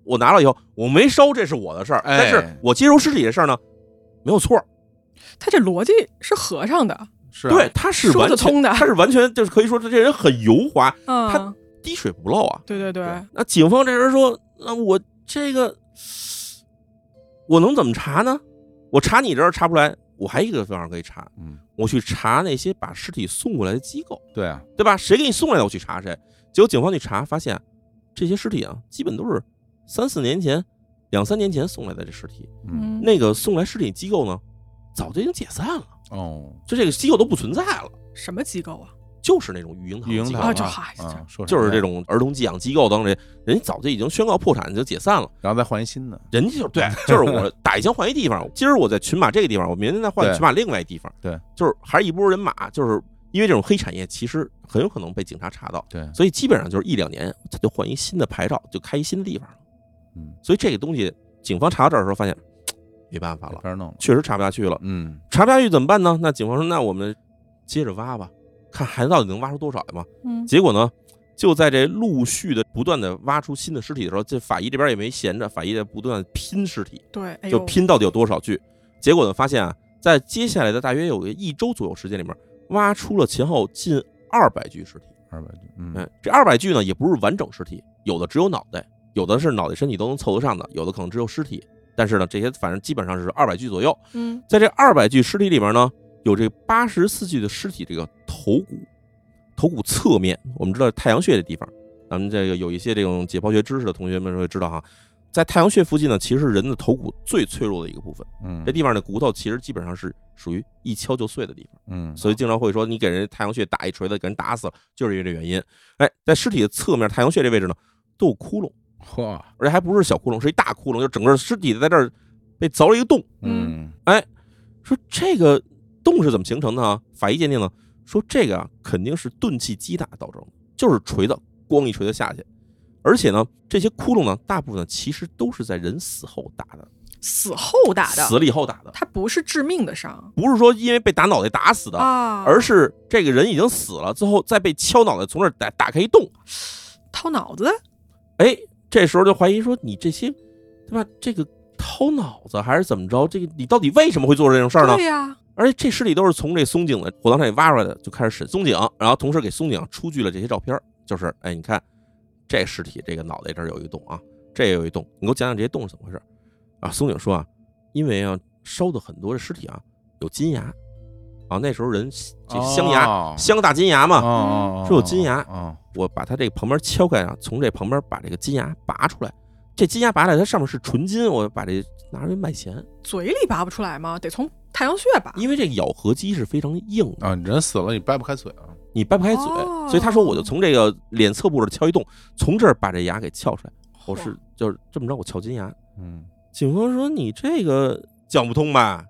Speaker 2: 我拿了以后，我没烧，这是我的事儿。
Speaker 3: 哎
Speaker 2: 但是我接收尸体这事儿呢，没有错儿。
Speaker 1: 嗯他这逻辑是合上的，
Speaker 3: 是啊
Speaker 2: 对，，他是
Speaker 1: 说
Speaker 2: 完
Speaker 1: 得
Speaker 2: 全
Speaker 1: 通的
Speaker 2: 他是完全就是可以说这人很油滑，
Speaker 1: 嗯
Speaker 2: 他，滴水不漏啊。
Speaker 1: 对对对，
Speaker 2: 那警方这人说，那我这个我能怎么查呢？我查你这儿查不出来，我还有一个方法可以查，
Speaker 3: 嗯，
Speaker 2: 我去查那些把尸体送过来的机构，
Speaker 3: 对啊，
Speaker 2: 对吧？谁给你送来的，我去查谁。结果警方去查，发现这些尸体啊，基本都是三四年前、两三年前送来的这尸体。
Speaker 3: 嗯，
Speaker 2: 那个送来尸体机构呢，早就已经解散了，
Speaker 3: 哦，
Speaker 2: 就这个机构都不存在了，
Speaker 1: 什么机构啊？
Speaker 2: 就是那种育婴堂
Speaker 3: 育
Speaker 2: 机构，
Speaker 3: 婴
Speaker 1: 啊
Speaker 3: 堂
Speaker 1: 这
Speaker 3: 啊
Speaker 1: 嗨，
Speaker 3: 啊说啥
Speaker 2: 哦就是这
Speaker 3: 呀，
Speaker 2: 种儿童寄养机构等等这，人家早就已经宣告破产，就解散了。
Speaker 3: 然后再换一新的，
Speaker 2: 人家就 对，就是我打一枪换一地方，今儿我在群马这个地方，我明天再换
Speaker 3: 对
Speaker 2: 群马另外一地方，
Speaker 3: 对，
Speaker 2: 就是还是一波人马，就是因为这种黑产业其实很有可能被警察查到，
Speaker 3: 对，
Speaker 2: 所以基本上就是一两年他就换一新的牌照，就开一新的地方了。
Speaker 3: 嗯，
Speaker 2: 所以这个东西，警方查到这儿的时候发现没办法
Speaker 3: 没
Speaker 2: 了，
Speaker 3: 法弄了，
Speaker 2: 确实查不下去了，
Speaker 3: 嗯
Speaker 2: 查不下去怎么办呢？那警方说，那我们接着挖吧，看孩子到底能挖出多少来嘛。
Speaker 1: 嗯
Speaker 2: 结果呢，就在这陆续的不断的挖出新的尸体的时候，这法医这边也没闲着，法医在不断地拼尸体，
Speaker 1: 对，哎
Speaker 2: 就
Speaker 1: 呦，
Speaker 2: 拼到底有多少具。结果呢，发现啊，在接下来的大约有个一周左右时间里面，挖出了前后近二百具尸体。
Speaker 3: 二百斤，嗯
Speaker 2: 嗯，这二百具呢，也不是完整尸体，有的只有脑袋，有的是脑袋身体都能凑得上的，有的可能只有尸体。但是呢，这些反正基本上是二百具左右。
Speaker 1: 嗯
Speaker 2: 在这二百具尸体里面呢，有这八十四具的尸体，这个头骨，头骨侧面，我们知道太阳穴的地方，咱们这个有一些这种解剖学知识的同学们会知道哈，在太阳穴附近呢，其实是人的头骨最脆弱的一个部分，
Speaker 3: 嗯，
Speaker 2: 这地方的骨头其实基本上是属于一敲就碎的地方，
Speaker 3: 嗯，
Speaker 2: 所以经常会说你给人太阳穴打一锤子，给人打死了，就是因为这原因。哎，在尸体的侧面太阳穴这位置呢，都有窟窿，
Speaker 3: 嚯，
Speaker 2: 而且还不是小窟窿，是一大窟窿，就整个尸体在这儿被凿了一个洞。
Speaker 3: 嗯
Speaker 2: 说这个洞是怎么形成的啊？法医鉴定呢，说这个啊肯定是钝器击打造成的，就是锤子咣一锤子下去，而且呢，这些窟窿呢，大部分其实都是在人死后打的，
Speaker 1: 死后打的，
Speaker 2: 死了以后打的，
Speaker 1: 它不是致命的伤
Speaker 2: 不是说因为被打脑袋打死的，
Speaker 1: 啊，
Speaker 2: 而是这个人已经死了，最后再被敲脑袋从这儿打打开一洞，
Speaker 1: 掏脑子，
Speaker 2: 哎，这时候就怀疑说你这些，对吧？这个掏脑子还是怎么着？这个你到底为什么会做这种事儿呢？
Speaker 1: 对呀，
Speaker 2: 而且这尸体都是从这松井的火葬场里挖出来的，就开始审松井，然后同时给松井出具了这些照片儿，就是哎，你看这尸体这个脑袋这儿有一个洞啊，这也有一洞，你给我讲讲这些洞是怎么回事儿啊？松井说啊，因为啊烧的很多的尸体啊有金牙啊，那时候人这镶牙、
Speaker 3: 哦
Speaker 2: 镶大金牙
Speaker 3: 哦
Speaker 2: 嘛，
Speaker 3: 哦，
Speaker 2: 啊是有金牙
Speaker 3: 哦
Speaker 2: 我把它这个旁边敲开啊，从这旁边把这个金牙拔出来，这金牙拔出来它上面是纯金，我把这拿出去卖钱，
Speaker 1: 嘴里拔不出来吗？得从太阳穴拔。
Speaker 2: 因为这个咬合肌是非常硬的。
Speaker 3: 啊，人死了你掰不开嘴啊，
Speaker 2: 你掰不开嘴，
Speaker 1: 哦
Speaker 2: 所以他说我就从这个脸侧部这儿敲一洞，从这儿把这牙给撬出来。我是就是这么着，我撬金牙。
Speaker 3: 嗯
Speaker 2: 警方说你这个讲不通吧？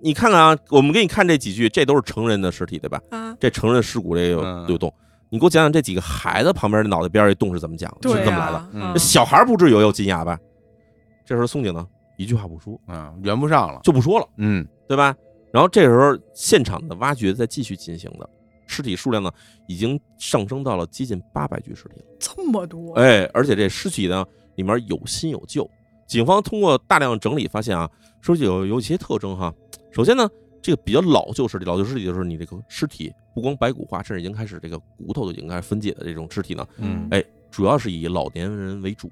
Speaker 2: 你看看啊，我们给你看这几具，这都是成人的尸体对吧？
Speaker 1: 啊，
Speaker 2: 这成人的尸骨这有
Speaker 3: 嗯
Speaker 2: 有洞，你给我讲讲这几个孩子旁边的脑袋边儿这洞是怎么讲的，
Speaker 1: 对
Speaker 2: 是
Speaker 1: 呀
Speaker 2: 怎么来的？
Speaker 3: 嗯
Speaker 1: 啊
Speaker 2: 这小孩儿不至于有有金牙吧？这时候松井呢一句话不说，
Speaker 3: 啊，圆不上了，
Speaker 2: 就不说了。
Speaker 3: 嗯
Speaker 2: 对吧？然后这时候现场的挖掘在继续进行的，尸体数量呢已经上升到了接近八百具尸体了。
Speaker 1: 这么多，
Speaker 2: 哎，而且这尸体呢里面有新有旧。警方通过大量整理发现啊，说有有一些特征哈。首先呢，这个比较老旧尸体，老旧尸体就是你这个尸体不光白骨化，甚至已经开始这个骨头就已经开始分解的这种尸体呢，
Speaker 3: 嗯
Speaker 2: 哎，主要是以老年人为主，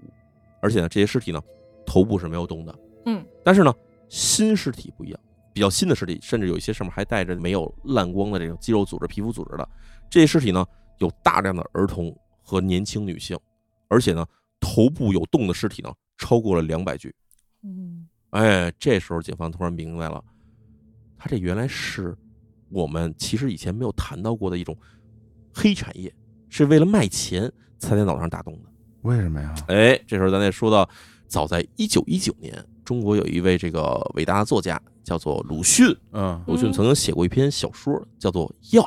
Speaker 2: 而且呢，这些尸体呢，头部是没有动的。
Speaker 1: 嗯，
Speaker 2: 但是呢，新尸体不一样，比较新的尸体，甚至有一些上面还带着没有烂光的这种肌肉组织、皮肤组织的这些尸体呢，有大量的儿童和年轻女性，而且呢，头部有动的尸体呢，超过了两百具。
Speaker 1: 嗯，
Speaker 2: 哎，这时候警方突然明白了，他这原来是我们其实以前没有谈到过的一种黑产业，是为了卖钱才在脑上打洞的。
Speaker 3: 为什么呀？
Speaker 2: 哎，这时候咱得说到，早在一九一九年，中国有一位这个伟大的作家叫做鲁迅，
Speaker 3: 嗯
Speaker 2: 鲁迅
Speaker 1: 嗯
Speaker 2: 曾经写过一篇小说叫做《药》，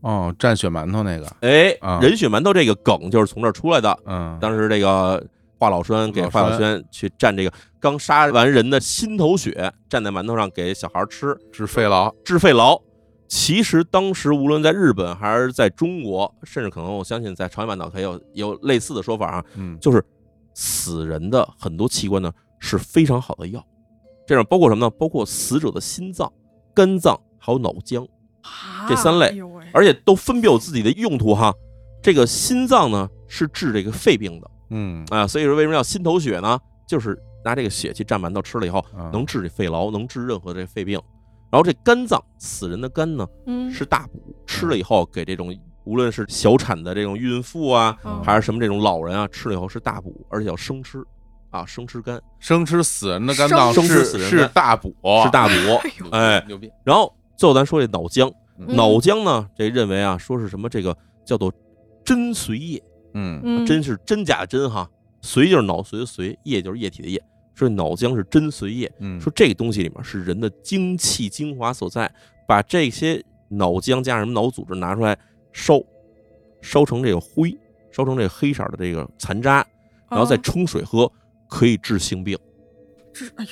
Speaker 3: 哦，蘸血馒头那个，
Speaker 2: 哎
Speaker 3: 啊，
Speaker 2: 人血馒头这个梗就是从这儿出来的。
Speaker 3: 嗯，
Speaker 2: 当时这个华老栓给
Speaker 3: 老
Speaker 2: 华老
Speaker 3: 栓
Speaker 2: 栓去蘸这个刚杀完人的心头血，蘸在馒头上给小孩儿吃，
Speaker 3: 治肺痨，
Speaker 2: 治肺痨。其实当时无论在日本还是在中国，甚至可能我相信在朝鲜半岛也有有类似的说法啊，
Speaker 3: 嗯
Speaker 2: 就是死人的很多器官呢是非常好的药，这种包括什么呢？包括死者的心脏、肝脏还有脑浆，
Speaker 1: 啊
Speaker 2: 这三类
Speaker 1: 哎呦喂，
Speaker 2: 而且都分别有自己的用途哈。这个心脏呢是治这个肺病的
Speaker 3: 嗯
Speaker 2: 啊，所以说为什么叫心头血呢？就是拿这个血去蘸馒头吃了以后，
Speaker 3: 啊
Speaker 2: 能治这肺痨，能治任何这肺病。然后这肝脏，死人的肝呢
Speaker 1: 嗯，
Speaker 2: 是大补，吃了以后给这种无论是小产的这种孕妇啊，
Speaker 1: 嗯
Speaker 2: 还是什么这种老人啊，吃了以后是大补，而且要生吃啊，生吃肝
Speaker 3: 生吃死人的肝脏
Speaker 2: 生吃
Speaker 3: 是
Speaker 2: 死人
Speaker 3: 是
Speaker 2: 肝
Speaker 3: 大补，
Speaker 2: 是大补。
Speaker 1: 呦
Speaker 2: 哎，
Speaker 3: 牛逼，
Speaker 2: 然后最后咱说这脑浆，
Speaker 3: 嗯
Speaker 2: 脑浆呢，这认为啊，说是什么这个叫做真髓液，
Speaker 3: 嗯
Speaker 1: 嗯
Speaker 2: 真是真假的真哈，髓就是脑髓的髓，液就是液体的液。说这脑浆是真髓液，
Speaker 3: 嗯，
Speaker 2: 说这个东西里面是人的精气精华所在，把这些脑浆加上什么脑组织拿出来烧，烧成这个灰，烧成这个黑色的这个残渣，然后再
Speaker 1: 哦
Speaker 2: 冲水喝，可以治性病。
Speaker 1: 这哎呦，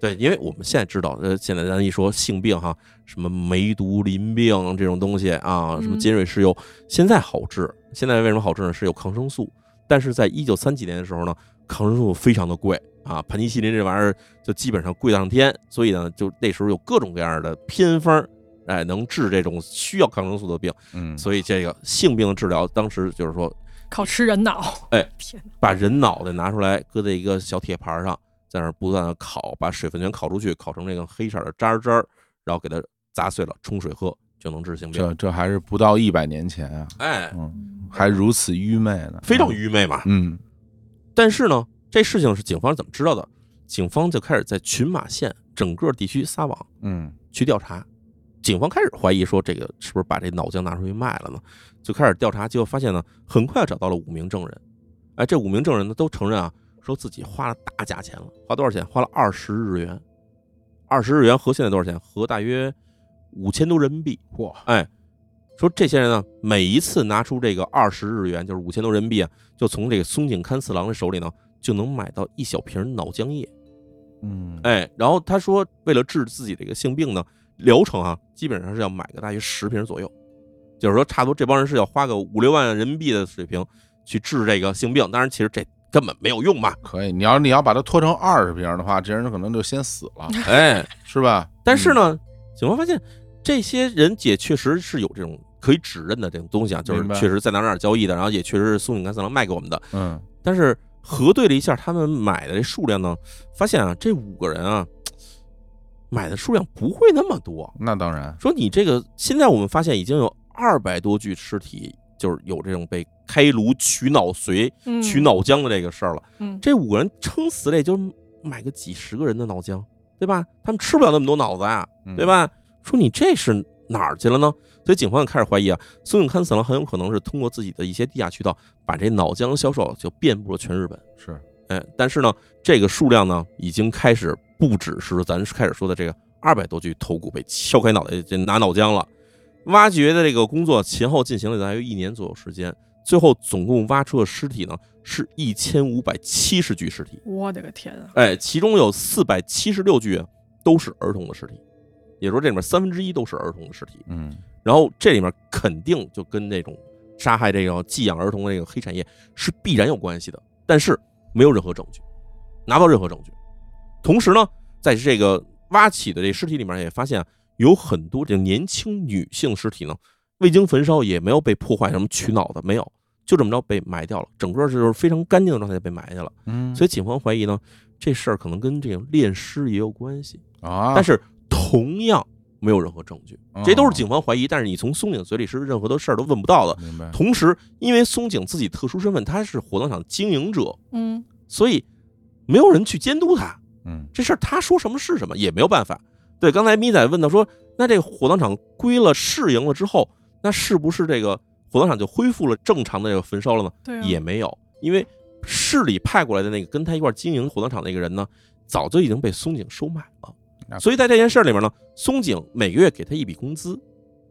Speaker 2: 对，因为我们现在知道，呃，现在咱一说性病哈，什么梅毒、淋病这种东西啊，什么
Speaker 1: 嗯
Speaker 2: 尖锐湿疣，现在好治。现在为什么好治呢？是有抗生素，但是在一九三几年的时候呢，抗生素非常的贵啊，盘尼西林这玩意儿就基本上贵上天，所以呢，就那时候有各种各样的偏方儿，哎，能治这种需要抗生素的病。
Speaker 3: 嗯
Speaker 2: 所以这个性病的治疗，当时就是说
Speaker 1: 靠吃人 脑，
Speaker 2: 哎，
Speaker 1: 天哪，
Speaker 2: 把人脑袋拿出来，搁在一个小铁盘上，在那儿不断的烤，把水分全烤出去，烤成那个黑色的渣儿渣儿，然后给它砸碎了，冲水喝就能治性病。
Speaker 3: 这这还是不到一百年前啊，
Speaker 2: 哎，
Speaker 3: 嗯，还如此愚昧呢，
Speaker 2: 非常愚昧嘛。
Speaker 3: 嗯，
Speaker 2: 但是呢，这事情是警方是怎么知道的？警方就开始在群马县整个地区撒网
Speaker 3: 嗯
Speaker 2: 去调查。警方开始怀疑说，这个是不是把这脑浆拿出去卖了呢？就开始调查，结果发现呢，很快找到了五名证人。哎，这五名证人呢都承认啊，说自己花了大价钱了，花多少钱？花了二十日元，二十日元合现在多少钱？合大约五千多人民币。
Speaker 3: 嗯，哇，
Speaker 2: 哎，说这些人呢，每一次拿出这个二十日元，就是五千多人民币啊，就从这个松井勘次郎的手里呢，就能买到一小瓶脑浆液。
Speaker 3: 嗯，
Speaker 2: 哎，然后他说，为了治自己这个性病呢，疗程啊，基本上是要买个大约十瓶左右，就是说，差不多这帮人是要花个五六万人民币的水平去治这个性病。当然，其实这根本没有用嘛，
Speaker 3: 可以，你要你要把它拖成二十瓶的话，这人可能就先死 了，
Speaker 2: 哎，
Speaker 3: 是吧？
Speaker 2: 但是
Speaker 3: 嗯
Speaker 2: 呢，警方发现这些人也确实是有这种可以指认的这种东西啊，就是
Speaker 3: 明白
Speaker 2: 确实在哪儿哪儿交易的，然后也确实是松井干三郎卖给我们的。
Speaker 3: 嗯，
Speaker 2: 但是核对了一下他们买的这数量呢，发现啊，这五个人啊，买的数量不会那么多。
Speaker 3: 嗯，那当然，
Speaker 2: 说你这个现在我们发现已经有二百多具尸体，就是有这种被开颅取脑髓、
Speaker 1: 嗯
Speaker 2: 取，脑浆的这个事儿了。
Speaker 1: 嗯，
Speaker 2: 这五个人撑死了也就买个几十个人的脑浆，对吧？他们吃不了那么多脑子啊，
Speaker 3: 嗯
Speaker 2: 对？吧？说你这是哪儿去了呢？所以警方也开始怀疑啊，松永勘次郎很有可能是通过自己的一些地下渠道，把这脑浆销售就遍布了全日本。
Speaker 3: 是，
Speaker 2: 哎，但是呢，这个数量呢，已经开始不只是咱开始说的这个二百多具头骨被敲开脑袋这拿脑浆了。挖掘的这个工作前后进行了大约一年左右时间，最后总共挖出的尸体呢是一千五百七十具尸体，
Speaker 1: 我的个天啊，
Speaker 2: 哎，其中有四百七十六具啊都是儿童的尸体，也就是说这里面三分之一都是儿童的尸体。
Speaker 3: 嗯，
Speaker 2: 然后这里面肯定就跟那种杀害这个寄养儿童的这个黑产业是必然有关系的，但是没有任何证据，拿不到任何证据。同时呢，在这个挖起的这尸体里面也发现啊有很多这年轻女性尸体呢，未经焚烧也没有被破坏什么取脑的，没有，就这么着被埋掉了，整个就是非常干净的状态被埋下了。
Speaker 3: 嗯，
Speaker 2: 所以警方怀疑呢，这事儿可能跟这个恋尸也有关系，
Speaker 3: 啊，
Speaker 2: 但是同样没有任何证据。这都是警
Speaker 3: 哦，
Speaker 2: 方怀疑，但是你从松井嘴里是任何的事儿都问不到的。
Speaker 3: 明白，
Speaker 2: 同时，因为松井自己特殊身份，他是火葬场经营者，
Speaker 1: 嗯，
Speaker 2: 所以没有人去监督他
Speaker 3: 嗯
Speaker 2: 这事儿，他说什么是什么，也没有办法。对，刚才咪仔问到说，那这个火葬场归了市营了之后，那是不是这个火葬场就恢复了正常的这个焚烧了呢？
Speaker 1: 对啊，
Speaker 2: 也没有，因为市里派过来的那个跟他一块儿经营火葬场那个人呢，早就已经被松井收买
Speaker 3: 啊
Speaker 2: 了。所以在这件事儿里面呢，松井每个月给他一笔工资，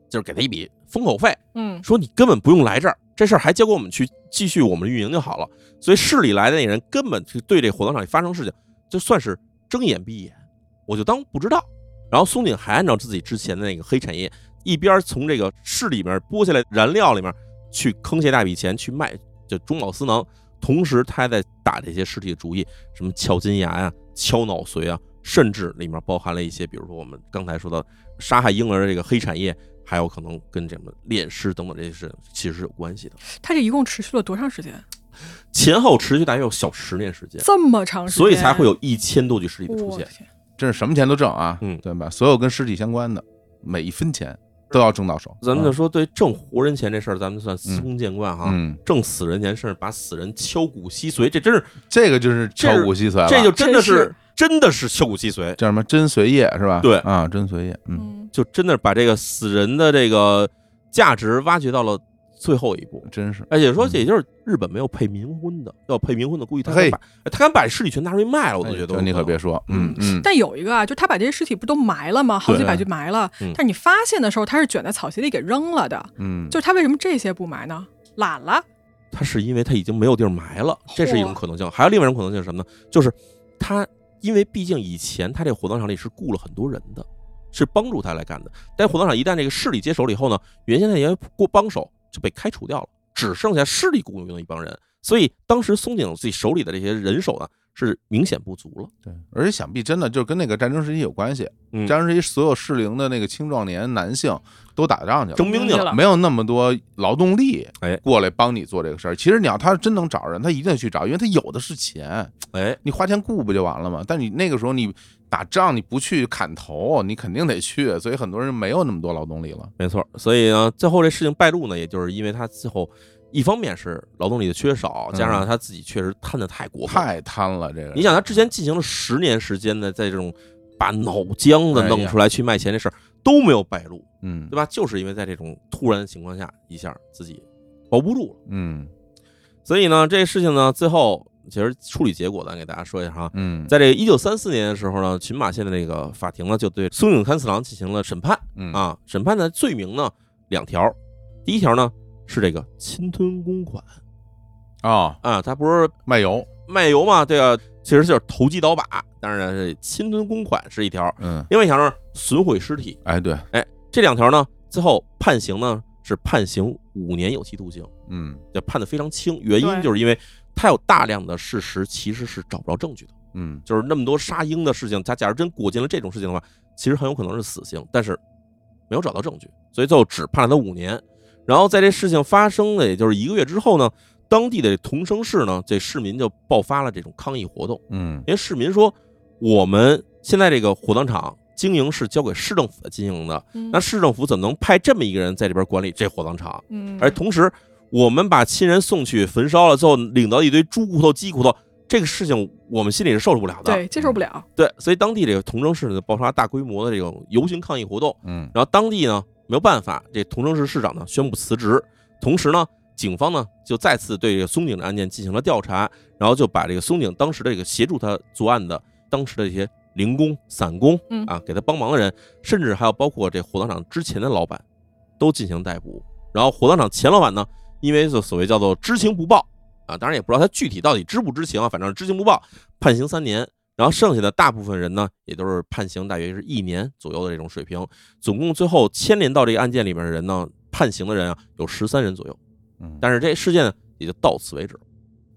Speaker 2: 就是给他一笔封口费，
Speaker 1: 嗯，
Speaker 2: 说你根本不用来这儿，这事儿还交给我们去继续我们运营就好了。所以市里来的那人根本就对这火葬场里发生事情，就算是睁眼闭眼，我就当不知道。然后松井还按照自己之前的那个黑产业，一边从这个市里面剥下来燃料里面去坑下大笔钱去卖，就中饱私囊。同时，他还在打这些尸体的主意，什么撬金牙呀、敲脑髓啊，甚至里面包含了一些，比如说我们刚才说的杀害婴儿的这个黑产业，还有可能跟什么恋尸等等这些事其实是有关系的。
Speaker 1: 他这一共持续了多长时间？
Speaker 2: 前后持续大约有小十年时间，
Speaker 1: 这么长时间，
Speaker 2: 所以才会有一千多具尸体的出
Speaker 1: 我
Speaker 2: 现
Speaker 1: 的。天。
Speaker 3: 这是什么钱都挣啊，
Speaker 2: 嗯
Speaker 3: 对吧？所有跟尸体相关的，每一分钱都要挣到手。
Speaker 2: 咱们就啊
Speaker 3: 啊
Speaker 2: 说对挣活人钱这事儿，咱们算司空见惯哈。
Speaker 3: 嗯，
Speaker 2: 挣死人钱，甚至把死人敲骨吸髓，这真是，
Speaker 3: 这个就是敲骨吸髓了，
Speaker 2: 这就真
Speaker 1: 真
Speaker 2: 的是
Speaker 1: 是，
Speaker 2: 真的是敲骨吸髓，
Speaker 3: 叫什么真髓液是吧？
Speaker 2: 对
Speaker 3: 啊，真髓液，嗯，
Speaker 1: 嗯，
Speaker 2: 就真的把这个死人的这个价值挖掘到了最后一步。
Speaker 3: 真是
Speaker 2: 而且说，
Speaker 3: 嗯
Speaker 2: 也就是日本没有配冥婚的，要配冥婚的，估计他
Speaker 3: 嘿
Speaker 2: 敢把他敢把尸体全拿出去卖了，我都觉得
Speaker 3: 哎
Speaker 2: 有
Speaker 3: 你可
Speaker 2: 能
Speaker 3: 别说，嗯嗯，
Speaker 1: 但有一个啊，就他把这些尸体不都埋了吗？好几
Speaker 3: 对
Speaker 1: 百具埋了，
Speaker 2: 嗯
Speaker 1: 但是你发现的时候，他是卷在草席里给扔了的。
Speaker 3: 嗯，
Speaker 1: 就是他为什么这些不埋呢？懒了，
Speaker 2: 他是因为他已经没有地儿埋了，这是一种可能性。还有另外一种可能性是什么呢？就是他因为毕竟以前他这个火葬场里是雇了很多人的，是帮助他来干的。但火葬场一旦这个势力接手了以后呢，原先那些过帮手就被开除掉了，只剩下势力雇佣的一帮人。所以当时松井自己手里的这些人手呢，是明显不足了。
Speaker 3: 对，而且想必真的就跟那个战争时期有关系。
Speaker 2: 嗯
Speaker 3: 战争时期所有适龄的那个青壮年男性都打仗去了，
Speaker 2: 征兵去了，
Speaker 1: 了
Speaker 3: 没有那么多劳动力，
Speaker 2: 哎
Speaker 3: 过来帮你做这个事儿。其实你要他真能找人，他一定去找，因为他有的是钱，
Speaker 2: 哎，
Speaker 3: 你花钱雇不就完了吗？但你那个时候你打仗，你不去砍头，你肯定得去，所以很多人没有那么多劳动力了。
Speaker 2: 没错。所以呢，最后这事情败露呢，也就是因为他最后。一方面是劳动力的缺少，加上他自己确实贪的太过分了，
Speaker 3: 太贪了，这个人
Speaker 2: 你想，他之前进行了十年时间的，在这种把脑浆子弄出来去卖钱这事儿都没有败露，
Speaker 3: 嗯
Speaker 2: 对吧？就是因为在这种突然的情况下，一下自己保不住了。
Speaker 3: 嗯
Speaker 2: 所以呢，这事情呢，最后其实处理结果呢，给大家说一下哈。
Speaker 3: 嗯
Speaker 2: 在这个一九三四年的时候呢，群马县的那个法庭呢，就对松井勘次郎进行了审判
Speaker 3: 嗯
Speaker 2: 啊。审判的罪名呢，两条，第一条呢是这个侵吞公款
Speaker 3: 哦，
Speaker 2: 啊，他不是
Speaker 3: 卖油，
Speaker 2: 卖油嘛，这个其实就是投机倒把。当然，这侵吞公款是一条，
Speaker 3: 嗯，
Speaker 2: 另外一条呢，损毁尸体。
Speaker 3: 哎对，
Speaker 2: 这两条呢，最后判刑呢是判刑五年有期徒刑，
Speaker 3: 嗯
Speaker 2: 就判的非常轻。原因
Speaker 1: 对
Speaker 2: 就是因为他有大量的事实其实是找不着证据的，
Speaker 3: 嗯
Speaker 2: 就是那么多杀婴的事情，他假如真裹进了这种事情的话，其实很有可能是死刑，但是没有找到证据，所以最后只判了他五年。然后在这事情发生的也就是一个月之后呢，当地的同生市呢，这市民就爆发了这种抗议活动。
Speaker 3: 嗯
Speaker 2: 因为市民说，我们现在这个火葬场经营是交给市政府来经营的，
Speaker 1: 嗯
Speaker 2: 那市政府怎么能派这么一个人在这边管理这火葬场？
Speaker 1: 嗯，
Speaker 2: 而同时，我们把亲人送去焚烧了之后，领到一堆猪骨头、鸡骨头，这个事情我们心里是受受不了的。
Speaker 1: 对接受不了，
Speaker 2: 对所以当地这个同城市呢爆发大规模的这种游行抗议活动，
Speaker 3: 嗯
Speaker 2: 然后当地呢没有办法，这同城市市长呢宣布辞职，同时呢。警方呢就再次对这个松井的案件进行了调查，然后就把这个松井当时的这个协助他作案的当时的这些零工、散工
Speaker 1: 嗯
Speaker 2: 啊，给他帮忙的人，甚至还有包括这火葬场之前的老板，都进行逮捕。然后火葬场前老板呢，因为就所谓叫做知情不报啊，当然也不知道他具体到底知不知情啊，反正知情不报，判刑三年。然后剩下的大部分人呢，也都是判刑大约是一年左右的这种水平。总共最后牵连到这个案件里面的人呢，判刑的人啊有十三人左右。
Speaker 3: 嗯，
Speaker 2: 但是这事件呢也就到此为止了。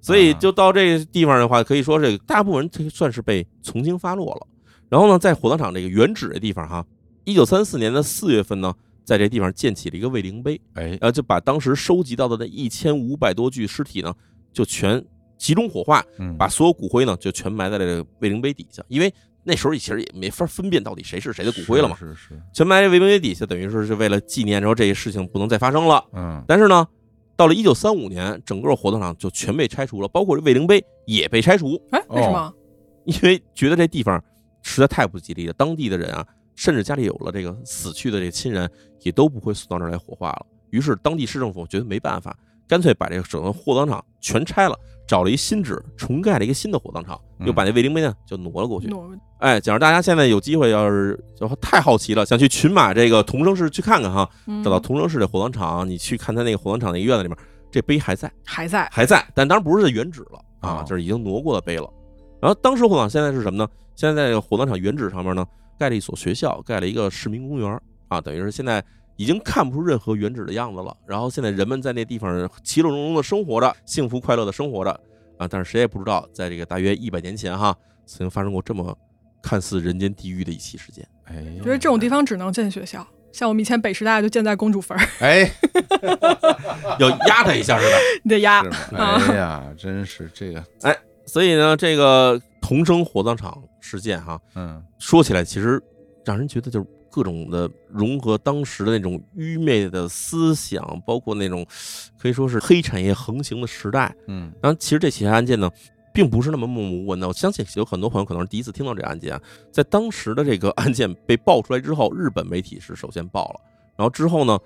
Speaker 2: 所以
Speaker 3: 啊
Speaker 2: 就到这个地方的话，可以说这个大部分人这算是被从轻发落了。然后呢，在火葬场这个原址的地方哈，一九三四年的四月份呢，在这地方建起了一个慰灵碑，
Speaker 3: 哎
Speaker 2: 呃然后就把当时收集到的那一千五百多具尸体呢，就全集中火化，
Speaker 3: 嗯
Speaker 2: 把所有骨灰呢就全埋在了这个慰灵碑底下，因为那时候其实也没法分辨到底谁是谁的骨灰了嘛，
Speaker 3: 是是是，
Speaker 2: 全埋在慰灵碑底下，等于说是为了纪念，然后这些事情不能再发生了。
Speaker 3: 嗯
Speaker 2: 但是呢，到了一九三五年，整个火葬场就全被拆除了，包括这卫灵碑也被拆除，
Speaker 1: 哎，为什么？
Speaker 2: 哦因为觉得这地方实在太不吉利了。当地的人啊，甚至家里有了这个死去的这亲人，也都不会送到这儿来火化了。于是当地市政府觉得没办法，干脆把这个整个火葬场全拆了，找了一新址，重盖了一个新的火葬场，
Speaker 3: 嗯
Speaker 2: 又把那卫灵碑呢就挪了过去。
Speaker 1: 我
Speaker 2: 哎，假如大家现在有机会，要是就太好奇了，想去群马这个同生市去看看哈，
Speaker 1: 嗯
Speaker 2: 找到同城市的火葬场，你去看他那个火葬场那个院子里面，这碑还在，
Speaker 1: 还在，
Speaker 2: 还在，但当然不是原址了啊，
Speaker 3: 哦
Speaker 2: 就是已经挪过的碑了。然后当时火葬现在是什么呢？现在这个火葬场原址上面呢，盖了一所学校，盖了一个市民公园啊，等于是现在已经看不出任何原址的样子了。然后现在人们在那地方其乐融融的生活着，幸福快乐的生活着啊，但是谁也不知道，在这个大约一百年前哈，曾经发生过这么看似人间地狱的一起事件。
Speaker 3: 哎呀，
Speaker 1: 觉得这种地方只能建学校，像我们以前北师大就建在公主坟儿，
Speaker 3: 哎，
Speaker 2: 要压他一下似的。
Speaker 1: 你得压
Speaker 3: 是吗？
Speaker 1: 啊
Speaker 3: 哎呀，真是这个，
Speaker 2: 所以呢，这个童生火葬场事件哈、
Speaker 3: 嗯，
Speaker 2: 说起来其实让人觉得就是各种的融合当时的那种愚昧的思想，包括那种可以说是黑产业横行的时代。
Speaker 3: 嗯
Speaker 2: 然后其实这起案件呢，并不是那么默默无闻的。我相信有很多朋友可能是第一次听到这案件啊。在当时的这个案件被爆出来之后，日本媒体是首先报了，然后之后呢，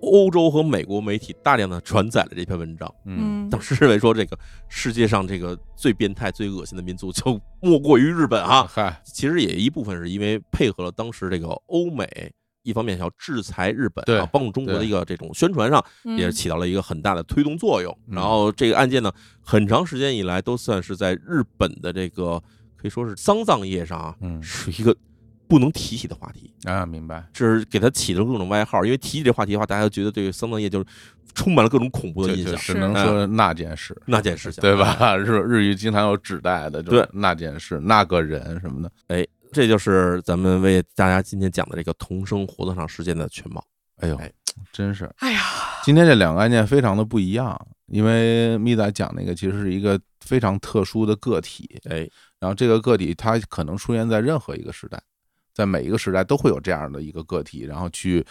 Speaker 2: 欧洲和美国媒体大量的转载了这篇文章。
Speaker 3: 嗯，
Speaker 1: 嗯
Speaker 2: 当时认为说，这个世界上这个最变态、最恶心的民族就莫过于日本啊。
Speaker 3: 嗨，
Speaker 2: 其实也一部分是因为配合了当时这个欧美。一方面要制裁日本，
Speaker 3: 对
Speaker 2: 啊，帮助中国的
Speaker 3: 对
Speaker 2: 一个这种宣传上，
Speaker 1: 嗯
Speaker 2: 也是起到了一个很大的推动作用。
Speaker 3: 嗯
Speaker 2: 然后这个案件呢，很长时间以来都算是在日本的这个可以说是丧葬业上啊，
Speaker 3: 嗯
Speaker 2: 是一个不能提起的话题。
Speaker 3: 啊，明白，
Speaker 2: 这是给他起了各种外号，因为提起这话题的话，大家就觉得对丧葬业就是充满了各种恐怖
Speaker 3: 就
Speaker 2: 的印
Speaker 3: 就
Speaker 2: 象。
Speaker 3: 只
Speaker 1: 是
Speaker 3: 能说那件事，
Speaker 2: 那件事情，啊
Speaker 3: 对？吧？日日语经常有指代的，就是
Speaker 2: 对
Speaker 3: 那件事、那个人什么的。
Speaker 2: 哎，这就是咱们为大家今天讲的这个童生火葬场事件的全貌。
Speaker 3: 哎呦
Speaker 2: 哎，
Speaker 3: 真是！
Speaker 1: 哎呀，
Speaker 3: 今天这两个案件非常的不一样，因为米仔讲那个其实是一个非常特殊的个体，
Speaker 2: 哎，
Speaker 3: 然后这个个体它可能出现在任何一个时代，在每一个时代都会有这样的一个个体，然后去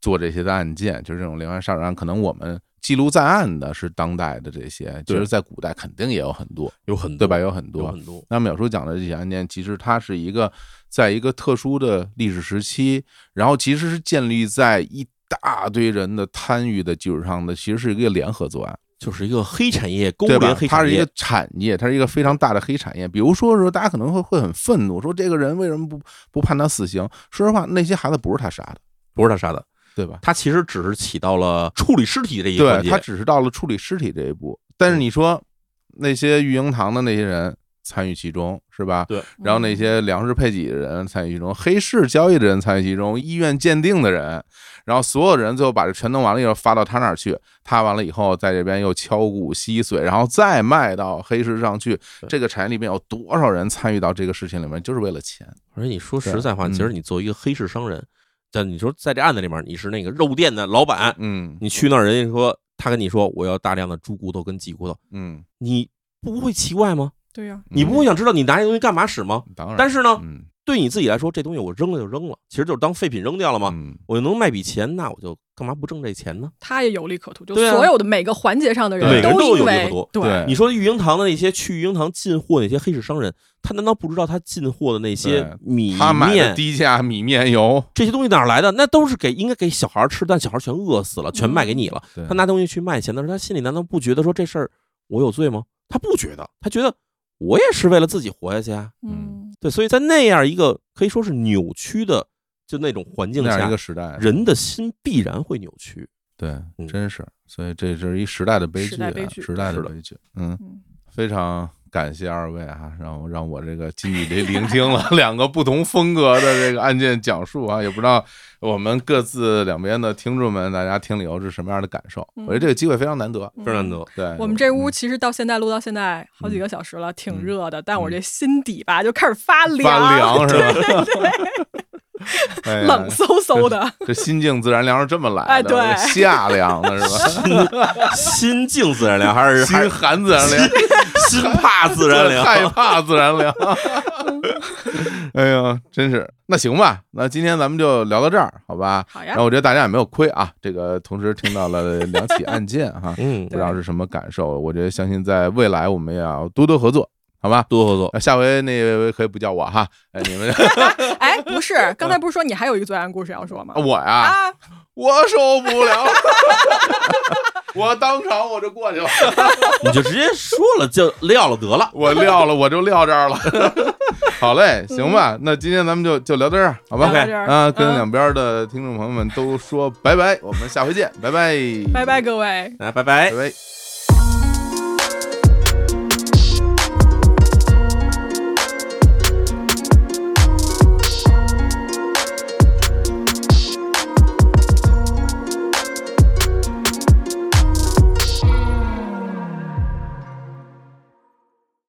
Speaker 3: 做这些的案件，就是这种连环杀人案。可能我们记录在案的是当代的这些，其
Speaker 2: 对
Speaker 3: 实在古代肯定也有很多，
Speaker 2: 有很
Speaker 3: 对
Speaker 2: 多，
Speaker 3: 吧？有很
Speaker 2: 有
Speaker 3: 多。
Speaker 2: 很多，
Speaker 3: 那么有时候讲的这些案件，其实它是一个在一个特殊的历史时期，然后其实是建立在一大堆人的参与的基础上的，其实是一个联合作案。
Speaker 2: 就是一个黑产业，勾
Speaker 3: 对
Speaker 2: 连
Speaker 3: 吧
Speaker 2: 黑？
Speaker 3: 它
Speaker 2: 产
Speaker 3: 是一
Speaker 2: 业
Speaker 3: 个，产业，它是一个非常大的黑产业。比如说的时候，大家可能会会很愤怒，说这个人为什么不不判他死刑？说实话，那些孩子不是他杀的，
Speaker 2: 不是他杀的，
Speaker 3: 对吧？
Speaker 2: 他其实只是起到了处理尸体这一环
Speaker 3: 对
Speaker 2: 节。嗯
Speaker 3: 他只是到了处理尸体这一步。但是你说那些育婴堂的那些人参与其中，是吧？
Speaker 2: 对
Speaker 3: 然后那些粮食配给的人参与其中，黑市交易的人参与其中，医院鉴定的人，然后所有人最后把这全弄完了以后发到他那儿去，他完了以后在这边又敲鼓吸髓，然后再卖到黑市上去。
Speaker 2: 对
Speaker 3: 这个产业里面有多少人参与到这个事情里面，就是为了钱？
Speaker 2: 而且你说实在话，
Speaker 3: 对嗯
Speaker 2: 其实你作为一个黑市商人，但你说在这案子里面，你是那个肉店的老板，
Speaker 3: 嗯
Speaker 2: 你去那儿，人家说他跟你说我要大量的猪骨头跟鸡骨头，
Speaker 3: 嗯，
Speaker 2: 你不会奇怪吗？
Speaker 1: 对呀，
Speaker 2: 你不会想知道你拿这东西干嘛使吗？
Speaker 3: 当然，
Speaker 2: 但是呢，
Speaker 3: 嗯
Speaker 2: 对你自己来说，这东西我扔了就扔了，其实就是当废品扔掉了嘛。
Speaker 3: 嗯
Speaker 2: 我能卖笔钱，那我就干嘛不挣这钱呢？
Speaker 1: 他也有利可图，就
Speaker 2: 对啊
Speaker 1: 所有的每个环节上的
Speaker 3: 对每
Speaker 1: 人
Speaker 3: 个
Speaker 2: 人都有
Speaker 1: 因
Speaker 2: 利
Speaker 1: 为嗯
Speaker 2: 可图
Speaker 3: 对
Speaker 2: 你说育婴堂的那些去育婴堂进货那些黑市商人，他难道不知道他进货的那些
Speaker 3: 对
Speaker 2: 米
Speaker 3: 他买的
Speaker 2: 面
Speaker 3: 低价米面油，
Speaker 2: 这些东西哪儿来的？那都是给应该给小孩吃，但小孩全饿死了，全卖给你了。
Speaker 3: 对
Speaker 2: 他拿东西去卖钱的时候，他心里难道不觉得说这事儿我有罪吗？他不觉得，他觉得我也是为了自己活下去啊。
Speaker 1: 嗯，
Speaker 2: 对，所以在那样一个可以说是扭曲的就那种环境
Speaker 3: 那样
Speaker 2: 下哎
Speaker 3: 一个，时代，
Speaker 2: 人的心必然会扭 曲。
Speaker 3: 对
Speaker 2: 嗯，
Speaker 3: 真是，所以这是一时代的悲
Speaker 1: 时
Speaker 3: 剧
Speaker 1: 代
Speaker 3: 啊，
Speaker 1: 悲剧
Speaker 3: 时代的
Speaker 2: 是的
Speaker 3: 悲剧。嗯
Speaker 1: 嗯，
Speaker 3: 非常感谢二位啊，让我让我这个近距离聆听了两个不同风格的这个案件讲述啊，也不知道我们各自两边的听众们，大家听了以后是什么样的感受？我觉得这个机会非常难得。
Speaker 1: 嗯
Speaker 2: 费南德，
Speaker 3: 对
Speaker 1: 我们这屋
Speaker 3: 嗯
Speaker 1: 其实到现在录到现在好几个小时了，挺
Speaker 3: 嗯
Speaker 1: 热的，但我
Speaker 3: 嗯
Speaker 1: 这心底吧就开始发凉，
Speaker 3: 发 凉是吧？ 哎呀
Speaker 1: 冷飕飕的。
Speaker 3: 这心境自然凉是这么来
Speaker 1: 哎
Speaker 3: 的，
Speaker 1: 对
Speaker 3: 夏凉的是吧？
Speaker 2: 心静自然凉，还 是还
Speaker 3: 心
Speaker 2: 是
Speaker 3: 寒自然凉，
Speaker 2: 心怕自然
Speaker 3: 害
Speaker 2: 凉？，
Speaker 3: 怕自然凉。哎呀，真是。那行吧，那今天咱们就聊到这儿，好吧？
Speaker 1: 好呀
Speaker 3: 然后，我觉得大家也没有亏啊，这个同时听到了两起案件哈
Speaker 2: 嗯
Speaker 3: 不，知道是什么感受。我觉得相信在未来我们也要多多合作，好吧？
Speaker 2: 多合作。
Speaker 3: 那下回那位可以不叫我哈，哎，你 们
Speaker 1: 哎，不是，刚才不是说你还有一个罪案故事要说吗？
Speaker 3: 哦我呀，
Speaker 1: 啊，
Speaker 3: 我受不了， 我当场我就过去了，
Speaker 2: 你就直接说了就撂了得了。
Speaker 3: 我撂了，我就撂这 儿了。好嘞，行吧，那今天咱们就就聊到这儿，好吧？
Speaker 1: 嗯聊到这儿
Speaker 3: 啊，跟
Speaker 1: 嗯
Speaker 3: 两边的听众朋友们都说拜拜，我们下回见，拜拜，
Speaker 1: 拜拜，各位。
Speaker 2: 来，拜拜
Speaker 3: 拜。拜。